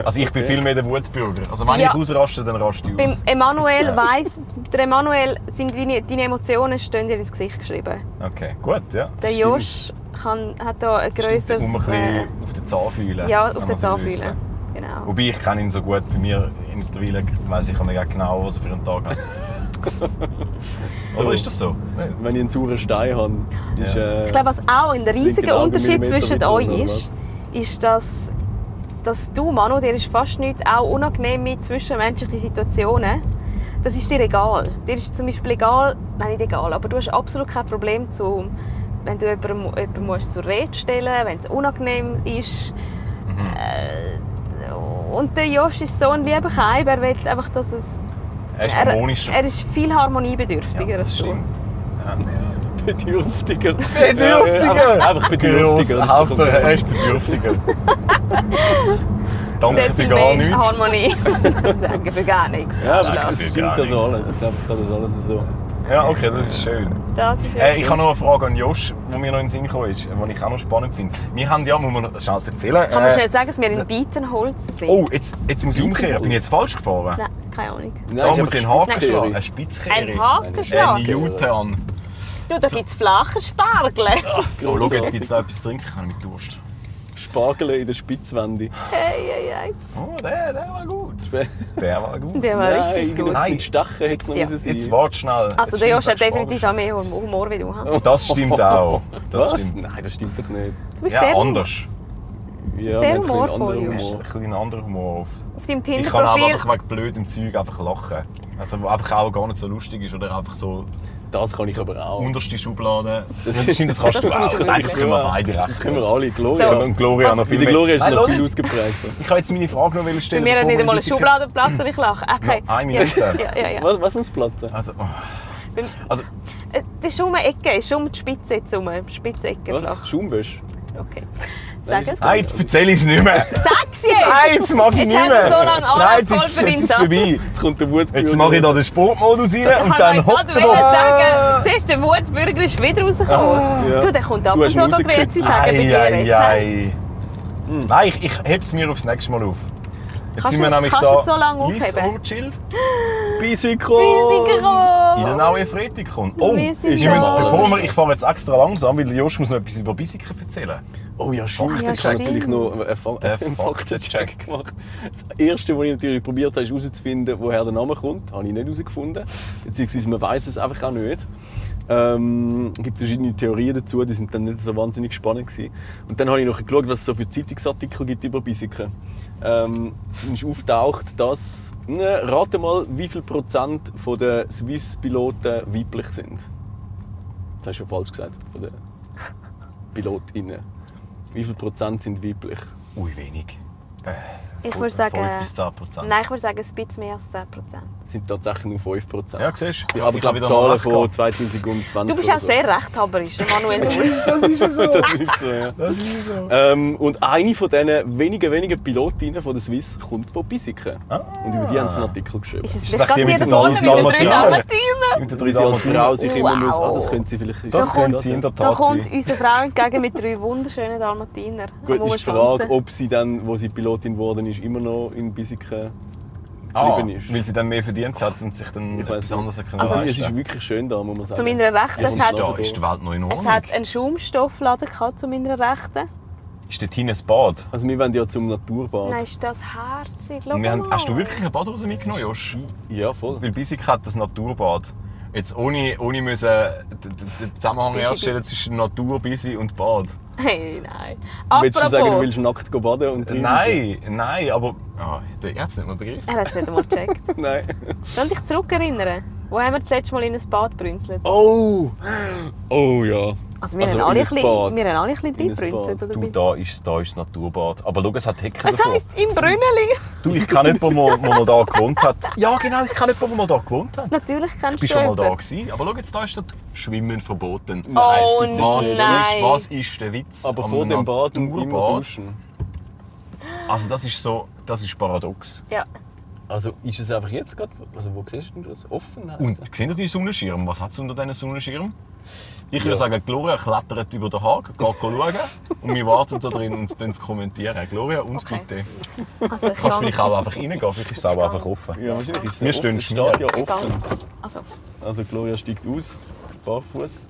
Speaker 1: Also ich bin viel mehr der Wutbürger. Also wenn
Speaker 3: Ja.
Speaker 1: ich ausraste, dann raste ich
Speaker 3: Beim
Speaker 1: aus.
Speaker 3: Emanuel weiss, der Emanuel, sind deine, deine Emotionen stehen dir ins Gesicht geschrieben.
Speaker 1: Okay, gut, ja.
Speaker 3: Der
Speaker 2: stimmt.
Speaker 3: Josh kann, hat da ein grösseres...
Speaker 1: Stimmt, muss man
Speaker 3: äh,
Speaker 1: ein bisschen auf den Zahn fühlen.
Speaker 3: ja,
Speaker 1: wenn
Speaker 3: auf
Speaker 1: man
Speaker 3: den
Speaker 1: so
Speaker 3: Zahn
Speaker 1: wissen.
Speaker 3: fühlen. Genau.
Speaker 1: Wobei, ich kenne ihn so gut. Bei mir mittlerweile weiss ich auch mega genau, was er für einen Tag hat. Oder ist das so? Nein.
Speaker 2: Wenn ich einen sauren Stein habe, ist.
Speaker 1: Ja.
Speaker 2: Äh,
Speaker 3: Ich glaube, was auch ein
Speaker 2: Auge
Speaker 3: riesiger
Speaker 1: genau
Speaker 3: Unterschied
Speaker 2: Millimeter
Speaker 3: zwischen
Speaker 2: miteinander,
Speaker 3: euch ist, ist, dass, dass du, Manu, dir ist fast nichts, auch unangenehme zwischenmenschliche Situationen, das ist dir egal. Dir ist zum Beispiel egal, nein, nicht egal, aber du hast absolut kein Problem, zu, wenn du jemanden, jemanden musst zur Rede stellen wenn es unangenehm ist.
Speaker 1: Mhm.
Speaker 3: Äh, und der Josh ist so ein lieber Kaib, er will einfach, dass es...
Speaker 1: Er ist
Speaker 3: er,
Speaker 1: harmonischer.
Speaker 3: er ist viel harmoniebedürftiger
Speaker 1: ja, das
Speaker 3: als du.
Speaker 1: stimmt.
Speaker 2: Bedürftiger.
Speaker 1: Bedürftiger!
Speaker 2: Ja, einfach, einfach bedürftiger.
Speaker 1: Gross,
Speaker 2: das ist doch
Speaker 1: Hauptsache, er ist bedürftiger. Danke
Speaker 3: Sehr
Speaker 1: für
Speaker 3: viel
Speaker 1: gar
Speaker 3: mehr
Speaker 1: nichts.
Speaker 3: Harmonie. Danke für gar nichts.
Speaker 2: Ja,
Speaker 1: Nein,
Speaker 2: aber es-
Speaker 1: das
Speaker 2: es
Speaker 1: geht
Speaker 2: stimmt
Speaker 1: gar
Speaker 2: also
Speaker 1: nichts.
Speaker 2: alles. Ich glaube, ich kann das alles so.
Speaker 1: Ja, okay, das ist schön.
Speaker 3: Das ist
Speaker 1: Äh, ich
Speaker 3: etwas.
Speaker 1: habe noch eine Frage an Josh, die mir noch in den Sinn gekommen ist, die ich auch noch spannend finde. Wir haben ja, muss man noch schnell erzählen.
Speaker 3: Kann man
Speaker 1: äh,
Speaker 3: schnell sagen, dass wir in Bietenholz sind?
Speaker 1: Oh, jetzt, jetzt muss ich umkehren. Bin ich jetzt falsch gefahren?
Speaker 3: Nein, keine Ahnung.
Speaker 1: Da muss ich einen Haken
Speaker 3: Spitzkehre.
Speaker 1: schlagen. Eine Spitzkehre.
Speaker 3: Ein Haken
Speaker 1: Eine
Speaker 3: schlagen?
Speaker 1: Jute an.
Speaker 3: Du, da gibt es flache Spargel.
Speaker 1: Oh, schau, jetzt gibt es da etwas zu trinken. Ich habe mit Durst.
Speaker 2: Spargel in der Spitzwende.
Speaker 3: Hey, hey, hey.
Speaker 1: Oh, der, der war gut. Der war gut.
Speaker 3: Der war richtig
Speaker 2: irgendwie
Speaker 3: gut.
Speaker 1: Nein.
Speaker 2: Mit Stacheln hätte es noch
Speaker 3: Ja.
Speaker 2: müssen sein.
Speaker 1: Jetzt wart schnell.
Speaker 3: Also
Speaker 1: Es
Speaker 3: der Josh hat
Speaker 1: stimmt,
Speaker 3: definitiv
Speaker 1: Spanisch.
Speaker 3: auch mehr Humor wie du. hm?
Speaker 1: Das stimmt auch. Das
Speaker 2: Was?
Speaker 1: stimmt.
Speaker 2: Nein, das stimmt doch nicht.
Speaker 3: Du bist
Speaker 1: Ja,
Speaker 3: sehr
Speaker 1: anders.
Speaker 2: Ja,
Speaker 3: Sehr
Speaker 2: wir haben ein bisschen
Speaker 3: humorvoll,
Speaker 2: anderen
Speaker 1: Ist
Speaker 3: Josh.
Speaker 1: Ein
Speaker 2: Humor.
Speaker 1: bisschen anderer Humor oft.
Speaker 3: auf deinem
Speaker 1: Ich kann auch
Speaker 3: Tinder-Profil.
Speaker 1: einfach wegen blödem Zeug einfach lachen. Also wo einfach auch gar nicht so lustig ist oder einfach so
Speaker 2: Das kann ich aber auch.
Speaker 1: unterste Schublade. Das stimmt, das kannst
Speaker 3: Das
Speaker 1: du auch.
Speaker 3: kannst du
Speaker 1: Nein, das
Speaker 3: wirklich.
Speaker 1: können wir beide recht
Speaker 2: Das können wir
Speaker 1: gut.
Speaker 2: alle.
Speaker 3: So.
Speaker 2: Gloria.
Speaker 1: Und Gloria
Speaker 3: Also
Speaker 1: noch
Speaker 2: Bei
Speaker 1: viel
Speaker 2: der
Speaker 1: mehr.
Speaker 2: Gloria ist es
Speaker 1: Nein,
Speaker 2: noch
Speaker 1: lass
Speaker 2: viel
Speaker 1: es.
Speaker 2: ausgeprägter.
Speaker 1: Ich habe jetzt meine Frage noch wollen
Speaker 3: Bei
Speaker 1: stellen.
Speaker 3: mir hat
Speaker 1: bevor
Speaker 3: nicht
Speaker 1: wir
Speaker 3: einmal
Speaker 1: in
Speaker 3: einen
Speaker 1: die
Speaker 3: Schubladenplatz, wo ich lache. Okay.
Speaker 1: Noch eine Minute.
Speaker 3: Ja, ja, ja, ja.
Speaker 2: Was, was muss platzen?
Speaker 1: Also, oh,
Speaker 3: Beim-
Speaker 1: also
Speaker 3: äh, Das ist um die Ecke, ist um die Spitze jetzt herum. Die Spitze Ecke flach.
Speaker 2: Was? Schaumwäsche?
Speaker 3: Okay. Sag es.
Speaker 1: nein, jetzt erzähle ich es nicht mehr.
Speaker 3: Sag's jetzt!
Speaker 1: Nein, jetzt mag ich
Speaker 3: Jetzt
Speaker 1: nicht
Speaker 3: haben wir
Speaker 1: mehr.
Speaker 3: so lange
Speaker 1: Nein, jetzt ist,
Speaker 3: angehalten für
Speaker 1: jetzt ist es
Speaker 3: den
Speaker 1: vorbei.
Speaker 2: Jetzt kommt der Wut.
Speaker 1: Jetzt mache ich da den Sportmodus rein und
Speaker 3: Ich
Speaker 1: dann
Speaker 3: dann
Speaker 1: hockt
Speaker 3: wollte
Speaker 1: er
Speaker 3: sagen, siehst du, der Wutbürger ist wieder
Speaker 1: Ah,
Speaker 3: rausgekommen.
Speaker 2: Ja.
Speaker 3: Du, der kommt ab
Speaker 2: Du
Speaker 3: und
Speaker 2: hast
Speaker 3: zu,
Speaker 2: ihn
Speaker 3: da Grüezi sagen bei
Speaker 1: Ei,
Speaker 3: dir
Speaker 1: ei,
Speaker 3: jetzt. hä?
Speaker 1: ei. Hm. Nein, ich, ich heb's mir aufs nächste Mal auf. Jetzt
Speaker 3: Kannst
Speaker 1: sind wir
Speaker 3: du-
Speaker 1: nämlich
Speaker 3: kannst
Speaker 1: da.
Speaker 3: du es so lange aufheben?
Speaker 1: Eis Rothschild, Oh.
Speaker 2: Bisikro!
Speaker 3: Riesig
Speaker 1: Illenau in Fretikon. Oh,
Speaker 3: Wir
Speaker 1: ich,
Speaker 3: sind
Speaker 1: muss,
Speaker 3: da.
Speaker 1: bevor wir, ich fahre jetzt extra langsam, weil der Josh muss noch etwas über Bisiker erzählen.
Speaker 2: Oh ja, stimmt.
Speaker 3: Ah, ja,
Speaker 2: Ja, stimmt.
Speaker 3: stimmt.
Speaker 2: Ich noch einen Fa-
Speaker 1: Der
Speaker 2: einen Faktencheck
Speaker 1: Faktencheck.
Speaker 2: gemacht. Das Erste, was ich natürlich probiert habe, ist herauszufinden, woher der Name kommt. Habe ich nicht herausgefunden. Beziehungsweise man weiß es einfach auch nicht. Ähm, es gibt verschiedene Theorien dazu, die sind dann nicht so wahnsinnig spannend gewesen. Und dann habe ich noch geschaut, was es so für Zeitungsartikel gibt über Bisiker. Ähm, dann ist auftaucht, dass, ne, rate mal, wie viel Prozent von den Swiss-Piloten weiblich sind. Das hast du schon falsch gesagt, von den PilotInnen. Wie viel Prozent sind weiblich?
Speaker 1: Ui, wenig. Äh,
Speaker 3: Ich
Speaker 1: fün-
Speaker 3: würde sagen-
Speaker 1: 5 bis 10 Prozent.
Speaker 3: Nein, ich würde sagen, ein bisschen mehr als 10%.
Speaker 2: Sind tatsächlich nur 5 Prozent.
Speaker 1: Ja, siehst du?
Speaker 2: aber ich
Speaker 1: hab
Speaker 2: glaube,
Speaker 1: wieder mal
Speaker 2: Zahlen
Speaker 1: recht
Speaker 2: von
Speaker 1: gehabt.
Speaker 2: 2020.
Speaker 3: Du bist auch
Speaker 2: oder so.
Speaker 3: sehr rechthaberisch, Manuel.
Speaker 2: Das ist so. das ist so, ja. Ähm, und eine von diesen wenigen, wenigen Pilotinnen von der Swiss kommt von Bisiken. Und über die haben sie einen Artikel geschrieben.
Speaker 3: Ist es
Speaker 1: Ah. Ist das
Speaker 3: vielleicht
Speaker 1: die
Speaker 3: gerade
Speaker 1: mit
Speaker 3: die da
Speaker 1: den
Speaker 3: vorne mit den drei
Speaker 1: Dalmatianern?
Speaker 3: Dalmatinern?
Speaker 1: Mit den drei
Speaker 2: Wie sie als
Speaker 1: Damen.
Speaker 2: Frau sich immer
Speaker 3: Wow.
Speaker 2: muss. Ah, das können sie vielleicht. ist
Speaker 1: Das können
Speaker 2: das
Speaker 1: sie in der
Speaker 3: Da
Speaker 1: Tat
Speaker 3: kommt
Speaker 1: sein.
Speaker 3: unsere Frau entgegen mit drei wunderschönen Dalmatinern. am
Speaker 2: Gut, ist die Frage,
Speaker 3: Oberschwanzen.
Speaker 2: ob sie dann, wo sie Pilotin geworden ist, immer noch in Bisiken
Speaker 1: Ah,
Speaker 2: geblieben ist.
Speaker 1: weil sie dann mehr verdient hat und sich dann
Speaker 2: Ich
Speaker 1: etwas
Speaker 2: weiss
Speaker 1: anderes
Speaker 2: nicht.
Speaker 1: können
Speaker 2: Also, es
Speaker 1: leisten.
Speaker 2: ist wirklich schön da, muss man sagen.
Speaker 3: Zu meiner Rechten,
Speaker 1: Es
Speaker 3: es
Speaker 1: ist
Speaker 3: hat,
Speaker 1: da, ist die Welt noch in
Speaker 3: es
Speaker 1: Ordnung?
Speaker 3: hat einen Schaumstoffladen gehabt, zu meiner Rechten.
Speaker 1: Ist dort hinten ein Bad?
Speaker 2: Also wir wollen ja zum Naturbad.
Speaker 3: Nein, ist das herzig. Schau
Speaker 1: Und wir haben,
Speaker 3: mal.
Speaker 1: hast du wirklich eine Badhose mitgenommen, Josh?
Speaker 2: Ja, voll.
Speaker 1: Weil Bisik hat das Naturbad. Jetzt ohne, ohne müssen den, den- den Zusammenhang
Speaker 3: Bisik
Speaker 1: herstellen
Speaker 3: ist-
Speaker 1: zwischen Natur, Bisi und Bad.
Speaker 3: Hey, nein.
Speaker 2: Willst du
Speaker 3: Apropos,
Speaker 2: sagen, du willst nackt gehen baden und drin
Speaker 1: Nein, nein, aber... ah, der er hat es nicht mehr begriffen.
Speaker 3: er hat es nicht einmal gecheckt.
Speaker 2: raus? Nein.
Speaker 3: Soll dich zurückerinnern? Wo haben wir das letzte Mal in ein Bad brünzelt?
Speaker 2: Oh! Oh ja.
Speaker 3: Also wir,
Speaker 2: Also
Speaker 3: haben, alle
Speaker 2: in
Speaker 3: ein
Speaker 2: ein
Speaker 3: bisschen,
Speaker 2: Bad.
Speaker 3: wir haben alle ein bisschen
Speaker 2: In ein
Speaker 3: reingebrünzelt,
Speaker 2: Bad.
Speaker 3: oder
Speaker 1: Du,
Speaker 3: wie?
Speaker 1: da ist, da ist das Naturbad. Aber schau, es hat Hecken
Speaker 3: Was
Speaker 1: davon.
Speaker 3: heisst im Brünneli?
Speaker 1: Du, ich kenne jemanden, der mal da gewohnt hat. Ja genau, ich kenne jemanden, der mal da gewohnt hat.
Speaker 3: Natürlich kennst
Speaker 1: Ich war schon mal da.
Speaker 3: du jemanden.
Speaker 1: Gewesen. Aber schau, jetzt da ist das Schwimmen verboten.
Speaker 3: Oh
Speaker 2: Nein,
Speaker 1: Was ist,
Speaker 3: nein.
Speaker 1: was ist der Witz?
Speaker 2: Aber
Speaker 1: am
Speaker 2: vor dem Bad und immer
Speaker 1: Naturbad?
Speaker 2: duschen.
Speaker 1: Also das ist so, das ist paradox.
Speaker 3: Ja.
Speaker 2: Also ist es einfach jetzt gerade... Also wo siehst du das? Offen?
Speaker 1: Und seht ihr die Sonnenschirm? Was hat es unter diesen Sonnenschirm? Ich
Speaker 2: Ja.
Speaker 1: würde sagen, Gloria klettert über den Haag, geht schauen und wir warten da drin und dann kommentieren. Gloria, uns
Speaker 3: Okay.
Speaker 1: bitte.
Speaker 3: Also ich
Speaker 1: Kannst du
Speaker 3: kann
Speaker 1: vielleicht auch einfach reingehen, vielleicht ist es auch einfach offen.
Speaker 2: Ja, wahrscheinlich ist es
Speaker 1: Wir
Speaker 2: offen.
Speaker 1: stehen
Speaker 2: Es
Speaker 1: schnell.
Speaker 2: steht ja offen.
Speaker 3: Also,
Speaker 2: Also Gloria steigt aus, barfuß.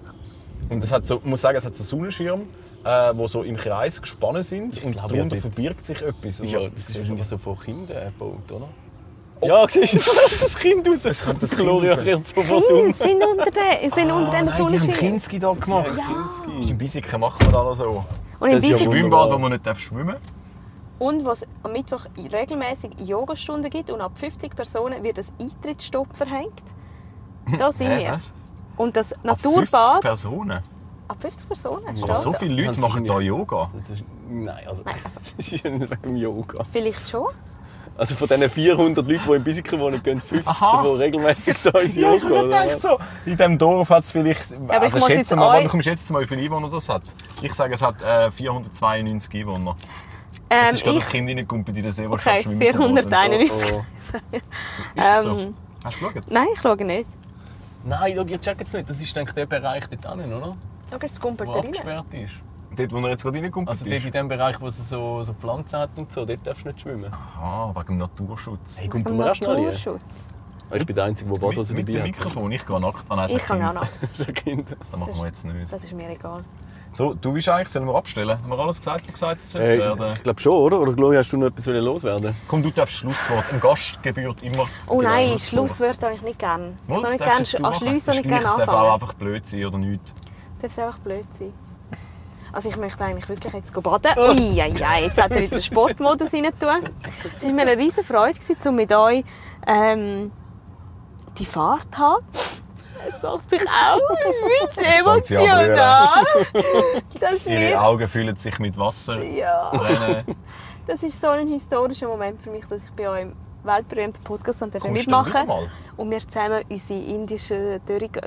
Speaker 1: Und es hat so, ich muss sagen, es hat so Sonnenschirm, äh, wo so im Kreis gespannt sind und
Speaker 2: glaube, ja,
Speaker 1: darunter
Speaker 2: dort-
Speaker 1: verbirgt sich etwas. Und
Speaker 2: das ist wahrscheinlich so von Kindern erbaut, oder? Oh. Ja, siehst du, es kommt das Kind raus. Es
Speaker 1: kommt das Kind
Speaker 2: Gloria
Speaker 1: raus.
Speaker 2: kehrt sofort um.
Speaker 3: Kinder sind unter den, sind unter den
Speaker 1: Ah, nein, die haben
Speaker 3: Sonnenschein.
Speaker 1: Kinski da gemacht.
Speaker 2: Kinski.
Speaker 1: Ist Im Bisiken macht man das auch so.
Speaker 3: Und im
Speaker 2: Das ist ja
Speaker 3: Bisi-
Speaker 2: wunderbar.
Speaker 1: Schwimmbad, wo man nicht darf schwimmen darf.
Speaker 3: Und was am Mittwoch regelmäßig Yogastunden gibt und ab 50 Personen wird das Eintrittsstopp verhängt. Da sind
Speaker 1: Hä,
Speaker 3: wir.
Speaker 1: was?
Speaker 3: Und das
Speaker 1: Ab 50
Speaker 3: Naturbad ab 50,
Speaker 1: Personen.
Speaker 3: Personen.
Speaker 1: Aber
Speaker 3: steht
Speaker 1: so
Speaker 3: da.
Speaker 1: viele
Speaker 2: Das
Speaker 1: Leute
Speaker 2: haben sie
Speaker 1: machen da
Speaker 2: vielleicht-
Speaker 1: Yoga.
Speaker 2: Das ist, nein, also,
Speaker 3: Nein, also-
Speaker 2: das ist ja nicht wegen dem Yoga.
Speaker 3: Vielleicht schon.
Speaker 2: Also von diesen 400 Leuten, die in Bisiker wohnen, gehen 50
Speaker 1: Aha.
Speaker 2: davon regelmäßig so ins
Speaker 1: Ja, ich
Speaker 2: Yoga.
Speaker 1: habe mir
Speaker 2: oder?
Speaker 1: gedacht, so, in diesem Dorf hat es vielleicht.
Speaker 3: ich
Speaker 1: also
Speaker 3: muss jetzt
Speaker 1: schätzen wir mal,
Speaker 3: eu-
Speaker 1: du kommst jetzt mal, wie viele Einwohner das hat. Ich sage, es hat äh, 492 Einwohner.
Speaker 3: Ähm,
Speaker 1: Jetzt ist gerade das
Speaker 3: ich,
Speaker 1: Kind reingekommen, bei dir der sehr
Speaker 3: okay,
Speaker 1: wahrscheinlich schwimmen verboten.
Speaker 3: 491.
Speaker 2: Oh,
Speaker 1: Ist das so?
Speaker 3: Ähm.
Speaker 1: Hast du geschaut?
Speaker 3: Nein, ich schaue nicht.
Speaker 2: Nein, schau, ich check jetzt nicht. Das ist denke ich, der Bereich dort hinten, oder?
Speaker 3: Schau, jetzt kumpelt
Speaker 2: Wo
Speaker 3: er rein.
Speaker 2: abgesperrt ist.
Speaker 1: Dort, wo er jetzt gerade reingekommen
Speaker 2: Also dort
Speaker 1: ist.
Speaker 2: in dem Bereich, wo es so, so Pflanzen hat und so, dort darfst du nicht schwimmen.
Speaker 1: Ah, wegen dem Naturschutz.
Speaker 2: Hey, kommt
Speaker 3: Vom
Speaker 2: mir auch schnell hier.
Speaker 3: Naturschutz.
Speaker 2: Ah, Ich bin der Einzige, der
Speaker 1: Mit,
Speaker 2: Badhose
Speaker 1: mit
Speaker 2: dabei
Speaker 1: dem
Speaker 2: hat.
Speaker 1: Mikrofon, ich gehe nackt. Ah, nein, es
Speaker 3: Ich
Speaker 1: hat
Speaker 3: kann
Speaker 1: Kind.
Speaker 3: auch noch.
Speaker 2: So Kinder.
Speaker 1: Das machen wir jetzt nicht.
Speaker 3: Das ist mir egal.
Speaker 1: So, du bist eigentlich, sollen wir abstellen? Haben wir alles gesagt, was gesagt sollte
Speaker 2: Hey,
Speaker 1: werden?
Speaker 2: ich glaube schon, oder? Oder Gloria, hast du noch etwas wollen loswerden?
Speaker 1: Komm, du darfst Schlusswort. Ein Gast gebührt immer.
Speaker 3: Oh nein,
Speaker 1: Schlusswort.
Speaker 3: Schlusswörter habe ich nicht gerne. Ich
Speaker 1: Mal,
Speaker 3: habe
Speaker 1: das
Speaker 3: nicht
Speaker 1: darfst
Speaker 3: gerne
Speaker 1: jetzt du
Speaker 3: an
Speaker 1: machen.
Speaker 3: Schlüsse und nicht
Speaker 1: Das
Speaker 3: gerne
Speaker 1: Gleiche darf auch
Speaker 3: anfangen.
Speaker 1: einfach blöd sein oder nichts.
Speaker 3: Darf es einfach blöd sein? Also ich möchte eigentlich wirklich jetzt go baden.
Speaker 1: Oh.
Speaker 3: Ui, ei, ei, jetzt hat er wieder den Sportmodus rein tun. Es war mir eine riesige Freude, gewesen, um mit euch ähm, die Fahrt zu haben. Es macht mich auch mit
Speaker 1: fängt sie an
Speaker 3: emotional. Dass
Speaker 1: Ihre
Speaker 3: wir,
Speaker 1: Augen füllen sich mit Wasser.
Speaker 3: ja,
Speaker 1: Tränen.
Speaker 3: das ist so ein historischer Moment für mich, dass ich bei euch im weltberühmten Podcast und
Speaker 1: Kommst du
Speaker 3: mitmachen
Speaker 1: denn wieder mal?
Speaker 3: und wir zusammen unsere indische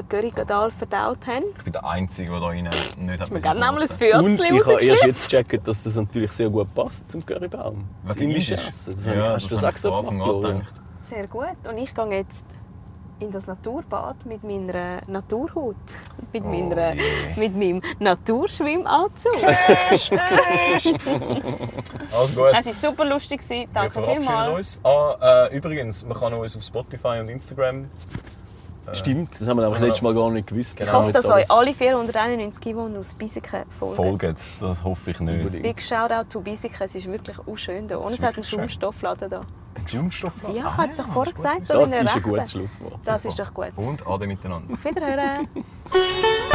Speaker 3: Görigadal verdaut haben.
Speaker 1: Ich bin der Einzige, der da rein nicht hat.
Speaker 3: Wir haben nämlich ein
Speaker 1: müssen
Speaker 2: Und
Speaker 3: Fürzchen
Speaker 2: ich habe erst
Speaker 3: rausgeschlüpft.
Speaker 2: jetzt gecheckt, dass das natürlich sehr gut passt zum Currybaum. Das
Speaker 1: Wegen
Speaker 2: indische
Speaker 1: Indisch?
Speaker 2: Essen. Das
Speaker 1: Ja,
Speaker 2: habe ich, hast du
Speaker 1: das
Speaker 2: das
Speaker 1: habe
Speaker 2: auch
Speaker 1: ich
Speaker 2: so
Speaker 1: von
Speaker 2: gemacht,
Speaker 1: Anfang an
Speaker 2: Gloria?
Speaker 1: gedacht.
Speaker 3: Sehr gut. Und ich gehe jetzt in das Naturbad mit meiner Naturhaut. Mit,
Speaker 1: Oh
Speaker 3: meiner,
Speaker 1: je.
Speaker 3: mit meinem Naturschwimmanzug.
Speaker 1: Alles gut.
Speaker 2: Äh,
Speaker 3: Es war super lustig. gewesen. Danke
Speaker 1: wir verabschieden
Speaker 3: vielmals.
Speaker 1: uns. Ah, äh, übrigens, man kann uns auf Spotify und Instagram.
Speaker 2: Stimmt, das haben wir nämlich
Speaker 1: Genau.
Speaker 2: letztes Mal gar nicht gewusst.
Speaker 1: Ich
Speaker 3: Ich
Speaker 1: Ja,
Speaker 3: hoffe,
Speaker 1: jetzt
Speaker 3: dass
Speaker 2: alles-
Speaker 3: euch alle 491 Einwohner aus Bisiken folgen.
Speaker 1: Folgt, das hoffe ich nicht.
Speaker 2: Unbedingt.
Speaker 3: Big Shoutout zu Bisiken. Es ist wirklich auch schön hier. Und
Speaker 1: Es
Speaker 3: es
Speaker 1: ist
Speaker 3: hat einen
Speaker 1: wirklich schön.
Speaker 3: Schaumstoffladen hier.
Speaker 1: Ein Schaumstoff?
Speaker 3: Ja, ich
Speaker 1: Ah,
Speaker 3: habe es doch
Speaker 1: das
Speaker 3: vorher
Speaker 1: ist gut zu
Speaker 3: gesagt.
Speaker 1: wissen.
Speaker 3: so
Speaker 2: Das
Speaker 3: in der
Speaker 2: ist ein
Speaker 3: Rechten.
Speaker 2: gutes Schlusswort.
Speaker 3: Das ist doch gut.
Speaker 1: Und Ade miteinander.
Speaker 3: Auf Wiederhören.